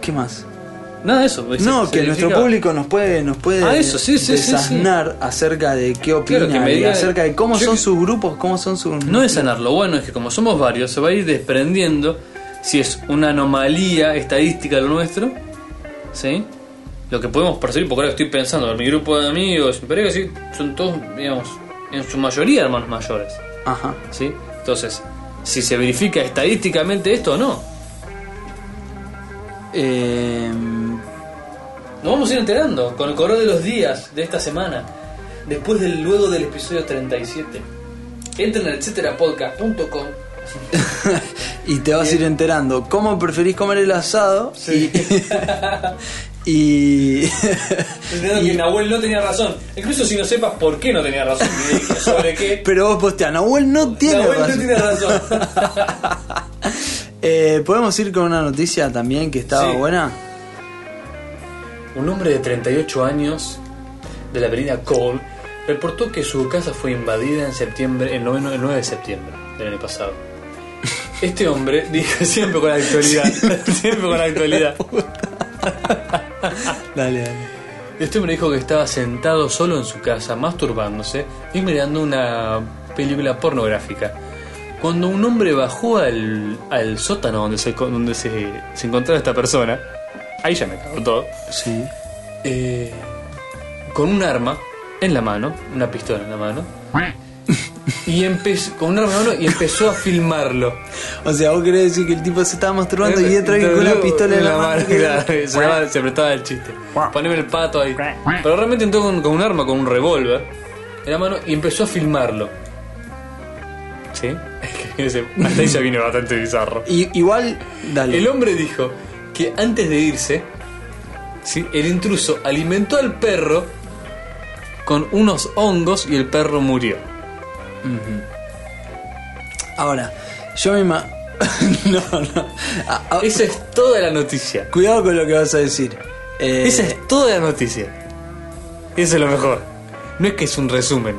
Speaker 1: ¿Qué más?
Speaker 4: Nada de eso. se-
Speaker 1: No,
Speaker 4: se
Speaker 1: que nuestro
Speaker 4: verifica.
Speaker 1: público nos puede, nos puede
Speaker 4: Ah, eso, sí, sí, sí, sí.
Speaker 1: desaznar acerca de qué opina
Speaker 4: que me
Speaker 1: y
Speaker 4: diga-
Speaker 1: acerca de cómo
Speaker 4: yo
Speaker 1: son
Speaker 4: que-
Speaker 1: sus grupos, cómo son sus...
Speaker 4: No es sanar, lo bueno es que como somos varios, se va a ir desprendiendo si es una anomalía estadística lo nuestro, ¿sí? Lo que podemos percibir, porque ahora estoy pensando, mi grupo de amigos, mi pareja, sí, son todos, digamos, en su mayoría hermanos mayores,
Speaker 1: Ajá.
Speaker 4: ¿sí? Entonces, si se verifica estadísticamente esto o no,
Speaker 1: Eh,
Speaker 4: nos vamos a ir enterando con el correr de los días de esta semana, después del luego del episodio 37. Entren a etcéterapodcast.com
Speaker 1: y te vas a ir enterando cómo preferís comer el asado y... y...
Speaker 4: Entendiendo que Nahuel no tenía razón. Incluso si no sepas por qué no tenía razón, ni sobre qué.
Speaker 1: Pero vos posteás, Nahuel no tiene
Speaker 4: Nahuel
Speaker 1: razón.
Speaker 4: no tiene razón.
Speaker 1: Eh, Podemos ir con una noticia también que estaba
Speaker 4: Sí.
Speaker 1: buena.
Speaker 4: Un hombre de 38 años de la avenida Cole reportó que su casa fue invadida en septiembre, el, noveno- el 9 de septiembre del año pasado. Este hombre dijo siempre con la actualidad, siempre con la actualidad.
Speaker 1: Dale, dale.
Speaker 4: Este hombre dijo que estaba sentado solo en su casa, masturbándose y mirando una película pornográfica. Cuando un hombre bajó al, al sótano donde, se, donde se, se encontraba esta persona, ahí ya me cago todo,
Speaker 1: Sí.
Speaker 4: eh, con un arma en la mano, una pistola en la mano, y empezó, con un arma en la mano y empezó a filmarlo.
Speaker 1: O sea, vos querés decir que el tipo se estaba masturbando y entra alguien con una
Speaker 4: Entonces,
Speaker 1: pistola en la mano.
Speaker 4: claro, se, llamaba- se apretaba el chiste. Poneme el pato ahí. Pero realmente entró con, con un arma, con un revólver en la mano y empezó a filmarlo. ¿Sí? Ese- Hasta ahí ya viene bastante bizarro.
Speaker 1: Y, igual, dale.
Speaker 4: El hombre dijo que antes de irse, ¿sí? el intruso alimentó al perro con unos hongos y el perro murió.
Speaker 1: Ahora, yo misma. no, no. Ah, ah,
Speaker 4: Esa es toda la noticia.
Speaker 1: cuidado con lo que vas a decir. Eh,
Speaker 4: Esa es toda la noticia. Eso es lo mejor. No es que es un resumen.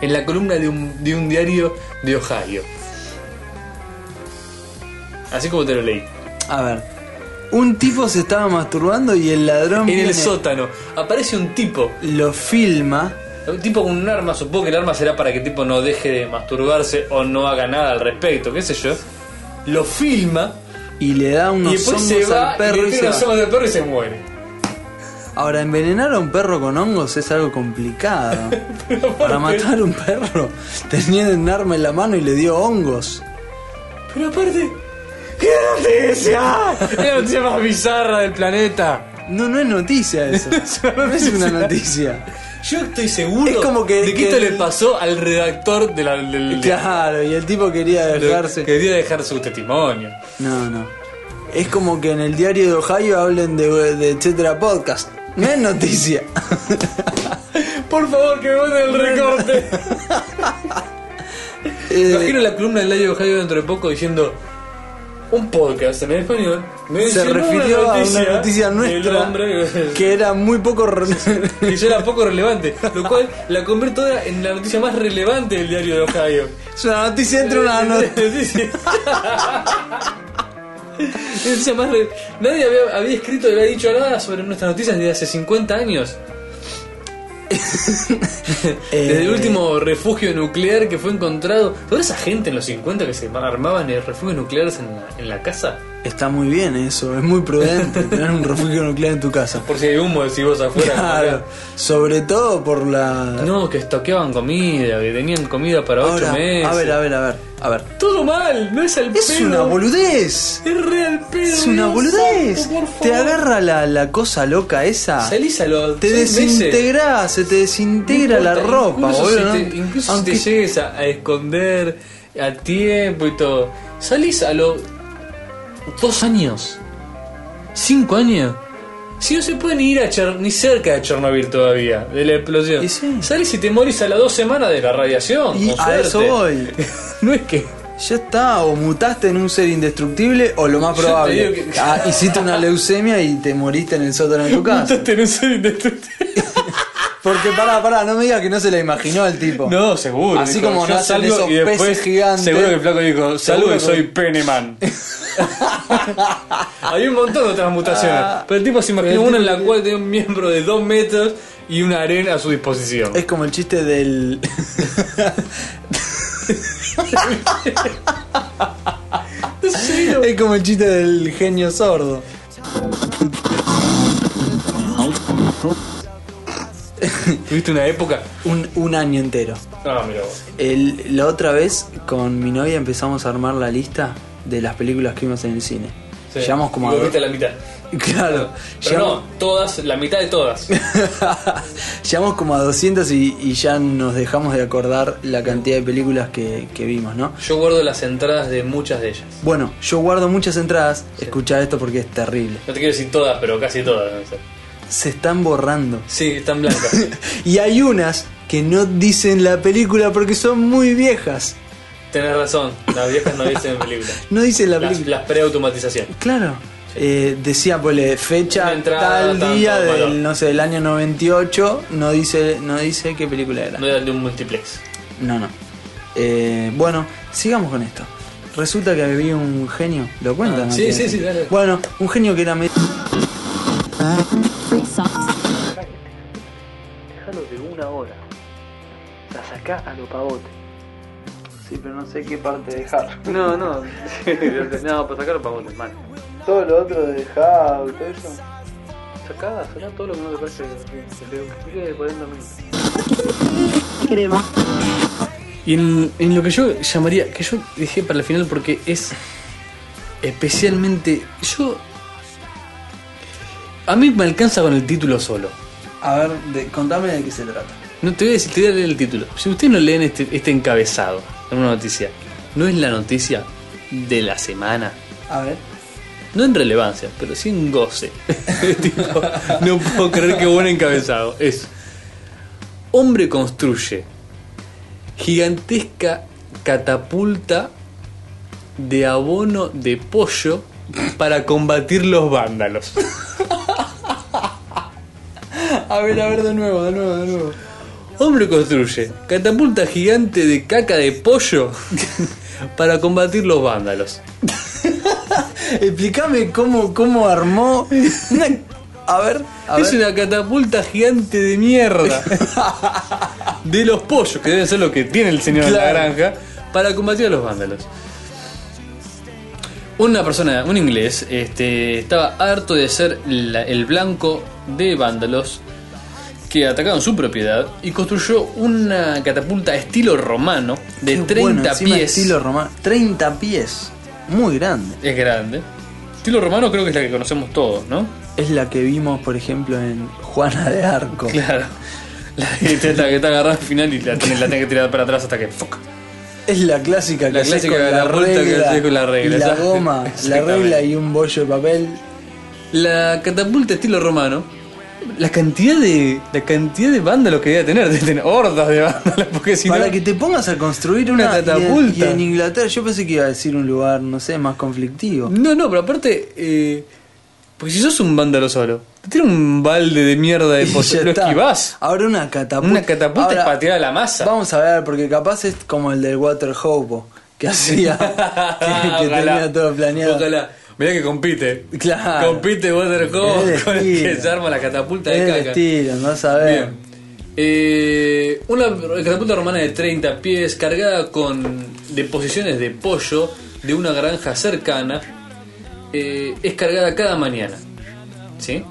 Speaker 4: en la columna de un, de un diario de Ohio. Así como te lo leí.
Speaker 1: A ver. Un tipo se estaba masturbando y el ladrón
Speaker 4: En
Speaker 1: viene,
Speaker 4: el sótano aparece un tipo,
Speaker 1: lo filma.
Speaker 4: un tipo con un arma, supongo que el arma será para que el tipo no deje de masturbarse o no haga nada al respecto, qué sé yo. Lo filma
Speaker 1: Y le da unos
Speaker 4: y después
Speaker 1: hongos
Speaker 4: se va
Speaker 1: al perro
Speaker 4: y
Speaker 1: y
Speaker 4: le
Speaker 1: se
Speaker 4: tira
Speaker 1: va.
Speaker 4: los ojos del perro y se muere.
Speaker 1: Ahora, envenenar a un perro con hongos es algo complicado.
Speaker 4: Pero
Speaker 1: Para
Speaker 4: aparte-
Speaker 1: matar a un perro tenía un arma en la mano y le dio hongos.
Speaker 4: Pero aparte, ¡qué noticia! ¡Es la noticia más bizarra del planeta!
Speaker 1: No, no es noticia eso.
Speaker 4: es una
Speaker 1: No es una
Speaker 4: noticia.
Speaker 1: noticia.
Speaker 4: Yo estoy seguro
Speaker 1: Es como que-
Speaker 4: de que,
Speaker 1: que
Speaker 4: esto
Speaker 1: el-
Speaker 4: le pasó al redactor de la- del.
Speaker 1: Claro, y el tipo quería
Speaker 4: de-
Speaker 1: dejarse.
Speaker 4: Quería dejar su testimonio.
Speaker 1: No, no. Es como que en el diario de Ohio hablen de, de etcétera podcast. No es noticia.
Speaker 4: Por favor, que me manden el recorte.
Speaker 1: Eh,
Speaker 4: Imagino la columna del Layo Ohio dentro de poco diciendo. Un podcast en español me
Speaker 1: se
Speaker 4: mencionó
Speaker 1: refirió a una noticia
Speaker 4: del
Speaker 1: nuestra
Speaker 4: hombre
Speaker 1: que era muy poco re-
Speaker 4: que ya era poco relevante, lo cual la convierto ahora en la noticia más relevante del diario de Ohio.
Speaker 1: es una noticia entre una
Speaker 4: La
Speaker 1: noticia.
Speaker 4: noticia- La noticia más re- Nadie había, había escrito y había dicho nada sobre nuestras noticias desde hace 50 años. Desde
Speaker 1: Eh.
Speaker 4: el último refugio nuclear que fue encontrado. ¿Toda esa gente en los 50 que se ma- armaban en refugios nucleares en la, en la casa?
Speaker 1: Está muy bien eso, es muy prudente tener un refugio nuclear en tu casa.
Speaker 4: Por si hay humo, si vos afuera.
Speaker 1: Claro, sobre todo por la...
Speaker 4: No, que estoqueaban comida, que tenían comida para 8
Speaker 1: Ahora,
Speaker 4: meses.
Speaker 1: a ver, a ver, a ver, a ver.
Speaker 4: Todo mal, no es al
Speaker 1: Es
Speaker 4: pedo.
Speaker 1: una boludez.
Speaker 4: Es real pedo.
Speaker 1: Es una
Speaker 4: Dios
Speaker 1: boludez.
Speaker 4: santo, por
Speaker 1: Te
Speaker 4: favor.
Speaker 1: agarra la, la cosa loca esa.
Speaker 4: Salís a los
Speaker 1: Ah. Te
Speaker 4: seis meses.
Speaker 1: desintegrás, se te desintegra
Speaker 4: No
Speaker 1: la
Speaker 4: importa,
Speaker 1: ropa,
Speaker 4: incluso
Speaker 1: boludo.
Speaker 4: Si
Speaker 1: ¿no?
Speaker 4: te, incluso
Speaker 1: Aunque-
Speaker 4: si te llegues a, a esconder a tiempo y todo. Salís a los dos años. Cinco años. Si no se puede ni ir a Cher- ni cerca de Chernobyl todavía, de la explosión.
Speaker 1: Y sí.
Speaker 4: Salís y te morís a las dos semanas de la radiación.
Speaker 1: y
Speaker 4: con
Speaker 1: a
Speaker 4: suerte.
Speaker 1: eso voy.
Speaker 4: no es que.
Speaker 1: Ya está, o mutaste en un ser indestructible, o lo más
Speaker 4: Yo te
Speaker 1: probable,
Speaker 4: digo que-
Speaker 1: ah, hiciste una leucemia y te moriste en el sótano de tu casa.
Speaker 4: Mutaste en un ser indestructible.
Speaker 1: Porque pará, pará, no me digas que no se la imaginó el tipo.
Speaker 4: No, seguro.
Speaker 1: Así
Speaker 4: dijo,
Speaker 1: como
Speaker 4: yo
Speaker 1: nacen
Speaker 4: salgo
Speaker 1: esos
Speaker 4: y después,
Speaker 1: peces gigantes.
Speaker 4: Seguro que el flaco dijo, salgo
Speaker 1: Seguro
Speaker 4: y
Speaker 1: que-
Speaker 4: soy Peneman. Hay un montón de otras mutaciones. Ah. Pero el tipo se imaginó
Speaker 1: Pero el
Speaker 4: una en
Speaker 1: tipo-
Speaker 4: la cual tenía un miembro de dos metros y una arena a su disposición.
Speaker 1: Es como el chiste del. es como el chiste del genio sordo.
Speaker 4: Tuviste una época.
Speaker 1: Un, un año entero.
Speaker 4: No, mira vos.
Speaker 1: El- la otra vez con mi novia empezamos a armar la lista de las películas que vimos en el cine.
Speaker 4: Sí.
Speaker 1: Llevamos como a
Speaker 4: Y vos viste la mitad.
Speaker 1: Claro,
Speaker 4: Pero
Speaker 1: llevamos,
Speaker 4: no, todas, la mitad de todas.
Speaker 1: llevamos como a 200 y, y ya nos dejamos de acordar la cantidad de películas que, que vimos, ¿no?
Speaker 4: Yo guardo las entradas de muchas de ellas.
Speaker 1: Bueno, yo guardo muchas entradas. Escuchá esto porque es terrible.
Speaker 4: No te quiero decir todas, pero casi todas. no sé.
Speaker 1: Se están borrando.
Speaker 4: Sí, están blancas.
Speaker 1: Y hay unas que no dicen la película porque son muy viejas.
Speaker 4: Tenés razón, las viejas no dicen en película.
Speaker 1: No dicen la
Speaker 4: Las,
Speaker 1: película.
Speaker 4: las preautomatización.
Speaker 1: Claro. Eh, decía, pues, fecha
Speaker 4: Una entrada,
Speaker 1: tal
Speaker 4: tanto,
Speaker 1: día del,
Speaker 4: valor.
Speaker 1: no sé, del año 98. No dice, no dice qué película era.
Speaker 4: No eran de un multiplex.
Speaker 1: No, no. Eh, bueno, sigamos con esto. Resulta que había un genio. ¿Lo cuentan?
Speaker 4: Ah,
Speaker 1: no?
Speaker 4: sí,
Speaker 1: Tiene
Speaker 4: sí, sí,
Speaker 1: sentido.
Speaker 4: dale.
Speaker 1: Bueno, un genio que era medio.
Speaker 6: Déjalo de una hora. La sacá a lo pavote.
Speaker 1: Sí, pero no sé qué parte dejar.
Speaker 4: No, no. no, pues para sacarlo para vos, hermano.
Speaker 1: Todo lo otro dejado y todo eso.
Speaker 4: Sacá, sacá todo lo que no te parece divertido. de 40 minutos. Y en, en lo que yo llamaría, que yo dejé para el final porque es especialmente. Yo. A mí me alcanza con el título solo.
Speaker 1: A ver, de- contame de qué se trata.
Speaker 4: No te voy a decir, te voy a leer el título. Si ustedes no leen este, este encabezado en una noticia, no es la noticia de la semana.
Speaker 1: A ver.
Speaker 4: No en relevancia, pero sí en goce. Tipo, no puedo creer que buen encabezado. Es. Hombre construye gigantesca catapulta de abono de pollo para combatir los vándalos.
Speaker 1: A ver, a ver, de nuevo, de nuevo, de nuevo.
Speaker 4: Hombre construye catapulta gigante de caca de pollo para combatir los vándalos.
Speaker 1: Explícame cómo, cómo armó. una- A ver, a
Speaker 4: es
Speaker 1: ver.
Speaker 4: una catapulta gigante de mierda. de los pollos, que deben ser lo que tiene el señor en
Speaker 1: Claro.
Speaker 4: la granja, para combatir a los vándalos. Una persona, un inglés, este, estaba harto de ser la- el blanco de vándalos que atacaron su propiedad y construyó una catapulta estilo romano de
Speaker 1: Qué
Speaker 4: 30
Speaker 1: bueno, encima
Speaker 4: pies.
Speaker 1: Estilo romano. 30 pies. Muy grande.
Speaker 4: Es grande. Estilo romano creo que es la que conocemos todos, ¿no?
Speaker 1: Es la que vimos, por ejemplo, en Juana de Arco.
Speaker 4: Claro. La que te, la que te agarrás al final y la tenés, la tenés que tirar para atrás hasta que. fuck.
Speaker 1: Es la clásica que
Speaker 4: La
Speaker 1: haces
Speaker 4: clásica
Speaker 1: con
Speaker 4: de
Speaker 1: la
Speaker 4: la vuelta que
Speaker 1: regla,
Speaker 4: haces con la regla,
Speaker 1: y la
Speaker 4: ¿sabes?
Speaker 1: goma, la
Speaker 4: Exactamente.
Speaker 1: regla y un bollo de papel.
Speaker 4: La catapulta estilo romano. La cantidad de. La cantidad de vándalos que debe tener. Debe tener hordas de vándalos. Porque si
Speaker 1: para
Speaker 4: no.
Speaker 1: que te pongas a construir
Speaker 4: Una
Speaker 1: una, y en-
Speaker 4: catapulta.
Speaker 1: Y en, Inglaterra, yo pensé que iba a decir un lugar, no sé, más conflictivo.
Speaker 4: No, no, pero aparte. eh, porque si sos un vándalo solo, te tira un balde de mierda de
Speaker 1: Y
Speaker 4: pollo.
Speaker 1: ya
Speaker 4: Lo
Speaker 1: está.
Speaker 4: esquivás.
Speaker 1: Ahora una catapulta.
Speaker 4: Una catapulta
Speaker 1: Ahora,
Speaker 4: es para tirar a la masa.
Speaker 1: Vamos a ver, porque capaz es como el del Water Hobo que hacía, que, que
Speaker 4: Ojalá.
Speaker 1: tenía todo planeado.
Speaker 4: Ojalá. Mirá que compite.
Speaker 1: Claro.
Speaker 4: Compite Waterhouse
Speaker 1: Es
Speaker 4: con el que
Speaker 1: estilo.
Speaker 4: se arma la catapulta
Speaker 1: Es
Speaker 4: de
Speaker 1: el
Speaker 4: caca.
Speaker 1: estilo, no sabés.
Speaker 4: Bien. Eh, una catapulta romana de 30 pies cargada con deposiciones de pollo de una granja cercana eh, es cargada cada mañana. ¿Sí?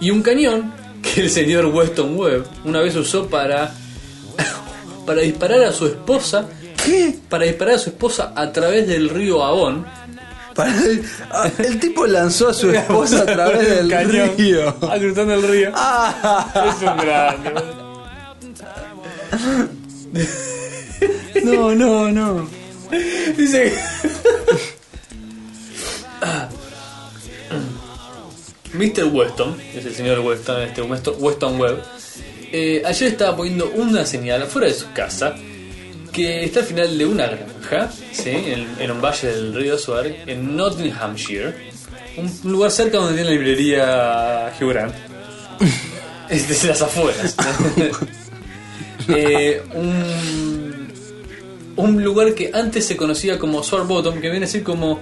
Speaker 4: Y un cañón que el señor Weston Webb una vez usó para, para disparar a su esposa.
Speaker 1: ¿Qué?
Speaker 4: Para disparar a su esposa a través del río Avon.
Speaker 1: Para el, ah, el tipo lanzó a su esposa a través del
Speaker 4: Cañón,
Speaker 1: río.
Speaker 4: ah, cruzando el río.
Speaker 1: Ah,
Speaker 4: Es un grande. boludo.
Speaker 1: no, no, no.
Speaker 4: Dice que- Mr. Weston, es el señor Weston, este Weston, Weston Webb, eh, ayer estaba poniendo una señal afuera de su casa que está al final de una granja, ¿sí? en, en un valle del río Suárez, en Nottinghamshire, un lugar cerca donde tiene la librería Hugh Grant. Es de las afueras. Eh, un, un lugar que antes se conocía como Sword Bottom, que viene a ser como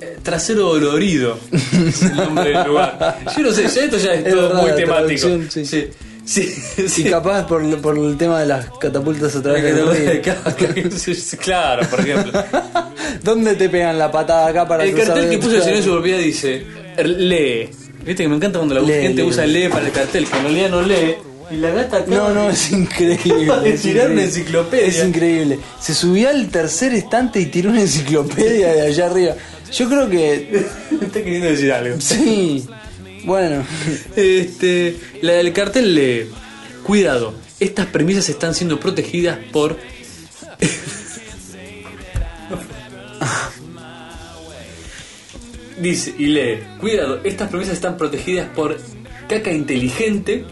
Speaker 4: eh, trasero dolorido. es el nombre del lugar. Yo no sé, ya esto ya es,
Speaker 1: Es
Speaker 4: todo
Speaker 1: verdad,
Speaker 4: muy
Speaker 1: la
Speaker 4: temático.
Speaker 1: traducción, sí.
Speaker 4: Sí, sí, sí.
Speaker 1: Y capaz por, por el tema de las catapultas a través del río.
Speaker 4: Claro, por ejemplo.
Speaker 1: ¿Dónde te pegan la patada acá para
Speaker 4: El
Speaker 1: cruzar
Speaker 4: cartel que
Speaker 1: dentro
Speaker 4: puso el
Speaker 1: de-
Speaker 4: señor en su propiedad dice: er, lee. Viste que me encanta cuando la
Speaker 1: Lee,
Speaker 4: gente
Speaker 1: lee.
Speaker 4: usa lee para el cartel, que en realidad no lee. Y la gata acá.
Speaker 1: No, no, es increíble.
Speaker 4: De
Speaker 1: es
Speaker 4: tirar
Speaker 1: increíble.
Speaker 4: una enciclopedia.
Speaker 1: Es increíble. Se subió al tercer estante y tiró una enciclopedia de allá arriba. Yo creo que.
Speaker 4: Está queriendo decir algo.
Speaker 1: Sí. Bueno.
Speaker 4: Este, la del cartel lee: Cuidado, estas premisas están siendo protegidas por. Dice y lee: Cuidado, estas premisas están protegidas por caca inteligente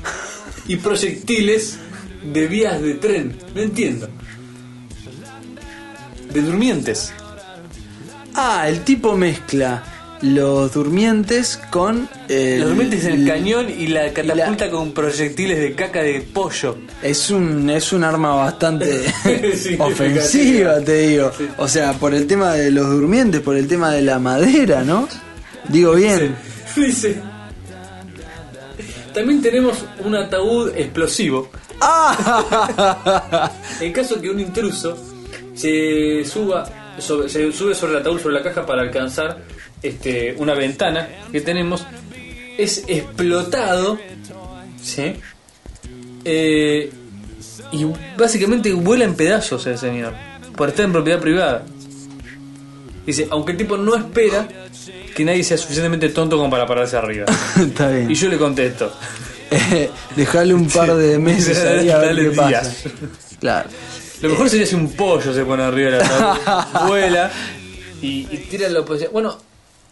Speaker 4: y proyectiles de vías de tren. No entiendo. De durmientes.
Speaker 1: Ah, el tipo mezcla los durmientes con. El,
Speaker 4: Los durmientes en el cañón y la
Speaker 1: la-
Speaker 4: catapulta con proyectiles de caca de pollo.
Speaker 1: Es un, es un arma bastante
Speaker 4: Significativa.
Speaker 1: ofensiva, te digo. O sea, por el tema de los durmientes, por el tema de la madera, ¿no? Digo bien.
Speaker 4: Dice. También tenemos un ataúd explosivo.
Speaker 1: ¡Ah!
Speaker 4: En caso que un intruso se suba sobre, se sube sobre el ataúd, sobre la caja para alcanzar este, una ventana que tenemos, es explotado. ¿sí? Eh, y básicamente vuela en pedazos el señor. Por estar en propiedad privada. Dice, aunque el tipo no espera que nadie sea suficientemente tonto como para pararse arriba.
Speaker 1: Está
Speaker 4: Y
Speaker 1: bien.
Speaker 4: yo le contesto.
Speaker 1: Eh, Dejale un par de meses ahí a ver
Speaker 4: Dale
Speaker 1: qué pasa.
Speaker 4: días.
Speaker 1: Claro.
Speaker 4: Lo mejor sería si un pollo se pone arriba de la tabla, vuela y, y tira la oposición. Bueno,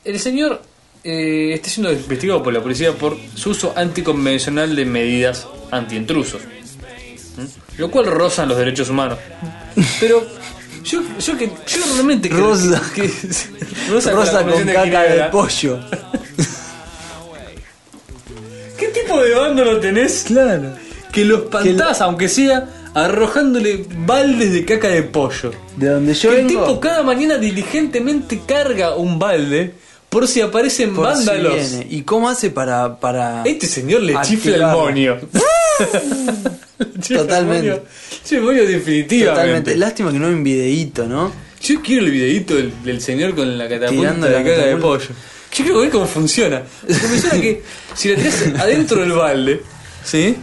Speaker 4: el señor eh, está siendo investigado por la policía por su uso anticonvencional de medidas antiintrusos, ¿Mm? lo cual rozan los derechos humanos. Pero yo, yo que yo realmente creo
Speaker 1: Rosa,
Speaker 4: que,
Speaker 1: Rosa, con,
Speaker 4: Convención de
Speaker 1: caca
Speaker 4: Ginebra.
Speaker 1: de pollo.
Speaker 4: ¿Qué tipo de bando lo tenés?
Speaker 1: Claro.
Speaker 4: que lo espantás, aunque sea arrojándole baldes de caca de pollo.
Speaker 1: De donde yo
Speaker 4: Que el
Speaker 1: vengo,
Speaker 4: tipo cada mañana diligentemente carga un balde por si aparecen
Speaker 1: por si
Speaker 4: vándalos.
Speaker 1: viene. ¿Y cómo hace para, para
Speaker 4: Este señor le chifla el
Speaker 1: Activarlo.
Speaker 4: monio. Le chifla el
Speaker 1: Totalmente.
Speaker 4: monio. Che, monio definitivamente.
Speaker 1: Totalmente. Lástima que no hay un videíto, ¿no?
Speaker 4: Yo quiero el videito del, del señor con la catapulta
Speaker 1: Tirando
Speaker 4: de
Speaker 1: la
Speaker 4: caga de
Speaker 1: catapulta.
Speaker 4: pollo. Yo quiero ver cómo funciona. Porque me suena que si la tirás adentro del balde, ¿sí?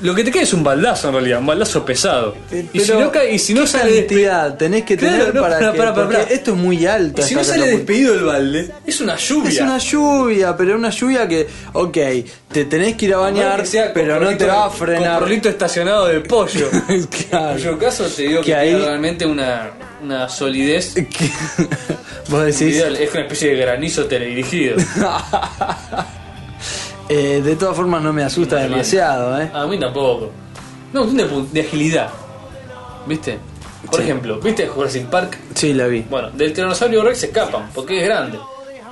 Speaker 4: Lo que te cae es un baldazo en realidad, un baldazo pesado. y si
Speaker 1: Eh, Pero,
Speaker 4: no, cae- y si no
Speaker 1: ¿qué
Speaker 4: sale despe-
Speaker 1: cantidad tenés que
Speaker 4: Claro,
Speaker 1: tener
Speaker 4: no,
Speaker 1: para,
Speaker 4: pará,
Speaker 1: que-
Speaker 4: pará, pará,
Speaker 1: porque
Speaker 4: pará.
Speaker 1: esto es muy alto.
Speaker 4: y si no
Speaker 1: esta
Speaker 4: sale
Speaker 1: catapulta.
Speaker 4: despedido el balde, es una lluvia.
Speaker 1: Es una lluvia, pero una lluvia que, ok, te tenés que ir a bañar,
Speaker 4: Que sea con
Speaker 1: pero no
Speaker 4: porrito-
Speaker 1: te va a
Speaker 4: Con
Speaker 1: frenar.
Speaker 4: porrito estacionado de pollo. En
Speaker 1: Claro.
Speaker 4: cuyo caso te digo que,
Speaker 1: Que ahí-
Speaker 4: tiene realmente una, una solidez.
Speaker 1: Que- Vos decís,
Speaker 4: ideal. Es una especie de granizo teledirigido.
Speaker 1: eh, de todas formas no me asusta
Speaker 4: Bien.
Speaker 1: demasiado, ¿eh?
Speaker 4: A mí tampoco. No, un de, pu- de agilidad. ¿Viste? Por
Speaker 1: Sí.
Speaker 4: ejemplo, ¿viste Jurassic Park?
Speaker 1: Sí, la vi.
Speaker 4: Bueno, del tiranosaurio Rex se escapan porque es grande.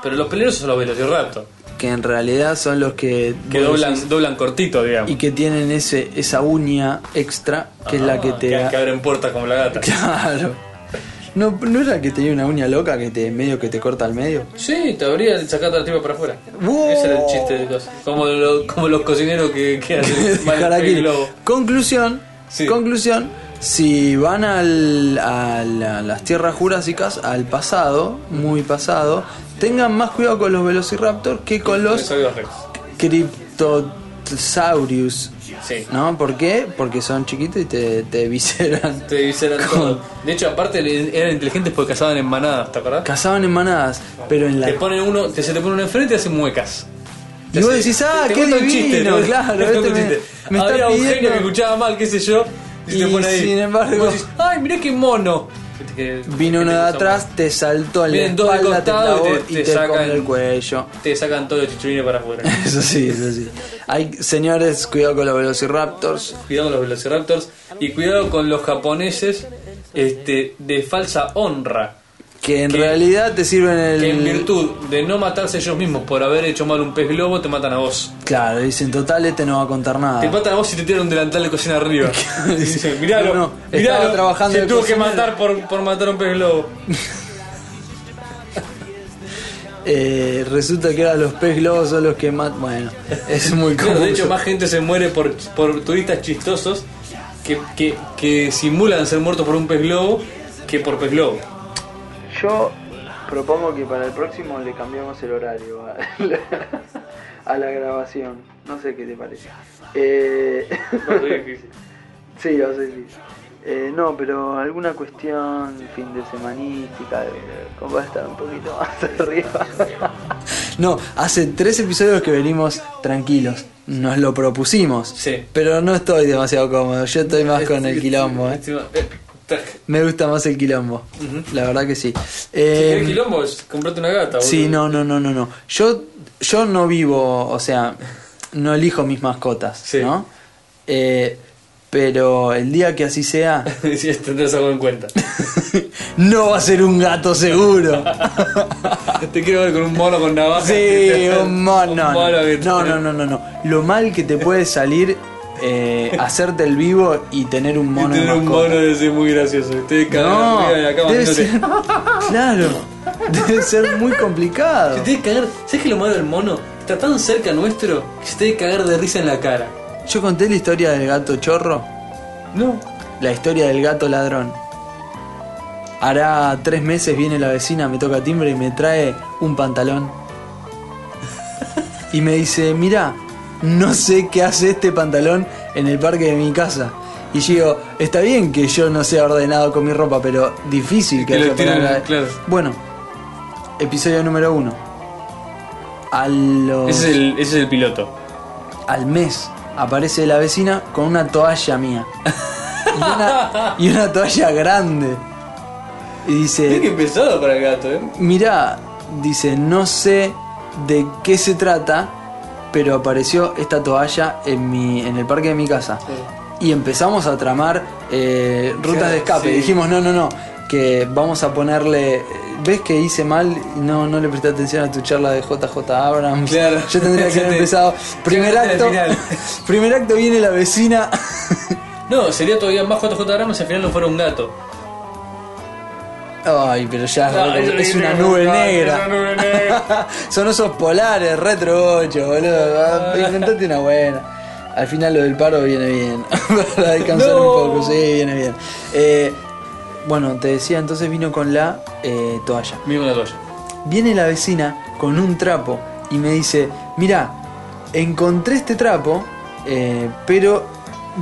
Speaker 4: Pero los peligrosos son los velociraptor.
Speaker 1: Que en realidad son los que...
Speaker 4: Que
Speaker 1: vos
Speaker 4: doblan,
Speaker 1: decís,
Speaker 4: doblan cortito, digamos.
Speaker 1: Y que tienen ese esa uña extra, que es la que
Speaker 4: Ah,
Speaker 1: te... da-
Speaker 4: que abren puertas como la gata.
Speaker 1: Claro. No, ¿No era que tenía una uña loca que te medio que te corta al medio?
Speaker 4: Sí, te habría sacado la tripa para afuera.
Speaker 1: ¡Wow!
Speaker 4: Ese era el chiste de cosas. Como, lo- como los cocineros que, que hacen mal el
Speaker 1: Jaraquil.
Speaker 4: globo.
Speaker 1: Conclusión,
Speaker 4: Sí.
Speaker 1: conclusión. Si van al, a la- las tierras jurásicas, al pasado, muy pasado, tengan más cuidado con los velociraptors que con los
Speaker 4: Dinosaurios Rex.
Speaker 1: criptosaurios.
Speaker 4: Sí.
Speaker 1: ¿No? ¿Por qué? Porque son chiquitos y te, te visceran.
Speaker 4: Te eran todo. De hecho, aparte le- eran inteligentes porque cazaban en manadas, ¿te acordás?
Speaker 1: Cazaban en manadas, pero en la...
Speaker 4: Te ponen uno, te, se te pone uno enfrente y hacen muecas.
Speaker 1: Y vos decís, ah,
Speaker 4: te- te
Speaker 1: qué
Speaker 4: cuento un
Speaker 1: divino,
Speaker 4: ¿no?
Speaker 1: claro,
Speaker 4: Te cuento
Speaker 1: este
Speaker 4: un
Speaker 1: me-
Speaker 4: chiste.
Speaker 1: me está
Speaker 4: Había un genio
Speaker 1: pidiendo-
Speaker 4: que escuchaba mal, qué sé yo, y, te
Speaker 1: Y
Speaker 4: pone ahí.
Speaker 1: sin embargo-
Speaker 4: Y vos decís, ay, mirá qué mono. Que- que-
Speaker 1: Vino
Speaker 4: que
Speaker 1: uno
Speaker 4: te
Speaker 1: de
Speaker 4: hizo
Speaker 1: atrás,
Speaker 4: mal.
Speaker 1: te saltó a la
Speaker 4: Vienen dos de
Speaker 1: espalda, te
Speaker 4: costado y
Speaker 1: clavó
Speaker 4: te-
Speaker 1: y
Speaker 4: te
Speaker 1: te,
Speaker 4: sacan-
Speaker 1: come el cuello.
Speaker 4: Te sacan todo el chichurino para afuera.
Speaker 1: Eso sí, eso sí. Hay, señores, cuidado con los velociraptors.
Speaker 4: cuidado con los velociraptors y cuidado con los japoneses este, de falsa honra.
Speaker 1: Que en
Speaker 4: Que-
Speaker 1: realidad te sirven el.
Speaker 4: Que en virtud de no matarse ellos mismos por haber hecho mal un pez globo, te matan a vos.
Speaker 1: Claro, dicen, total, este no va a contar nada.
Speaker 4: Te matan a vos si te tiran un delantal de cocina arriba. Y dicen, miralo,
Speaker 1: No, no,
Speaker 4: miralo,
Speaker 1: estaba trabajando
Speaker 4: se
Speaker 1: de
Speaker 4: tuvo que
Speaker 1: cocinero".
Speaker 4: matar por, por matar a un pez globo.
Speaker 1: Eh, resulta que ahora los pez globos son los que más. Bueno, es muy
Speaker 4: Claro,
Speaker 1: común.
Speaker 4: de hecho, más gente se muere por, por turistas chistosos que, que, que simulan ser muertos por un pez globo que por pez globo.
Speaker 7: Yo propongo que para el próximo le cambiamos el horario a la, a la grabación. No sé qué te parece. Eh, sí, va a ser difícil. Eh, no, pero alguna cuestión fin de semanística, de- como va a estar un poquito más arriba.
Speaker 1: No, hace tres episodios que venimos tranquilos. Nos lo propusimos.
Speaker 4: Sí.
Speaker 1: Pero no estoy demasiado cómodo. Yo estoy más con el quilombo, eh.
Speaker 4: Encima, eh, taj.
Speaker 1: Me gusta más el quilombo. La verdad que sí.
Speaker 4: Si
Speaker 1: Eh,
Speaker 4: querés quilombo, es comprate una gata.
Speaker 1: Sí,
Speaker 4: boludo.
Speaker 1: no, no, no, no, no. Yo, yo no vivo, o sea, no elijo mis mascotas,
Speaker 4: Sí.
Speaker 1: ¿no? Eh, pero el día que así sea,
Speaker 4: si tendrás algo en cuenta.
Speaker 1: no va a ser un gato seguro.
Speaker 4: Te quiero ver con un mono con navaja.
Speaker 1: sí, un mono.
Speaker 4: Un mono que-
Speaker 1: No, no, no, no, no. Lo mal que te puede salir eh, hacerte el vivo y tener un mono.
Speaker 4: y
Speaker 1: de
Speaker 4: tener un
Speaker 1: mascota.
Speaker 4: mono de ese muy gracioso. Estoy cagando
Speaker 1: No,
Speaker 4: arriba de la cama.
Speaker 1: debe
Speaker 4: viéndote.
Speaker 1: ser, claro, debe ser muy complicado.
Speaker 4: Se te debe cagar. ¿Sabes que lo malo del mono? Está tan cerca nuestro que se te debe cagar de risa en la cara.
Speaker 1: Yo conté la historia del gato chorro.
Speaker 4: No.
Speaker 1: La historia del gato ladrón. Hará tres meses viene la vecina, me toca timbre y me trae un pantalón. Y me dice, mirá, no sé qué hace este pantalón en el parque de mi casa. Y yo digo, está bien que yo no sea ordenado con mi ropa, pero difícil que,
Speaker 4: Que lo
Speaker 1: haya
Speaker 4: tiren,
Speaker 1: pantalón".
Speaker 4: claro.
Speaker 1: Bueno, episodio número uno. A los-
Speaker 4: Ese es el, ese es el piloto.
Speaker 1: al mes aparece la vecina con una toalla mía. Y una, y una toalla grande. Y
Speaker 4: Es que
Speaker 1: dice,
Speaker 4: pesado para el gato, eh.
Speaker 1: mirá, dice, no sé de qué se trata, pero apareció esta toalla en, mi, en el parque de mi casa. Y empezamos a tramar eh, rutas
Speaker 4: Claro,
Speaker 1: de escape.
Speaker 4: sí.
Speaker 1: Dijimos, no, no, no, que vamos a ponerle eh, ves que hice mal y no, no le presté atención a tu charla de JJ Abrams.
Speaker 8: Claro.
Speaker 1: Yo tendría que haber
Speaker 8: Te-
Speaker 1: empezado. Primer
Speaker 8: llegaste
Speaker 1: acto.
Speaker 8: al final.
Speaker 1: Primer acto viene la vecina.
Speaker 4: No, sería todavía más JJ Abrams si al final no fuera un gato.
Speaker 1: Ay, pero ya es
Speaker 4: No,
Speaker 1: re-
Speaker 4: eso
Speaker 1: es
Speaker 4: viene
Speaker 1: una
Speaker 4: con-
Speaker 1: nube
Speaker 4: no,
Speaker 1: negra.
Speaker 4: es una nube negra.
Speaker 1: Son osos polares, retro 8, boludo. Ah, Inventate una buena. Al final lo del paro viene bien. Para descansar
Speaker 4: No.
Speaker 1: un poco, sí, viene bien. Eh, bueno, te decía, entonces vino con la eh, toalla.
Speaker 4: Mismo la toalla.
Speaker 1: Viene la vecina con un trapo y me dice, mira, encontré este trapo, eh, pero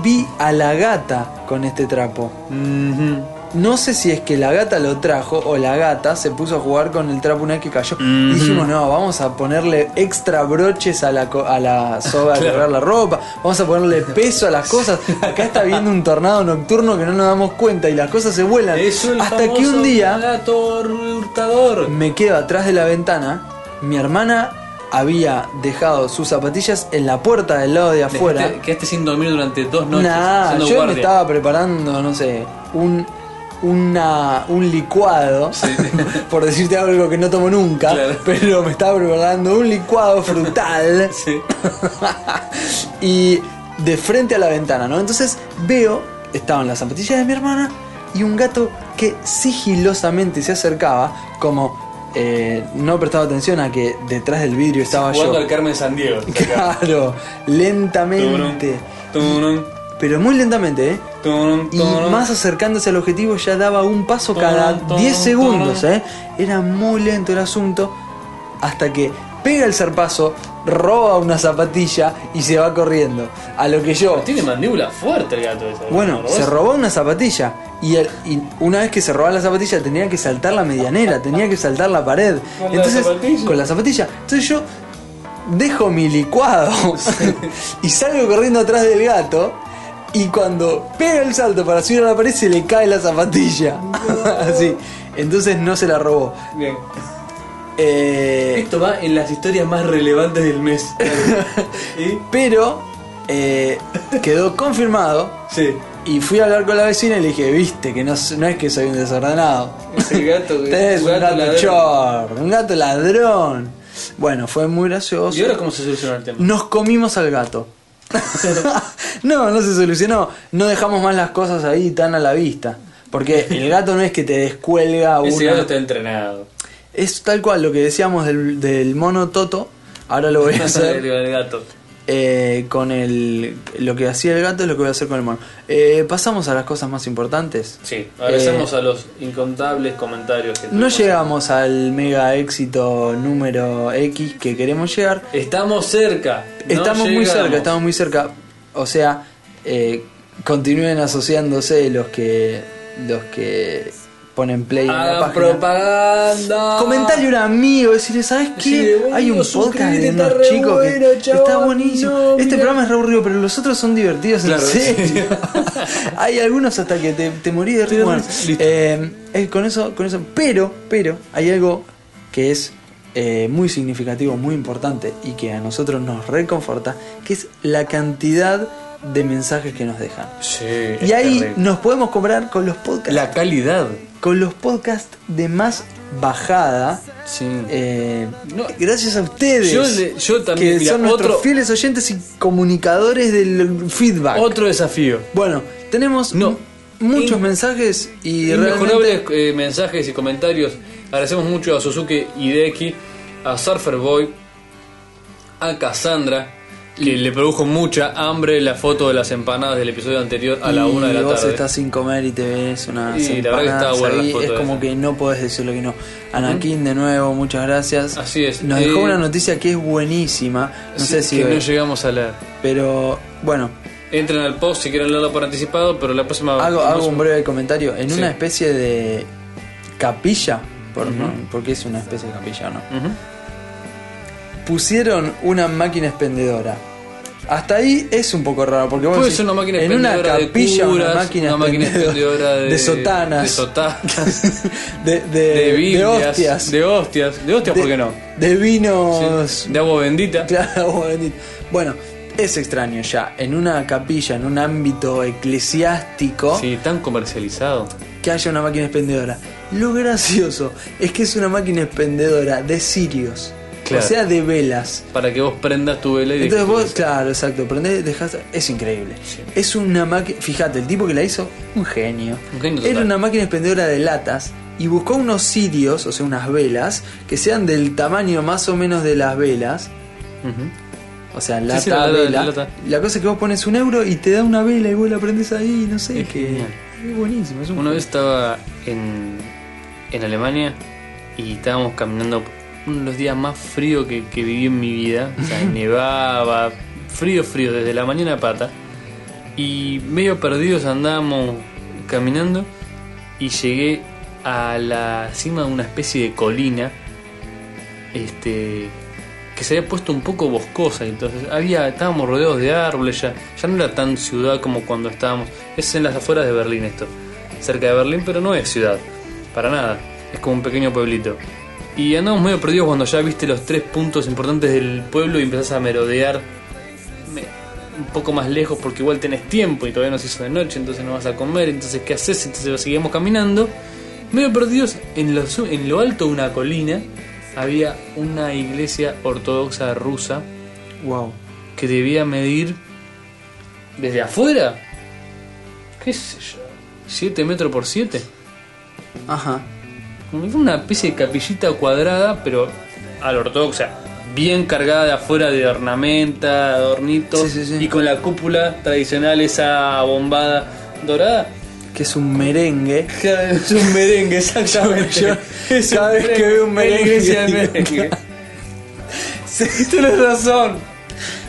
Speaker 1: vi a la gata con este trapo.
Speaker 4: Mhm.
Speaker 1: No sé si es que la gata lo trajo o la gata se puso a jugar con el trapo una vez que cayó.
Speaker 4: Ujú.
Speaker 1: Y dijimos, no, vamos a ponerle extra broches a la, co- a la soga de colgar la ropa, vamos a ponerle peso a las cosas. Acá está viendo un tornado nocturno que no nos damos cuenta y las cosas se vuelan.
Speaker 4: Es el
Speaker 1: Hasta que
Speaker 4: famoso
Speaker 1: un día
Speaker 4: gato hurtador.
Speaker 1: me quedo atrás de la ventana, mi hermana había dejado sus zapatillas en la puerta del lado de afuera.
Speaker 4: Dejaste- Quedaste sin dormir durante dos noches.
Speaker 1: Nah,
Speaker 4: haciendo
Speaker 1: yo me
Speaker 4: guardia.
Speaker 1: estaba preparando, no sé, un, una- un licuado, por decirte algo que no tomo nunca,
Speaker 4: Claro.
Speaker 1: pero me estaba preparando un licuado frutal
Speaker 4: Sí.
Speaker 1: y de frente a la ventana, ¿no? Entonces veo, estaban las zapatillas de mi hermana y un gato que sigilosamente se acercaba, como eh, no prestaba atención a que detrás del vidrio estaba
Speaker 4: Jugando
Speaker 1: yo.
Speaker 4: al Carmen San Diego.
Speaker 1: Claro, lentamente.
Speaker 4: Tunum,
Speaker 1: Pero muy lentamente, ¿eh?
Speaker 4: tunum,
Speaker 1: Y
Speaker 4: tunum.
Speaker 1: más acercándose al objetivo ya daba un paso
Speaker 4: Torón,
Speaker 1: cada
Speaker 4: torón,
Speaker 1: 10 segundos,
Speaker 4: torón.
Speaker 1: ¿eh? Era muy lento el asunto hasta que pega el zarpazo, roba una zapatilla y se va corriendo. A lo que yo...
Speaker 4: Tiene mandíbula fuerte el gato ese.
Speaker 1: Bueno,
Speaker 4: ¿Lo
Speaker 1: se
Speaker 4: robó?
Speaker 1: robó una zapatilla y, el- y una vez que se robaba la zapatilla tenía que saltar la medianera, tenía que saltar la pared.
Speaker 4: ¿Con la
Speaker 1: Entonces,
Speaker 4: zapatilla?
Speaker 1: con la zapatilla. Entonces yo dejo mi licuado y salgo corriendo atrás del gato y cuando pega el salto para subir a la pared se le cae la zapatilla. Así. Entonces no se la robó.
Speaker 4: Bien.
Speaker 1: Eh,
Speaker 4: Esto va en las historias más relevantes del mes. ¿Y?
Speaker 1: pero eh, quedó confirmado
Speaker 4: Sí.
Speaker 1: y fui a hablar con la vecina y le dije, viste, que no, no es que soy un desordenado.
Speaker 4: Ese gato que-
Speaker 1: Usted es un gato
Speaker 4: ladrón.
Speaker 1: chorro, un gato ladrón. Bueno, fue muy gracioso.
Speaker 4: ¿Y ahora cómo se soluciona el tema?
Speaker 1: Nos comimos al gato. no, no se solucionó. No dejamos más las cosas ahí tan a la vista. Porque el gato no es que te descuelga
Speaker 4: Ese
Speaker 1: una-
Speaker 4: gato está entrenado.
Speaker 1: Es tal cual lo que decíamos del, del mono Toto. Ahora lo voy a hacer.
Speaker 4: El gato.
Speaker 1: eh, con el. Lo que hacía el gato es lo que voy a hacer con el mono. Eh, Pasamos a las cosas más importantes.
Speaker 4: Sí,
Speaker 1: Eh,
Speaker 4: agradecemos a los incontables comentarios que
Speaker 1: No
Speaker 4: tuvimos.
Speaker 1: llegamos al mega éxito número X que queremos llegar.
Speaker 4: Estamos cerca. no
Speaker 1: estamos muy
Speaker 4: llegamos.
Speaker 1: cerca, estamos muy cerca. O sea, eh, continúen asociándose los que los que ponen play en la
Speaker 4: Hagan
Speaker 1: página.
Speaker 4: propaganda.
Speaker 1: Comentarle a un amigo, decirle, ¿sabes qué?
Speaker 4: Decirle, boludo,
Speaker 1: Hay un podcast
Speaker 4: suscríbete,
Speaker 1: de
Speaker 4: está
Speaker 1: unos
Speaker 4: re
Speaker 1: chicos
Speaker 4: bueno,
Speaker 1: que está
Speaker 4: chabón,
Speaker 1: buenísimo.
Speaker 4: no,
Speaker 1: este
Speaker 4: mirá.
Speaker 1: programa es re aburrido, pero los otros son divertidos,
Speaker 4: Claro,
Speaker 1: en
Speaker 4: en
Speaker 1: serio.
Speaker 4: serio.
Speaker 1: Hay algunos hasta que te, te morí de risa.
Speaker 4: Te
Speaker 1: Bueno,
Speaker 4: morís, listo.
Speaker 1: eh, eh, con eso, con eso. Pero, pero, hay algo que es eh, muy significativo, muy importante y que a nosotros nos reconforta, que es la cantidad de mensajes que nos dejan.
Speaker 4: Sí,
Speaker 1: Y
Speaker 4: es
Speaker 1: ahí
Speaker 4: terrible.
Speaker 1: nos podemos comprar con los podcasts.
Speaker 4: La calidad.
Speaker 1: Con los podcasts de más bajada.
Speaker 4: Sí.
Speaker 1: Eh,
Speaker 4: No.
Speaker 1: gracias a ustedes.
Speaker 4: Yo le- yo también,
Speaker 1: Que
Speaker 4: mira,
Speaker 1: son nuestros
Speaker 4: otro-
Speaker 1: fieles oyentes y comunicadores del feedback.
Speaker 4: Otro desafío.
Speaker 1: Bueno, tenemos
Speaker 4: No.
Speaker 1: m- muchos
Speaker 4: In-
Speaker 1: mensajes y
Speaker 4: Inmejorables
Speaker 1: realmente
Speaker 4: eh, mensajes y comentarios. Agradecemos mucho a Suzuki Hideki, a Surfer Boy, a Cassandra, que le produjo mucha hambre la foto de las empanadas del episodio anterior a la
Speaker 1: y
Speaker 4: una de la
Speaker 1: vos
Speaker 4: tarde.
Speaker 1: estás sin comer y te ves una
Speaker 4: Y la verdad que estaba buena la foto
Speaker 1: es
Speaker 4: esa. ¿Mm?
Speaker 1: como que no podés decirlo que no. Anakin de nuevo, muchas gracias.
Speaker 4: Así es.
Speaker 1: Nos dejó
Speaker 4: Eh,
Speaker 1: una noticia que es buenísima. No
Speaker 4: Sí,
Speaker 1: sé si
Speaker 4: que
Speaker 1: ve-
Speaker 4: no llegamos a leer.
Speaker 1: pero bueno,
Speaker 4: Entren al post si quieren leerlo por anticipado, pero la próxima.
Speaker 1: Hago,
Speaker 4: no
Speaker 1: hago
Speaker 4: sé-
Speaker 1: un breve comentario. En
Speaker 4: Sí.
Speaker 1: una especie de capilla, por, no, porque es una especie de capilla, ¿no?
Speaker 4: Ujú.
Speaker 1: Pusieron una máquina expendedora. Hasta ahí es un poco raro, porque vos
Speaker 4: Puede
Speaker 1: decís,
Speaker 4: ser una máquina
Speaker 1: en
Speaker 4: expendedora
Speaker 1: una capilla,
Speaker 4: de curas,
Speaker 1: una máquina
Speaker 4: una máquina
Speaker 1: expendedora,
Speaker 4: expendedora de,
Speaker 1: de sotanas,
Speaker 4: de sotanas,
Speaker 1: de, de-
Speaker 4: de
Speaker 1: de
Speaker 4: Biblias,
Speaker 1: hostias,
Speaker 4: de hostias, de hostias, ¿por qué no?
Speaker 1: de vinos
Speaker 4: Sí, De agua bendita.
Speaker 1: Claro, bueno, bueno, es extraño ya, en una capilla, en un ámbito eclesiástico,
Speaker 4: Sí, tan comercializado.
Speaker 1: que haya una máquina expendedora. Lo gracioso es que es una máquina expendedora de cirios.
Speaker 4: Claro.
Speaker 1: O sea, de velas.
Speaker 4: Para que vos prendas tu vela y dejes
Speaker 1: Entonces
Speaker 4: tu
Speaker 1: vos,
Speaker 4: vela.
Speaker 1: claro, exacto, prendés, dejás. Es increíble. Es una máquina. Fíjate, el tipo que la hizo, un genio.
Speaker 4: Un genio
Speaker 1: Era
Speaker 4: total.
Speaker 1: una máquina expendedora de latas y buscó unos cirios, o sea, unas velas, que sean del tamaño más o menos de las velas.
Speaker 4: Ujú.
Speaker 1: O sea, lata,
Speaker 4: sí, la- la-
Speaker 1: vela.
Speaker 4: la lata.
Speaker 1: La cosa es que vos pones un euro y te da una vela y vos la prendés ahí, no sé.
Speaker 4: Es
Speaker 1: Es
Speaker 4: genial.
Speaker 1: Es buenísimo. Es un
Speaker 4: Una vez estaba en, en Alemania y estábamos caminando uno de los días más fríos que, que viví en mi vida. O sea, nevaba, frío, frío, desde la mañana a pata. Y medio perdidos andábamos caminando y llegué a la cima de una especie de colina este que se había puesto un poco boscosa entonces había estábamos rodeados de árboles ya ya no era tan ciudad como cuando estábamos es en las afueras de Berlín esto cerca de Berlín pero no es ciudad para nada es como un pequeño pueblito y andamos medio perdidos cuando ya viste los tres puntos importantes del pueblo y empezás a merodear me- un poco más lejos porque igual tenés tiempo y todavía no se hizo de noche, entonces no vas a comer, entonces ¿qué haces? Entonces seguimos caminando. Medio perdidos, en lo, su- en lo alto de una colina había una iglesia ortodoxa rusa
Speaker 1: Wow.
Speaker 4: que debía medir desde afuera, qué sé yo, 7 metros por 7.
Speaker 1: Ajá.
Speaker 4: Una especie de capillita cuadrada, pero a la ortodoxa. Bien cargada de afuera de ornamenta, adornitos.
Speaker 1: Sí, sí, sí.
Speaker 4: Y con la cúpula tradicional, esa bombada dorada.
Speaker 1: Que es un merengue.
Speaker 4: Es un merengue, exactamente.
Speaker 1: Yo- cada vez que veo un merengue,
Speaker 4: Es la iglesia del
Speaker 1: digo,
Speaker 4: merengue. Sí, tenés razón.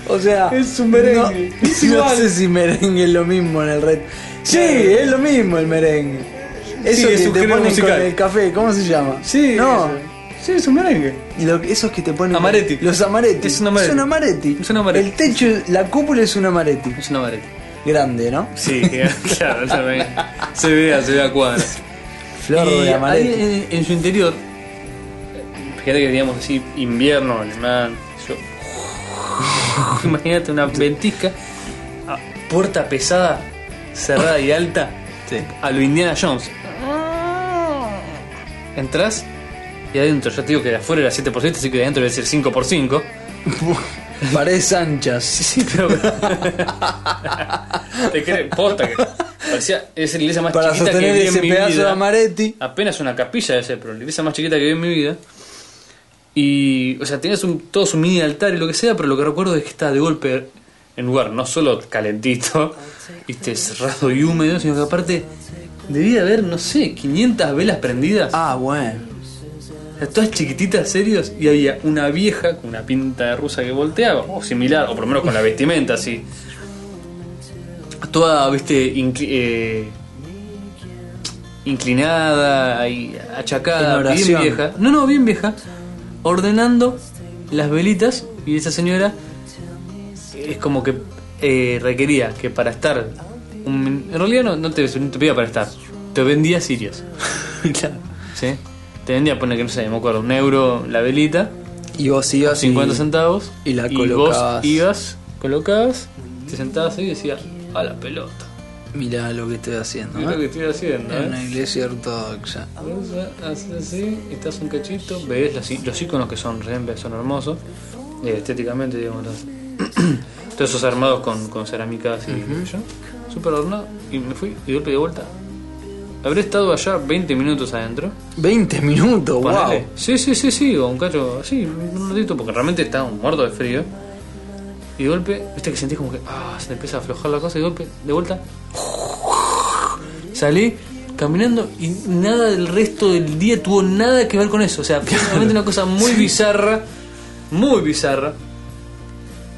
Speaker 1: O sea.
Speaker 4: Es un merengue.
Speaker 1: No,
Speaker 4: Es
Speaker 1: no
Speaker 4: igual.
Speaker 1: sé si merengue es lo mismo en el red. Sí, es lo mismo el merengue. Eso
Speaker 4: Sí, es
Speaker 1: que
Speaker 4: un
Speaker 1: te
Speaker 4: género
Speaker 1: ponen
Speaker 4: musical.
Speaker 1: con el café, ¿cómo se llama?
Speaker 4: Sí,
Speaker 1: No.
Speaker 4: eso. Sí, es un merengue.
Speaker 1: Lo- esos que te ponen.
Speaker 4: Amaretti.
Speaker 1: Los amaretti.
Speaker 4: Es un amaretti.
Speaker 1: amaretti.
Speaker 4: Es un amaretti.
Speaker 1: El techo, la cúpula es un amaretti.
Speaker 4: Es una vareta.
Speaker 1: Grande, ¿no?
Speaker 4: Sí, claro, se ve, se ve, se ve a cuadras.
Speaker 1: Flor
Speaker 4: Y
Speaker 1: de amaretti.
Speaker 4: ahí en, en su interior, fíjate que digamos así, invierno alemán, yo- imagínate una ventisca, a puerta pesada, cerrada y alta,
Speaker 1: Sí.
Speaker 4: a lo Indiana Jones. Entras y adentro, ya te digo que de afuera era 7x7, así que de adentro debe ser 5x5.
Speaker 1: Paredes anchas.
Speaker 4: Sí, sí, pero. te crees, posta que. Parecía, es la iglesia más
Speaker 1: Para
Speaker 4: chiquita que
Speaker 1: sostener
Speaker 4: vi en
Speaker 1: ese
Speaker 4: mi
Speaker 1: pedazo
Speaker 4: vida
Speaker 1: de amaretti.
Speaker 4: apenas una capilla de ese, pero la iglesia más chiquita que vi en mi vida. Y, o sea, tenías un, todo su mini altar y lo que sea, pero lo que recuerdo es que estaba de golpe en lugar no solo calentito, viste, cerrado y húmedo, sino que aparte debía haber, no sé, 500 velas prendidas,
Speaker 1: Ah, bueno.
Speaker 4: o sea, todas chiquititas, serios, y había una vieja con una pinta de rusa que volteaba, o similar, o por lo menos con la vestimenta así, toda, viste, incli- eh, inclinada y
Speaker 1: En
Speaker 4: achacada, bien
Speaker 1: oración.
Speaker 4: vieja. No, no, bien vieja. Ordenando las velitas y esa señora es como que eh, requería que para estar... un min- en realidad no, no te, no te pedía para estar, te vendía sirios. ¿Sí? Te vendía, poner que no sé, me acuerdo, un euro la velita,
Speaker 1: Y vos ibas y-
Speaker 4: 50 centavos
Speaker 1: y la
Speaker 4: vos
Speaker 1: colocabas.
Speaker 4: ibas, colocabas, te sentabas ahí y decías, a la pelota.
Speaker 1: Mirá lo que estoy haciendo.
Speaker 4: Mirá lo
Speaker 1: ¿eh?
Speaker 4: que estoy haciendo,
Speaker 1: En una
Speaker 4: ¿eh?
Speaker 1: iglesia ortodoxa.
Speaker 4: Haces así, estás un cachito, ves los, í- los iconos que son re- son hermosos, eh, estéticamente, digamos, los- todos esos armados con, con cerámicas y yo, súper adornado, y me fui y de golpe de vuelta. Habré estado allá 20 minutos adentro.
Speaker 1: 20 minutos,
Speaker 4: Ponele.
Speaker 1: wow.
Speaker 4: Sí, sí, sí, sí, o un cacho así, un ratito, porque realmente estaba muerto de frío. Y de golpe, viste que sentís como que ah, se te empieza a aflojar la cosa, y de golpe, de vuelta, salí caminando y nada del resto del día tuvo nada que ver con eso. O sea, fue realmente una cosa muy bizarra, muy bizarra.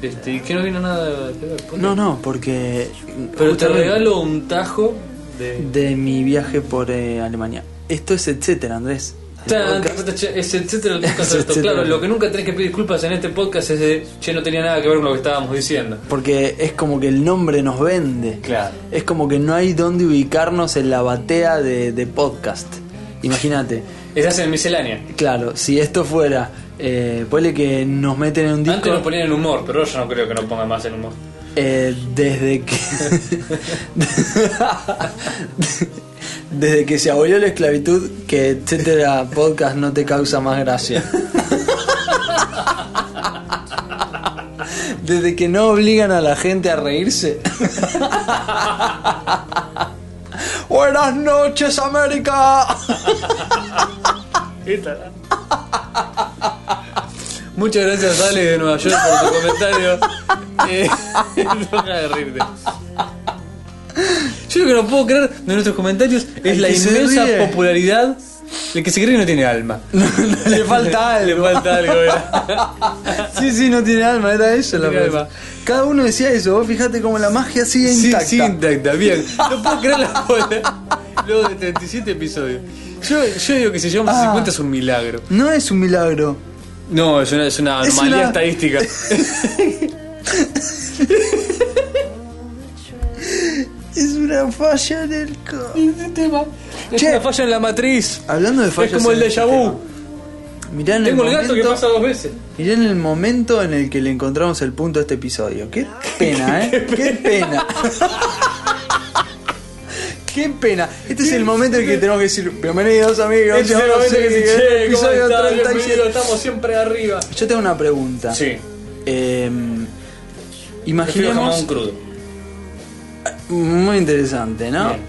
Speaker 4: Este, y que no vino nada que ver.
Speaker 1: No, no, porque.
Speaker 4: Pero te
Speaker 1: justamente
Speaker 4: regalo un tajo de.
Speaker 1: De mi viaje por eh, Alemania. Esto es etcétera, Andrés.
Speaker 4: Tan, es etcétera el podcast
Speaker 1: Es
Speaker 4: de esto.
Speaker 1: etcétera.
Speaker 4: Claro, lo que nunca tenés que pedir disculpas en este podcast es de che, no tenía nada que ver con lo que estábamos diciendo.
Speaker 1: Porque es como que el nombre nos vende.
Speaker 4: Claro.
Speaker 1: Es como que no hay dónde ubicarnos en la batea de, de podcast. Imagínate.
Speaker 4: Estás en miscelánea.
Speaker 1: Claro, si esto fuera. Eh, ponele que nos meten en un disco.
Speaker 4: Antes nos ponían en humor, pero yo no creo que nos pongan más en humor.
Speaker 1: Eh, desde que. Desde que se abolió la esclavitud, que etcétera podcast no te causa más gracia. Desde que no obligan a la gente a reírse. Buenas noches, América.
Speaker 4: Muchas gracias, Ale de Nueva York, por tu comentario. Eh, deja de reírte. Yo lo que no puedo creer de nuestros comentarios es
Speaker 1: El
Speaker 4: la
Speaker 1: que se
Speaker 4: inmensa
Speaker 1: ríe.
Speaker 4: popularidad. El que se cree que no tiene alma.
Speaker 1: Le falta
Speaker 4: Le
Speaker 1: algo.
Speaker 4: falta algo, era.
Speaker 1: Sí, sí, no tiene alma, era eso la
Speaker 4: tiene
Speaker 1: verdad.
Speaker 4: alma.
Speaker 1: Cada uno decía eso, vos fíjate cómo la magia sigue
Speaker 4: Sí,
Speaker 1: intacta.
Speaker 4: sí, intacta, bien. No puedo creer la bola. Luego de 37 episodios. Yo, yo digo que si llegamos a
Speaker 1: Ah.
Speaker 4: 50 es un milagro.
Speaker 1: No es un milagro.
Speaker 4: No, es una, es una
Speaker 1: Es
Speaker 4: anomalía
Speaker 1: una-
Speaker 4: estadística.
Speaker 1: Es una falla en el co-
Speaker 4: Es
Speaker 1: Che.
Speaker 4: una falla en la matriz.
Speaker 1: Hablando de fallas.
Speaker 4: es como el
Speaker 1: en
Speaker 4: déjà vu.
Speaker 1: sistema, Mirá en, el
Speaker 4: Tengo el
Speaker 1: momento,
Speaker 4: gato que pasa dos veces.
Speaker 1: mirá en el momento en el que le encontramos el punto a este episodio. Qué pena, ¿eh? Qué pena. Qué pena. Este es el momento en el que tenemos que decir, bienvenidos amigos.
Speaker 4: Este es el
Speaker 1: llegamos
Speaker 4: momento
Speaker 1: a
Speaker 4: que dice,
Speaker 1: seguir el
Speaker 4: "Che, ¿cómo
Speaker 1: episodio
Speaker 4: estás?
Speaker 1: 37".
Speaker 4: Bienvenido, estamos siempre arriba.
Speaker 1: Yo tengo una pregunta.
Speaker 4: Sí,
Speaker 1: Eh,
Speaker 4: prefiero jamón
Speaker 1: imaginemos...
Speaker 4: crudo.
Speaker 1: Muy interesante, ¿no?
Speaker 4: Bien.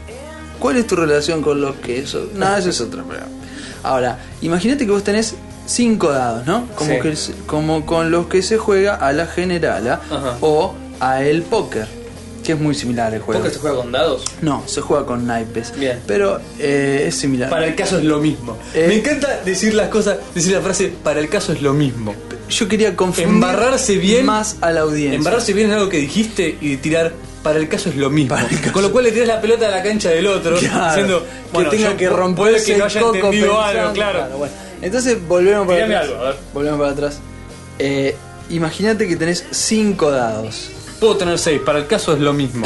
Speaker 1: ¿Cuál es tu relación con los quesos? No, eso es otra pregunta. Ahora, imagínate que vos tenés cinco dados, ¿no? Como,
Speaker 4: Sí.
Speaker 1: que se- como con los que se juega a la generala
Speaker 4: Ajá.
Speaker 1: o a el póker, que es muy similar el juego.
Speaker 4: ¿Póker se juega con dados?
Speaker 1: No, se juega con naipes,
Speaker 4: Bien.
Speaker 1: pero eh, es similar.
Speaker 4: Para el caso es lo mismo.
Speaker 1: Eh.
Speaker 4: Me encanta decir las cosas, decir la frase, para el caso es lo mismo.
Speaker 1: Yo quería confundir
Speaker 4: Embarrarse bien-
Speaker 1: más a la audiencia.
Speaker 4: Embarrarse bien en algo que dijiste y tirar, para el caso es lo mismo. Con lo cual le tiras la pelota a la cancha del otro,
Speaker 1: Claro,
Speaker 4: diciendo,
Speaker 1: que
Speaker 4: bueno,
Speaker 1: tenga
Speaker 4: yo
Speaker 1: que
Speaker 4: puede
Speaker 1: romperse
Speaker 4: que no haya
Speaker 1: el coco
Speaker 4: entendido
Speaker 1: pensando,
Speaker 4: algo, claro.
Speaker 1: bueno. Entonces volvemos para
Speaker 4: Tirame
Speaker 1: atrás.
Speaker 4: algo, a ver.
Speaker 1: Volvemos para atrás. Eh, Imagínate que tenés cinco dados.
Speaker 4: Puedo tener seis, para el caso es lo mismo.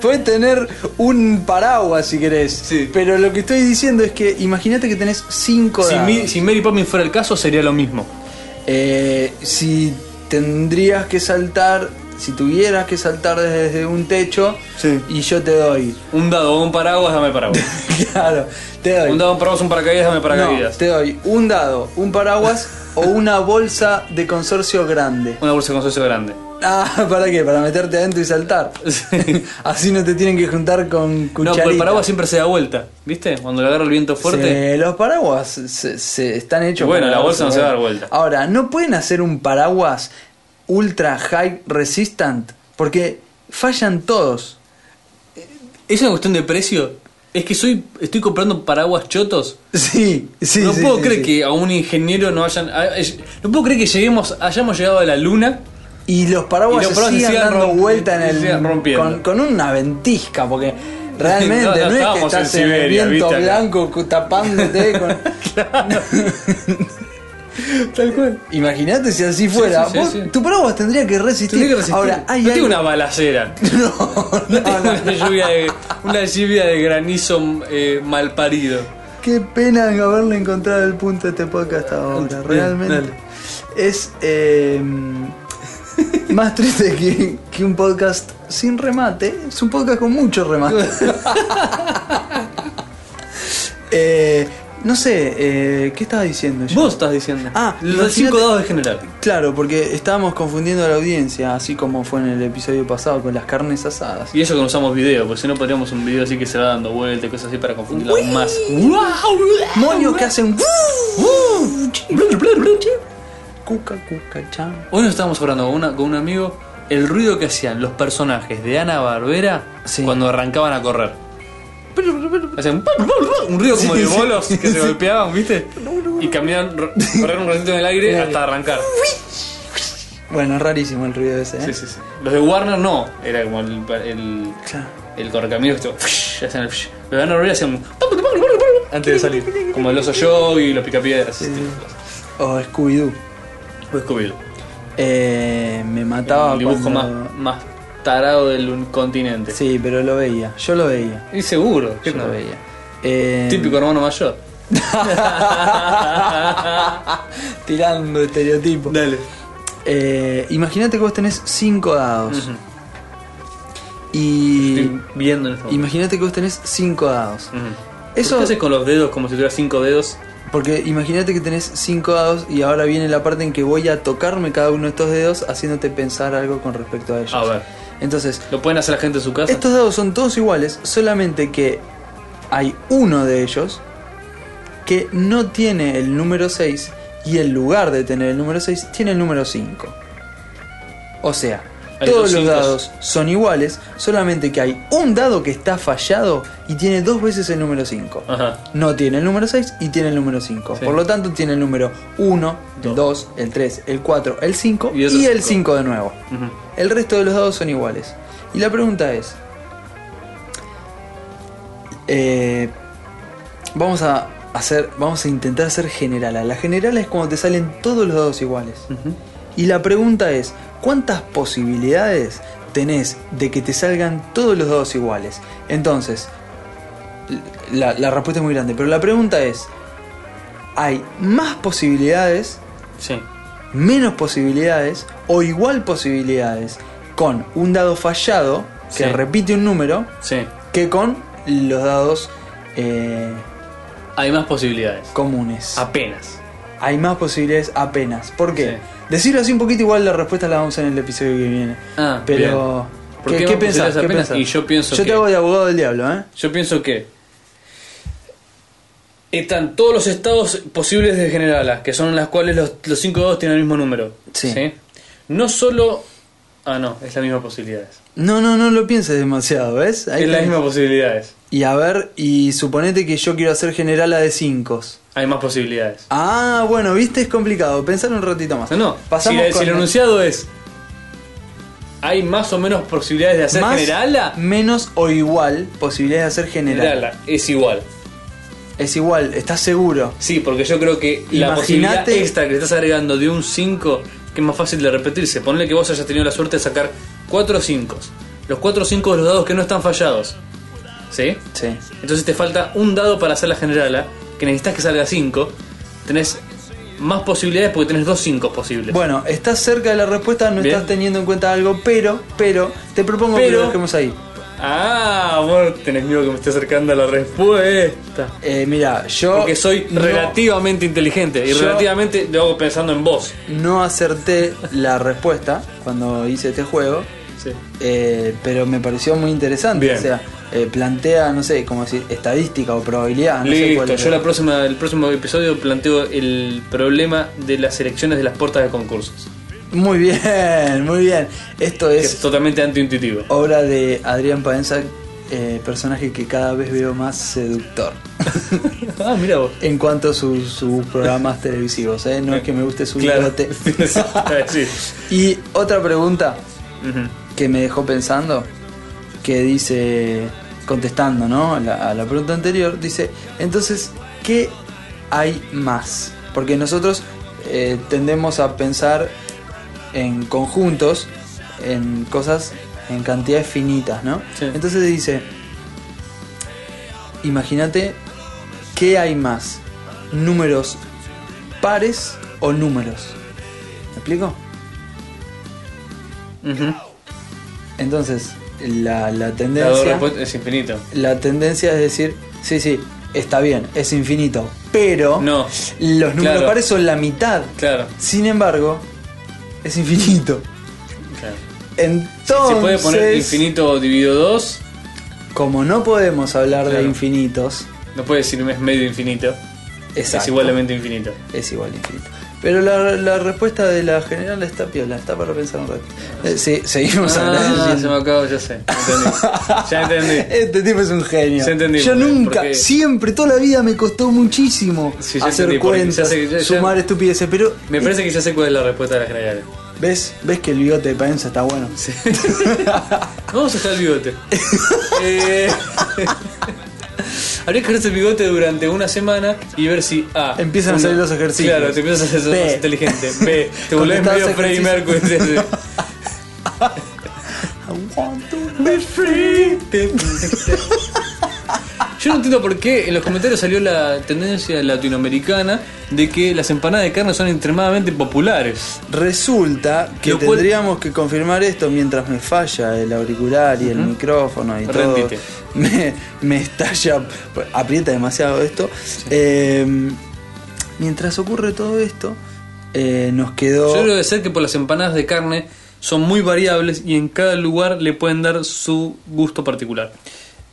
Speaker 1: Puedes tener un paraguas si querés.
Speaker 4: Sí.
Speaker 1: Pero lo que estoy diciendo es que imagínate que tenés cinco
Speaker 4: si,
Speaker 1: dados.
Speaker 4: mi- si Mary Poppins fuera el caso, sería lo mismo.
Speaker 1: Eh, si tendrías que saltar, si tuvieras que saltar desde un techo
Speaker 4: Sí.
Speaker 1: y yo te doy.
Speaker 4: Un dado o un paraguas, dame paraguas.
Speaker 1: claro, te doy.
Speaker 4: un dado, un paraguas, un paracaídas, dame
Speaker 1: No,
Speaker 4: paracaídas.
Speaker 1: te doy un dado, un paraguas o una bolsa de consorcio grande.
Speaker 4: Una bolsa con socio grande.
Speaker 1: Ah, ¿para qué? Para meterte adentro y saltar.
Speaker 4: Sí.
Speaker 1: Así no te tienen que juntar con
Speaker 4: No,
Speaker 1: cucharitas.
Speaker 4: pero el paraguas siempre se da vuelta, ¿viste? Cuando le agarra el viento fuerte.
Speaker 1: Se- los paraguas se, se están hechos.
Speaker 4: Y bueno,
Speaker 1: para
Speaker 4: la
Speaker 1: darse
Speaker 4: bolsa no se va a dar vuelta.
Speaker 1: Ahora, ¿no pueden hacer un paraguas ultra high resistant? Porque fallan todos.
Speaker 4: ¿Es una cuestión de precio? Es que soy, estoy comprando paraguas chotos.
Speaker 1: Sí, sí.
Speaker 4: no
Speaker 1: sí,
Speaker 4: puedo
Speaker 1: sí,
Speaker 4: creer
Speaker 1: sí.
Speaker 4: que a un ingeniero no hayan. a- es- no puedo creer que lleguemos, hayamos llegado a la luna.
Speaker 1: Y los paraguas,
Speaker 4: Y los paraguas
Speaker 1: se
Speaker 4: se
Speaker 1: sigan
Speaker 4: sigan
Speaker 1: dando
Speaker 4: romp-
Speaker 1: vuelta en
Speaker 4: se sigan
Speaker 1: el.
Speaker 4: rompiendo.
Speaker 1: Con, con una ventisca, porque realmente
Speaker 4: No,
Speaker 1: no,
Speaker 4: no,
Speaker 1: es que
Speaker 4: estábamos en
Speaker 1: estás en, el
Speaker 4: Siberia,
Speaker 1: viento
Speaker 4: viste, acá.
Speaker 1: blanco cu- tapándote con.
Speaker 4: Tal cual.
Speaker 1: Imagínate si así fuera.
Speaker 4: sí, sí,
Speaker 1: Vos-
Speaker 4: sí.
Speaker 1: Tu paraguas tendría que resistir.
Speaker 4: Tendría que resistir.
Speaker 1: Ahora, hay
Speaker 4: no
Speaker 1: algo-
Speaker 4: tengo una balacera.
Speaker 1: No,
Speaker 4: No
Speaker 1: no,
Speaker 4: tengo
Speaker 1: no.
Speaker 4: una lluvia de, una lluvia de granizo eh, malparido.
Speaker 1: Qué pena haberle encontrado el punto a este podcast ahora,
Speaker 4: Bien,
Speaker 1: realmente.
Speaker 4: dale.
Speaker 1: Es eh, más triste que, que un podcast sin remate. Es un podcast con mucho remate. Eh, no sé, eh, ¿qué estaba diciendo yo?
Speaker 4: Vos estás diciendo.
Speaker 1: Ah,
Speaker 4: los
Speaker 1: imagínate-
Speaker 4: cinco dados de general.
Speaker 1: Claro, porque estábamos confundiendo a la audiencia, así como fue en el episodio pasado con las carnes asadas.
Speaker 4: Y eso que no usamos video, porque si no podríamos un video así que se va dando vuelta y cosas así para confundirla aún más.
Speaker 1: Moños que hacen. Cuca, cuca, chan.
Speaker 4: Hoy nos estábamos hablando con, una- con un amigo el ruido que hacían los personajes de Ana Barbera
Speaker 1: Sí.
Speaker 4: cuando arrancaban a correr. Hacían un ruido como
Speaker 1: Sí,
Speaker 4: de
Speaker 1: sí,
Speaker 4: bolos que se
Speaker 1: sí.
Speaker 4: golpeaban, ¿viste? Y cambiaban, ro- corrían un ratito en el aire hasta arrancar.
Speaker 1: Bueno, rarísimo el ruido ese, ¿eh?
Speaker 4: Sí, sí, sí. Los de Warner no, era como el, el,
Speaker 1: Claro.
Speaker 4: el correcaminos que estuvo- hacían el Los de Ana Barbera hacían antes de salir, como el oso yogi y los picapiedras. ese tipo de cosas.
Speaker 1: O Scooby-Doo.
Speaker 4: Fue Scooby-Doo.
Speaker 1: Eh, me mataba
Speaker 4: el dibujo
Speaker 1: cuando-
Speaker 4: más, más tarado del un- continente.
Speaker 1: Sí, pero lo veía. Yo lo veía.
Speaker 4: Y seguro,
Speaker 1: Yo
Speaker 4: no.
Speaker 1: lo veía. Eh,
Speaker 4: Típico hermano mayor.
Speaker 1: Tirando estereotipos.
Speaker 4: Dale.
Speaker 1: Eh, Imagínate que vos tenés cinco dados. Y
Speaker 4: Estoy viendo en este momento.
Speaker 1: imagínate que vos tenés 5 dados.
Speaker 4: Ujú.
Speaker 1: Eso-
Speaker 4: ¿Por ¿Qué haces con los dedos como si tuviera cinco dedos?
Speaker 1: Porque imagínate que tenés 5 dados y ahora viene la parte en que voy a tocarme cada uno de estos dedos haciéndote pensar algo con respecto a ellos.
Speaker 4: A ver,
Speaker 1: Entonces,
Speaker 4: ¿lo pueden hacer la gente en su casa?
Speaker 1: estos dados son todos iguales, solamente que hay uno de ellos que no tiene el número 6 y en lugar de tener el número 6 tiene el número 5. O sea,
Speaker 4: Hay
Speaker 1: todos
Speaker 4: dos
Speaker 1: los
Speaker 4: cincos.
Speaker 1: dados son iguales, solamente que hay un dado que está fallado y tiene dos veces el número 5.
Speaker 4: Ajá.
Speaker 1: No tiene el número 6 y tiene el número 5.
Speaker 4: Ah. Sí.
Speaker 1: Por lo tanto, tiene el número 1, el 2, el 3, el 4, el 5
Speaker 4: Y
Speaker 1: y,
Speaker 4: otro
Speaker 1: el
Speaker 4: cinco.
Speaker 1: 5 de nuevo.
Speaker 4: Ujú.
Speaker 1: El resto de los dados son iguales. Y la pregunta es... eh, vamos a hacer... Vamos a intentar hacer general. La general es cuando te salen todos los dados iguales.
Speaker 4: Ujú.
Speaker 1: Y la pregunta es, ¿cuántas posibilidades tenés de que te salgan todos los dados iguales? Entonces, la, la respuesta es muy grande, pero la pregunta es, ¿hay más posibilidades,
Speaker 4: Sí.
Speaker 1: menos posibilidades o igual posibilidades con un dado fallado que
Speaker 4: Sí.
Speaker 1: repite un número
Speaker 4: Sí.
Speaker 1: que con los dados eh,
Speaker 4: Hay más posibilidades.
Speaker 1: comunes?
Speaker 4: Apenas.
Speaker 1: Hay más posibilidades apenas. ¿Por qué?
Speaker 4: Ah. Sí.
Speaker 1: Decirlo así un poquito igual la respuesta la vamos en el episodio que viene.
Speaker 4: Ah,
Speaker 1: Pero.
Speaker 4: bien. ¿Por qué más posibilidades apenas? Y yo pienso
Speaker 1: Yo
Speaker 4: que-
Speaker 1: te hago de abogado del diablo, ¿eh?
Speaker 4: Yo pienso que están todos los estados posibles de generalas, que son las cuales los, los cinco dados tienen el mismo número.
Speaker 1: Sí.
Speaker 4: No solo. Ah, no, es la misma posibilidades.
Speaker 1: No, no, no lo pienses demasiado, ¿ves? Ahí
Speaker 4: es la
Speaker 1: tenés.
Speaker 4: misma posibilidades.
Speaker 1: Y a ver, y suponete que yo quiero hacer general a de 5.
Speaker 4: Hay más posibilidades.
Speaker 1: Ah, bueno, viste, es complicado. Pensar un ratito más.
Speaker 4: No, no.
Speaker 1: Pasamos
Speaker 4: si, la- si
Speaker 1: con
Speaker 4: el enunciado es. Hay más o menos posibilidades de hacer
Speaker 1: más,
Speaker 4: generala.
Speaker 1: Menos o igual posibilidades de hacer general.
Speaker 4: Generala es igual.
Speaker 1: Es igual, estás seguro.
Speaker 4: Sí, porque yo creo que la
Speaker 1: Imaginate-
Speaker 4: posibilidad extra que le estás agregando de un 5, que es más fácil de repetirse. Ponle que vos hayas tenido la suerte de sacar 4 5. Los 4 5 de los dados que no están fallados. ¿Sí?
Speaker 1: Sí.
Speaker 4: Entonces te falta un dado para hacer la generala, que necesitas que salga 5. Tenés más posibilidades porque tenés dos 5 posibles.
Speaker 1: Bueno, estás cerca de la respuesta, no
Speaker 4: Bien.
Speaker 1: estás teniendo en cuenta algo, pero, pero, te propongo que
Speaker 4: Pero-
Speaker 1: lo dejemos ahí.
Speaker 4: Ah, vos tenés miedo que me esté acercando a la respuesta.
Speaker 1: Eh, mira, yo.
Speaker 4: Porque soy
Speaker 1: no-
Speaker 4: relativamente inteligente y
Speaker 1: Yo-
Speaker 4: relativamente lo hago pensando en vos.
Speaker 1: No acerté la respuesta cuando hice este juego,
Speaker 4: Sí.
Speaker 1: eh, pero me pareció muy interesante.
Speaker 4: Bien.
Speaker 1: O sea, eh, plantea, no sé, como decir, estadística o probabilidad. Ah, No sé
Speaker 4: Listo,
Speaker 1: cuál
Speaker 4: yo
Speaker 1: era.
Speaker 4: la próxima, el próximo episodio planteo el problema de las elecciones de las puertas de concursos.
Speaker 1: Muy bien, muy bien. Esto
Speaker 4: Que es
Speaker 1: es Oh.
Speaker 4: totalmente antiintuitivo.
Speaker 1: obra de Adrián Paenza, eh, personaje que cada vez veo más seductor.
Speaker 4: ah, mira vos.
Speaker 1: En cuanto a sus, sus programas televisivos, ¿eh? no es que me guste su bigote.
Speaker 4: Sí.
Speaker 1: y otra pregunta,
Speaker 4: Ujú.
Speaker 1: que me dejó pensando, que dice, contestando ¿no? a, la, a la pregunta anterior, dice, entonces, ¿qué hay más? Porque nosotros eh, tendemos a pensar en conjuntos, en cosas, en cantidades finitas, ¿no?
Speaker 4: Sí.
Speaker 1: Entonces dice, imagínate, ¿qué hay más? ¿Números pares o números? ¿Me explico?
Speaker 4: Ujú.
Speaker 1: Entonces, la, la
Speaker 4: La doble
Speaker 1: tendencia.
Speaker 4: respuesta es infinito.
Speaker 1: La tendencia es decir, sí, sí, está bien, es infinito. Pero
Speaker 4: No.
Speaker 1: los números
Speaker 4: Claro.
Speaker 1: pares son la mitad.
Speaker 4: Claro.
Speaker 1: Sin embargo, es infinito.
Speaker 4: claro.
Speaker 1: Entonces,
Speaker 4: Se puede poner infinito dividido 2.
Speaker 1: como no podemos hablar de
Speaker 4: Claro.
Speaker 1: infinitos,
Speaker 4: No puede decir es medio infinito.
Speaker 1: exacto,
Speaker 4: Es igualmente infinito.
Speaker 1: es igual infinito. Pero la, la respuesta de la general está piola, está para pensar un rato. Eh, sí, seguimos
Speaker 4: Ah, se me
Speaker 1: hablando.
Speaker 4: acabó, ya sé. Entendí. ya entendí.
Speaker 1: Este tipo es un genio.
Speaker 4: Ya entendí,
Speaker 1: Yo
Speaker 4: porque-
Speaker 1: nunca,
Speaker 4: porque-
Speaker 1: siempre, toda la vida me costó muchísimo
Speaker 4: Sí, ya
Speaker 1: hacer
Speaker 4: entendí, porque ya
Speaker 1: cuentas,
Speaker 4: sé que- ya- ya-
Speaker 1: sumar estupideces, pero
Speaker 4: Me parece que ya sé cuál es la respuesta de las generales.
Speaker 1: ¿Ves? ¿Ves que el bigote de Paenza está bueno?
Speaker 4: Vamos a dejar el bigote. Eh, habría que dejarse el bigote durante una semana y ver si A.
Speaker 1: Empiezan a
Speaker 4: uno-
Speaker 1: salir los ejercicios.
Speaker 4: Claro, te empiezas a hacer
Speaker 1: B.
Speaker 4: más inteligente. B. Te volvés
Speaker 1: Contestás
Speaker 4: medio Freddy Mercury.
Speaker 1: ejercicios.
Speaker 4: sí, sí.
Speaker 1: I want to be free.
Speaker 4: Te- Yo no entiendo por qué en los comentarios salió la tendencia latinoamericana de que las empanadas de carne son extremadamente populares.
Speaker 1: Resulta que
Speaker 4: Lo cual-
Speaker 1: tendríamos que confirmar esto mientras me falla el auricular y el micrófono y
Speaker 4: Rendite.
Speaker 1: todo. Me, me estalla, aprieta demasiado esto. Eh, mientras ocurre todo esto, eh, nos quedó.
Speaker 4: Yo creo que debe ser que por las empanadas de carne son muy variables y en cada lugar le pueden dar su gusto particular.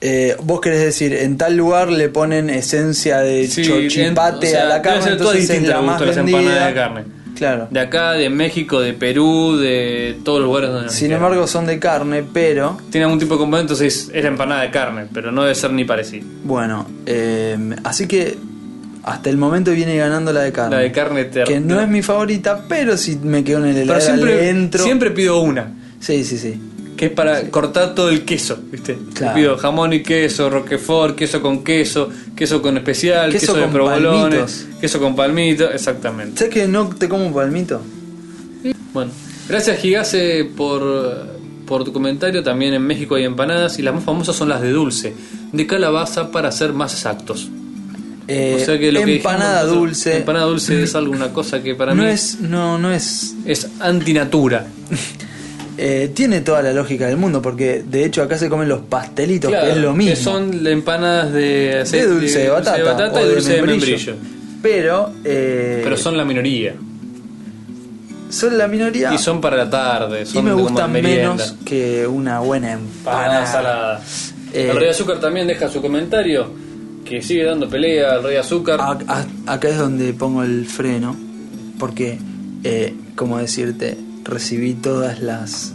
Speaker 1: eh, vos querés decir, en tal lugar le ponen esencia de
Speaker 4: Sí,
Speaker 1: chochipate
Speaker 4: en- o sea,
Speaker 1: a la
Speaker 4: debe
Speaker 1: carne,
Speaker 4: ser todo
Speaker 1: entonces es
Speaker 4: distinto
Speaker 1: la
Speaker 4: el
Speaker 1: más
Speaker 4: gusto de las
Speaker 1: vendida.
Speaker 4: empanadas de carne.
Speaker 1: Claro.
Speaker 4: De acá, de México, de Perú, de todos los lugares donde nos
Speaker 1: Sin
Speaker 4: quieran.
Speaker 1: embargo, son de carne, pero
Speaker 4: tiene algún tipo de componente, entonces es la empanada de carne, pero no debe ser ni parecido.
Speaker 1: Bueno, eh, así que hasta el momento viene ganando la de carne.
Speaker 4: La de carne ter-
Speaker 1: Ah, Que no es mi favorita, pero si me quedo en el helado
Speaker 4: Pero siempre,
Speaker 1: entro.
Speaker 4: siempre pido una,
Speaker 1: Sí, sí, sí.
Speaker 4: que es para cortar todo el queso, ¿viste?
Speaker 1: Claro.
Speaker 4: Pido jamón y queso, roquefort, queso con queso, queso con especial,
Speaker 1: Queso
Speaker 4: queso, de
Speaker 1: con
Speaker 4: provolone,
Speaker 1: palmitos.
Speaker 4: queso con palmito, exactamente.
Speaker 1: ¿Sabes que no te como un palmito?
Speaker 4: Bueno, gracias Gigase por, por tu comentario. También en México hay empanadas y las más famosas son las de dulce, de calabaza para ser más exactos.
Speaker 1: Eh,
Speaker 4: o sea que lo que dijimos
Speaker 1: empanada
Speaker 4: nosotros,
Speaker 1: dulce.
Speaker 4: Empanada dulce es alguna cosa que para
Speaker 1: no
Speaker 4: mí
Speaker 1: es, no, no es.
Speaker 4: es antinatura.
Speaker 1: eh, tiene toda la lógica del mundo, porque de hecho acá se comen los pastelitos,
Speaker 4: Claro,
Speaker 1: que es lo mismo.
Speaker 4: Que son empanadas de,
Speaker 1: de
Speaker 4: aceite-
Speaker 1: dulce de batata, o
Speaker 4: y dulce de membrillo.
Speaker 1: Pero, eh,
Speaker 4: Pero son la minoría.
Speaker 1: son la minoría
Speaker 4: Y son para la tarde. Son
Speaker 1: y me
Speaker 4: como
Speaker 1: gustan
Speaker 4: merienda.
Speaker 1: menos que una buena
Speaker 4: Para
Speaker 1: empanada.
Speaker 4: ensalada.
Speaker 1: Eh,
Speaker 4: el Rey Azúcar también deja su comentario. Que sigue dando pelea al Rey Azúcar.
Speaker 1: A- a- acá es donde pongo el freno, porque, eh, como decirte, recibí todas las.